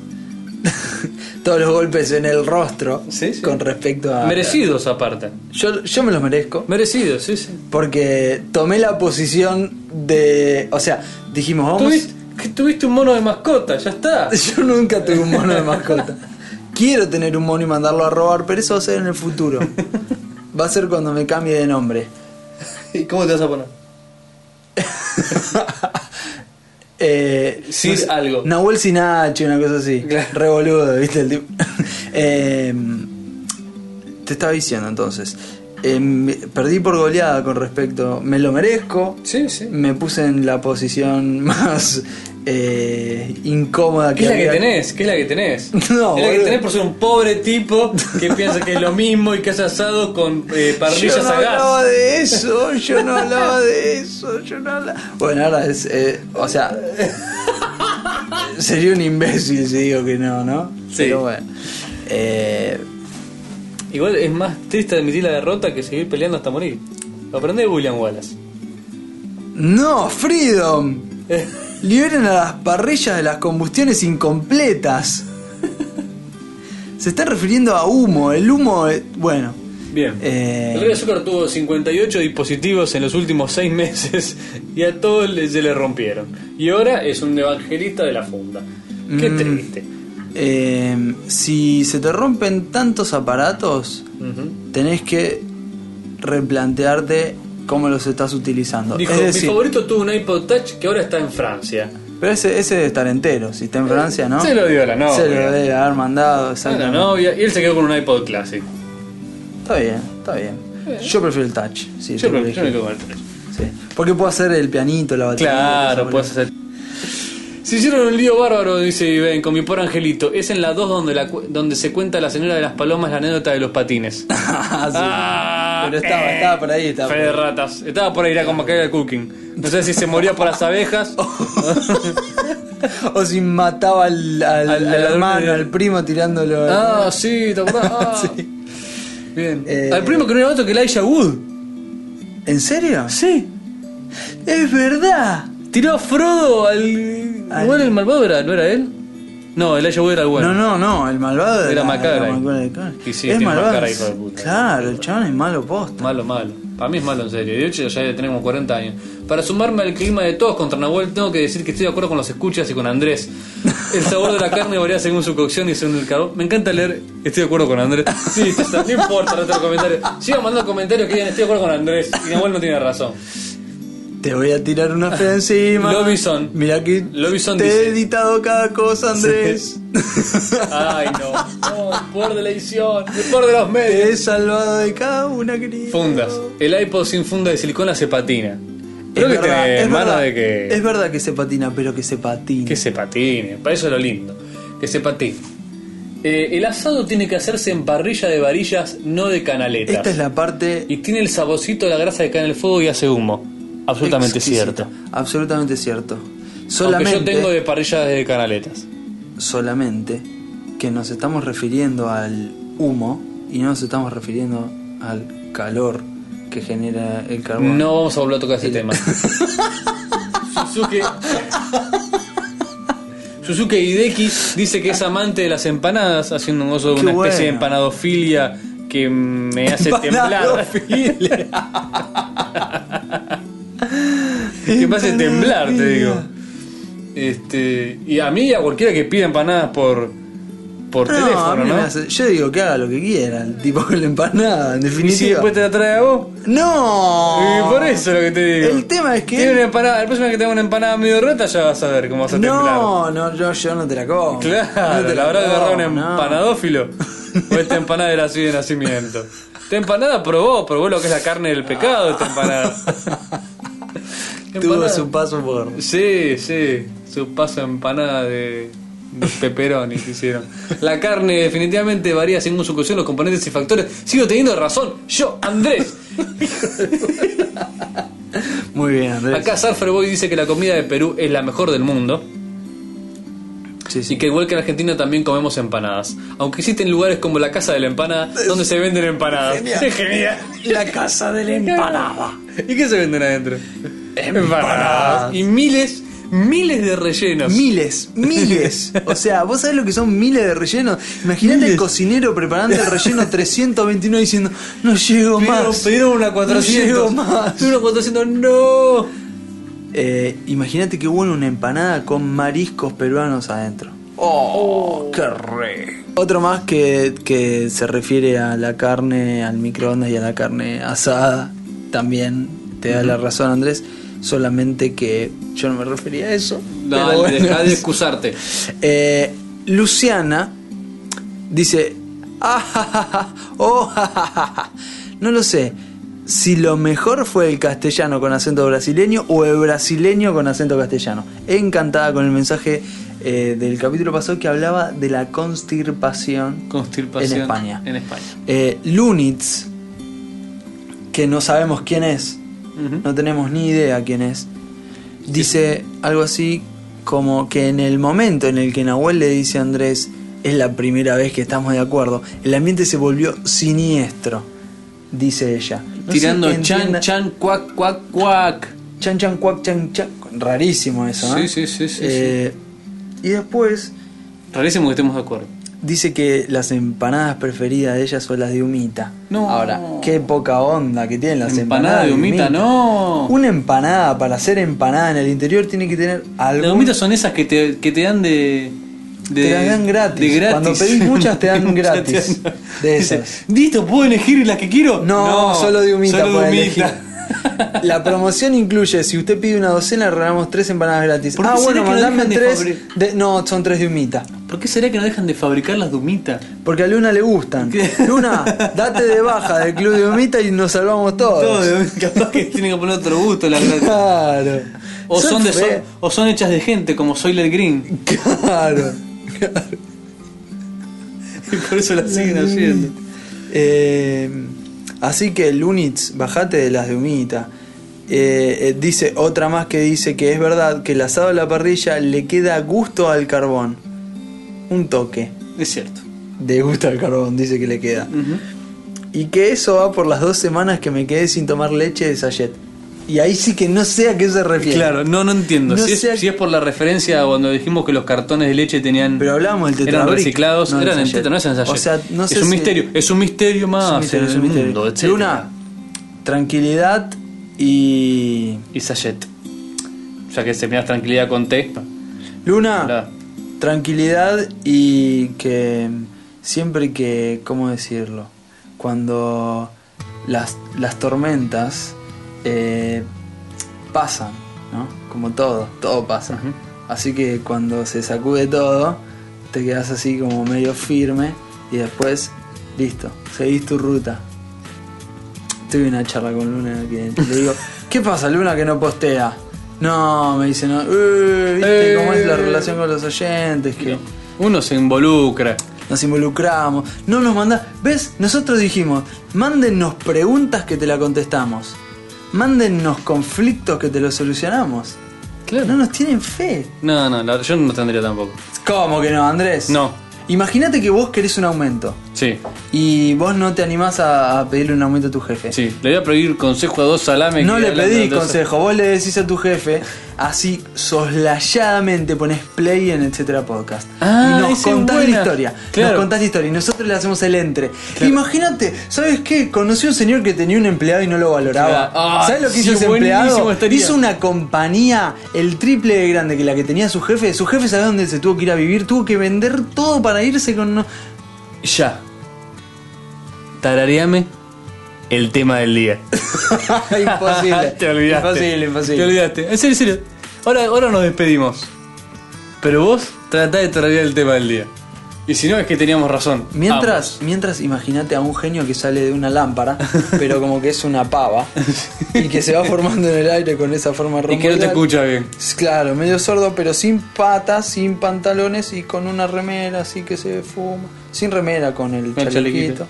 Speaker 1: todos los golpes en el rostro
Speaker 4: Sí, sí.
Speaker 1: con respecto a.
Speaker 4: Merecidos
Speaker 1: ah.
Speaker 4: aparte.
Speaker 1: Yo, yo me los merezco,
Speaker 4: Merecidos, sí, sí.
Speaker 1: porque tomé la posición de. O sea, dijimos, vamos.
Speaker 4: Tuviste, que tuviste un mono de mascota, ya está.
Speaker 1: Yo nunca tuve un mono de mascota. Quiero tener un mono y mandarlo a robar, pero eso va a ser en el futuro. Va a ser cuando me cambie de nombre.
Speaker 4: ¿Y cómo te vas a poner?
Speaker 1: Eh,
Speaker 4: Sid
Speaker 1: sé,
Speaker 4: algo.
Speaker 1: Nahuel Sinachi, una cosa así.
Speaker 4: Claro.
Speaker 1: Revoludo, ¿viste? El tipo. Eh, te estaba diciendo entonces. eh, me- perdí por goleada con respecto. Me lo merezco.
Speaker 4: Sí, sí.
Speaker 1: Me puse en la posición más eh, incómoda que
Speaker 4: ¿Qué es la que
Speaker 1: había.
Speaker 4: tenés? ¿Qué es la que tenés?
Speaker 1: No,
Speaker 4: es la que
Speaker 1: boludo.
Speaker 4: tenés por ser un pobre tipo que piensa que es lo mismo y que hace asado con eh, parrillas
Speaker 1: Yo no
Speaker 4: a gas.
Speaker 1: hablaba de eso, yo no hablaba de eso, yo no hablaba. Bueno, ahora es. eh, o sea. sería un imbécil si digo que no, ¿no?
Speaker 4: Sí.
Speaker 1: Pero bueno. Eh,
Speaker 4: Igual es más triste admitir la derrota que seguir peleando hasta morir. Lo aprendí de William Wallace.
Speaker 1: no, Freedom. Liberen a las parrillas de las combustiones incompletas. Se está refiriendo a humo. El humo. eh, Bueno.
Speaker 4: Bien.
Speaker 1: Eh,
Speaker 4: El Rey Azúcar tuvo 58 dispositivos en los últimos 6 meses y a todos le- se le rompieron. Y ahora es un evangelista de la funda. Qué
Speaker 1: Mm.
Speaker 4: triste.
Speaker 1: eh, si se te rompen tantos aparatos,
Speaker 4: Ujú.
Speaker 1: tenés que replantearte cómo los estás utilizando.
Speaker 4: Dijo,
Speaker 1: es
Speaker 4: mi
Speaker 1: decir,
Speaker 4: favorito tuvo un iPod Touch que ahora está en Francia.
Speaker 1: pero ese, ese debe estar entero, si está en Francia, ¿no?
Speaker 4: Eh, Se lo dio a la novia.
Speaker 1: Se lo debe haber mandado,
Speaker 4: A la
Speaker 1: exactamente.
Speaker 4: novia y él se quedó con un iPod Classic.
Speaker 1: Está bien, está bien. Yo prefiero el touch, sí,
Speaker 4: Yo,
Speaker 1: te lo
Speaker 4: me- yo me
Speaker 1: dije.
Speaker 4: quedo con el Touch.
Speaker 1: Sí. Porque puedo hacer el pianito, la batería.
Speaker 4: Claro,
Speaker 1: todo
Speaker 4: puedes
Speaker 1: eso,
Speaker 4: hacer. Se hicieron un lío bárbaro, dice Ben, con mi pobre angelito. Es en la 2 donde, la cu- donde se cuenta la señora de las palomas la anécdota de los patines.
Speaker 1: Ah, sí.
Speaker 4: Ah,
Speaker 1: Pero estaba,
Speaker 4: eh.
Speaker 1: estaba por ahí, estaba. por
Speaker 4: Fe de
Speaker 1: ahí.
Speaker 4: ratas. Estaba por ahí, era como caída de cooking. No sé si se moría por las abejas.
Speaker 1: Oh. O si mataba al, al-
Speaker 4: Al-
Speaker 1: al
Speaker 4: al-
Speaker 1: hermano, al primo tirándolo.
Speaker 4: ah, sí, ¿te acordás? Ah. Bien.
Speaker 1: Eh.
Speaker 4: Al primo que no era otro que Elijah Wood.
Speaker 1: ¿En serio?
Speaker 4: Sí.
Speaker 1: ¡Es verdad!
Speaker 4: Tiró a Frodo al.
Speaker 1: Al-
Speaker 4: Bueno, el malvado era, ¿no era él? No, Elijah Wood era el bueno.
Speaker 1: No, no, no, el malvado
Speaker 4: Era Macaray.
Speaker 1: Macaray, claro.
Speaker 4: Y sí,
Speaker 1: es
Speaker 4: tiene
Speaker 1: malvado.
Speaker 4: Macaray, hijo de puta.
Speaker 1: Claro, el chabón es malo posta.
Speaker 4: Malo, malo. Para mí es malo, en serio. De hecho, ya tenemos 40 años. Para sumarme al clima de todos contra Nahuel, tengo que decir que estoy de acuerdo con los escuchas y con Andrés. El sabor de la carne varía según su cocción y según el calor. Me encanta leer. Estoy de acuerdo con Andrés. Sí, está- está- no importa no tengo comentarios. Sigan mandando comentarios que digan estoy de acuerdo con Andrés. Y Nahuel no tiene razón.
Speaker 1: Te voy a tirar una fea encima.
Speaker 4: Lobison.
Speaker 1: Mira que
Speaker 4: Lobison
Speaker 1: te he
Speaker 4: dice-
Speaker 1: editado cada cosa, Andrés.
Speaker 4: Ay, no. No, por de la edición, por de los medios.
Speaker 1: Te he salvado de cada una, querido.
Speaker 4: Fundas. El iPod sin funda de silicona se patina. Creo que tenés
Speaker 1: es,
Speaker 4: mano
Speaker 1: verdad,
Speaker 4: de que,
Speaker 1: es verdad que se patina, pero que se patina.
Speaker 4: que se patine. Para eso es lo lindo. Que se patine. Eh, el asado tiene que hacerse en parrilla de varillas, no de canaletas.
Speaker 1: Esta es la parte
Speaker 4: Y tiene el saborcito de la grasa que cae en el fuego y hace humo. Absolutamente
Speaker 1: exquisita.
Speaker 4: cierto.
Speaker 1: Absolutamente cierto.
Speaker 4: Aunque
Speaker 1: Solamente,
Speaker 4: yo tengo de parrillas de canaletas.
Speaker 1: solamente que nos estamos refiriendo al humo y no nos estamos refiriendo al calor que genera el carbón.
Speaker 4: No vamos a volver a tocar ese tema. Suzuki. Suzuki Hideki dice que es amante de las empanadas, haciendo un gozo de
Speaker 1: Qué
Speaker 4: una especie de
Speaker 1: bueno.
Speaker 4: empanadofilia que me hace temblar.
Speaker 1: Empanadofilia.
Speaker 4: que me hace temblar, te
Speaker 1: Empanadofilia.
Speaker 4: digo. Este, y a mí y a cualquiera que pida empanadas por, por
Speaker 1: No, a
Speaker 4: teléfono,
Speaker 1: mí
Speaker 4: ¿no?
Speaker 1: me hace- yo digo que haga lo que quiera, el tipo con la empanada, en
Speaker 4: Y si
Speaker 1: definitiva.
Speaker 4: después te la trae a vos.
Speaker 1: No.
Speaker 4: Y por eso es lo que te digo.
Speaker 1: El tema es que-
Speaker 4: Tiene una empanada, la próxima vez que tenga una empanada medio rota ya vas a ver cómo vas a temblar.
Speaker 1: No, no, yo, yo no te la como.
Speaker 4: Claro,
Speaker 1: No te
Speaker 4: la habrá agarrado un
Speaker 1: como, no.
Speaker 4: empanadófilo. O esta empanada era así de nacimiento. Esta empanada probó, probó lo que es la carne del pecado, esta empanada.
Speaker 1: Tuvo
Speaker 4: Empanada.
Speaker 1: su paso por.
Speaker 4: Sí, sí, su paso a empanada de, de pepperoni que hicieron. La carne definitivamente varía según su cocción, los componentes y factores. Sigo teniendo razón, yo, Andrés.
Speaker 1: Muy bien, Andrés.
Speaker 4: Acá Surfer Boy dice que la comida de Perú es la mejor del mundo.
Speaker 1: Sí, sí.
Speaker 4: Y que igual que en Argentina también comemos empanadas. Aunque existen lugares como la Casa de la Empanada donde se venden empanadas.
Speaker 1: Genial.
Speaker 4: Es genial.
Speaker 1: La casa de la empanada.
Speaker 4: ¿Y qué se venden adentro? Empanadas. Y miles, miles de rellenos.
Speaker 1: Miles, miles. O sea, ¿vos sabés lo que son miles de rellenos? Imagínate el cocinero preparando el relleno 329 diciendo, no llego
Speaker 4: Pidieron-
Speaker 1: más.
Speaker 4: pidieron una
Speaker 1: No
Speaker 4: 400.
Speaker 1: llego más.
Speaker 4: Pidieron una 400, no.
Speaker 1: Eh, Imagínate que bueno una empanada con mariscos peruanos adentro. ¡Oh, qué re! Otro más que, que se refiere a la carne, al microondas y a la carne asada. También te da la razón, Andrés. Solamente que yo no me refería a eso.
Speaker 4: Dale,
Speaker 1: pero bueno,
Speaker 4: dejá de
Speaker 1: es-
Speaker 4: excusarte.
Speaker 1: eh, Luciana dice, "Ah, ja, ja, ja, oh, ja, ja, ja, ja". no lo sé. Si lo mejor fue el castellano con acento brasileño o el brasileño con acento castellano. Encantada con el mensaje eh, del capítulo pasado que hablaba de la constipación
Speaker 4: Constipación.
Speaker 1: en España.
Speaker 4: En España.
Speaker 1: Eh, Lunitz, que no sabemos quién es,
Speaker 4: Ujú.
Speaker 1: no tenemos ni idea quién es, dice algo así como que en el momento en el que Nahuel le dice a Andrés, es la primera vez que estamos de acuerdo, el ambiente se volvió siniestro, dice ella. No sé
Speaker 4: Tirando
Speaker 1: que entienda-
Speaker 4: chan, chan, cuac, cuac, cuac.
Speaker 1: Chan, chan, cuac, chan, chan. Rarísimo eso, ¿eh?
Speaker 4: Sí, sí, sí, sí, sí.
Speaker 1: Eh, Y después
Speaker 4: Rarísimo que estemos de acuerdo.
Speaker 1: dice que las empanadas preferidas de ella son las de humita.
Speaker 4: No.
Speaker 1: Ahora, qué poca onda que tienen las
Speaker 4: Empanada
Speaker 1: empanadas.
Speaker 4: de humita, no.
Speaker 1: Una empanada para hacer empanada en el interior tiene que tener algún
Speaker 4: Las gomitas son esas que te, que te dan de, de-
Speaker 1: Te las dan gratis.
Speaker 4: de gratis.
Speaker 1: Cuando pedís muchas, te dan
Speaker 4: Muchas
Speaker 1: gratis.
Speaker 4: te dan-
Speaker 1: De
Speaker 4: Dice,
Speaker 1: esas.
Speaker 4: Listo, ¿puedo elegir las que quiero?
Speaker 1: No, solo de humita
Speaker 4: solo de
Speaker 1: pueden
Speaker 4: humita.
Speaker 1: elegir. La promoción incluye, si usted pide una docena, le regalamos tres empanadas gratis.
Speaker 4: ¿Por qué
Speaker 1: Ah,
Speaker 4: será
Speaker 1: bueno,
Speaker 4: que no dejan
Speaker 1: mandame
Speaker 4: de
Speaker 1: tres.
Speaker 4: fabri-
Speaker 1: de- no, son tres de humita.
Speaker 4: ¿Por qué será que no dejan de fabricar las de humita?
Speaker 1: Porque a Luna le gustan.
Speaker 4: ¿Qué?
Speaker 1: Luna, date de baja del club de humita y nos salvamos todos.
Speaker 4: Todo de humita. Capaz que tienen que poner otro gusto las gratis.
Speaker 1: Claro.
Speaker 4: O son, de,
Speaker 1: fe-
Speaker 4: son- o son hechas de gente, como Soiler Green.
Speaker 1: Claro.
Speaker 4: Y por eso las siguen
Speaker 1: Mm.
Speaker 4: haciendo.
Speaker 1: Eh, así que Lunitz, bajate de las de humita. Eh, eh, dice otra más que dice que es verdad que el asado a la parrilla le queda gusto al carbón. Un toque
Speaker 4: Es cierto.
Speaker 1: de gusto al carbón, dice que le queda.
Speaker 4: Ujú.
Speaker 1: Y que eso va por las dos semanas que me quedé sin tomar leche de Sayet. Y ahí sí que no sé a qué se refiere.
Speaker 4: Claro, no, no entiendo.
Speaker 1: No
Speaker 4: si, es,
Speaker 1: sé a-
Speaker 4: si es por la referencia a cuando dijimos que los cartones de leche tenían.
Speaker 1: Pero hablábamos del
Speaker 4: Eran
Speaker 1: Tetrabric,
Speaker 4: reciclados,
Speaker 1: no del
Speaker 4: eran en
Speaker 1: sachet.
Speaker 4: tetra, no es en sachet.
Speaker 1: O sea, no sé
Speaker 4: es un
Speaker 1: si-
Speaker 4: misterio, es un misterio más.
Speaker 1: Es un misterio, es un
Speaker 4: en Ah, el
Speaker 1: misterio.
Speaker 4: mundo, etcétera.
Speaker 1: Luna, tranquilidad y.
Speaker 4: Y sachet. Ya que se miras tranquilidad con té.
Speaker 1: Luna,
Speaker 4: Hola.
Speaker 1: tranquilidad y que siempre que, ¿cómo decirlo? Cuando las, las tormentas eh, pasan, ¿no? Como todo, todo pasa.
Speaker 4: Ujú.
Speaker 1: Así que cuando se sacude todo, te quedas así como medio firme y después, listo, seguís tu ruta. Tuve una charla con Luna que le digo, ¿qué pasa Luna que no postea? No, me dice, no, eh, ¿viste
Speaker 4: Eh.
Speaker 1: cómo es la relación con los oyentes? Que
Speaker 4: Uno se involucra.
Speaker 1: nos involucramos, no nos mandás. ¿Ves? Nosotros dijimos, mándennos preguntas que te la contestamos. Mándennos conflictos que te los solucionamos.
Speaker 4: Claro.
Speaker 1: No nos tienen fe.
Speaker 4: No, no, la- yo no tendría tampoco.
Speaker 1: ¿Cómo que no, Andrés?
Speaker 4: No.
Speaker 1: Imagínate que vos querés un aumento
Speaker 4: Sí,
Speaker 1: y vos no te animás a, a pedirle un aumento a tu jefe.
Speaker 4: sí. Le voy a pedir consejo a dos salames.
Speaker 1: No
Speaker 4: que
Speaker 1: le
Speaker 4: hablan de
Speaker 1: pedís
Speaker 4: dos-
Speaker 1: consejo, vos le decís a tu jefe, así soslayadamente pones play en etcétera podcast.
Speaker 4: Ah,
Speaker 1: y nos
Speaker 4: esa es
Speaker 1: contás la
Speaker 4: buena.
Speaker 1: historia.
Speaker 4: Claro.
Speaker 1: Nos contás la historia y nosotros le hacemos el entre. Imagínate, ¿sabes qué? Conocí a un señor que tenía un empleado y no lo valoraba.
Speaker 4: Claro. Ah,
Speaker 1: ¿Sabes lo que
Speaker 4: sí,
Speaker 1: hizo ese
Speaker 4: buenísimo
Speaker 1: empleado?
Speaker 4: estaría.
Speaker 1: Hizo una compañía el triple de grande que la que tenía su jefe. Su jefe sabe dónde se tuvo que ir a vivir, tuvo que vender todo para irse con. no-
Speaker 4: Ya. Tarareame el tema del día.
Speaker 1: imposible.
Speaker 4: Te olvidaste.
Speaker 1: Imposible, imposible.
Speaker 4: Te olvidaste. En serio, en serio. Ahora, ahora nos despedimos. Pero vos tratá de tararear el tema del día. Y si no, es que teníamos razón.
Speaker 1: Mientras, mientras imagínate a un genio que sale de una lámpara, pero como que es una pava, y que se va formando en el aire con esa forma
Speaker 4: Ambos. Y
Speaker 1: romboidal.
Speaker 4: que no te escucha bien.
Speaker 1: Claro, medio sordo, pero sin patas, sin pantalones y con una remera, así que se fuma. Sin remera, con el,
Speaker 4: el
Speaker 1: chalequito.
Speaker 4: chalequito.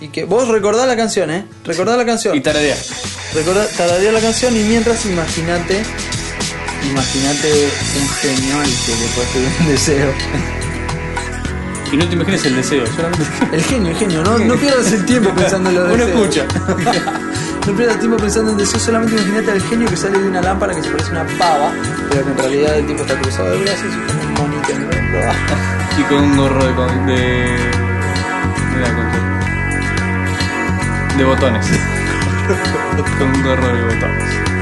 Speaker 1: Y que vos recordá la canción, ¿eh? Recordá la canción.
Speaker 4: Y tararea.
Speaker 1: Recordá, tarareá la canción y mientras imagínate, imagínate un genio al que le puedes pedir un deseo.
Speaker 4: Y no te imagines el deseo. Solamente.
Speaker 1: El genio, el genio, no, no pierdas el tiempo pensando en los
Speaker 4: Uno
Speaker 1: deseos.
Speaker 4: escucha.
Speaker 1: No pierdas tiempo pensando en deseos, solamente imagínate al genio que sale de una lámpara que se parece a una pava, pero que en realidad el tipo está cruzado de brazos y con un monito en el hombro.
Speaker 4: Y con un gorro de. con- de. de la concha. De botones. con un gorro de botones.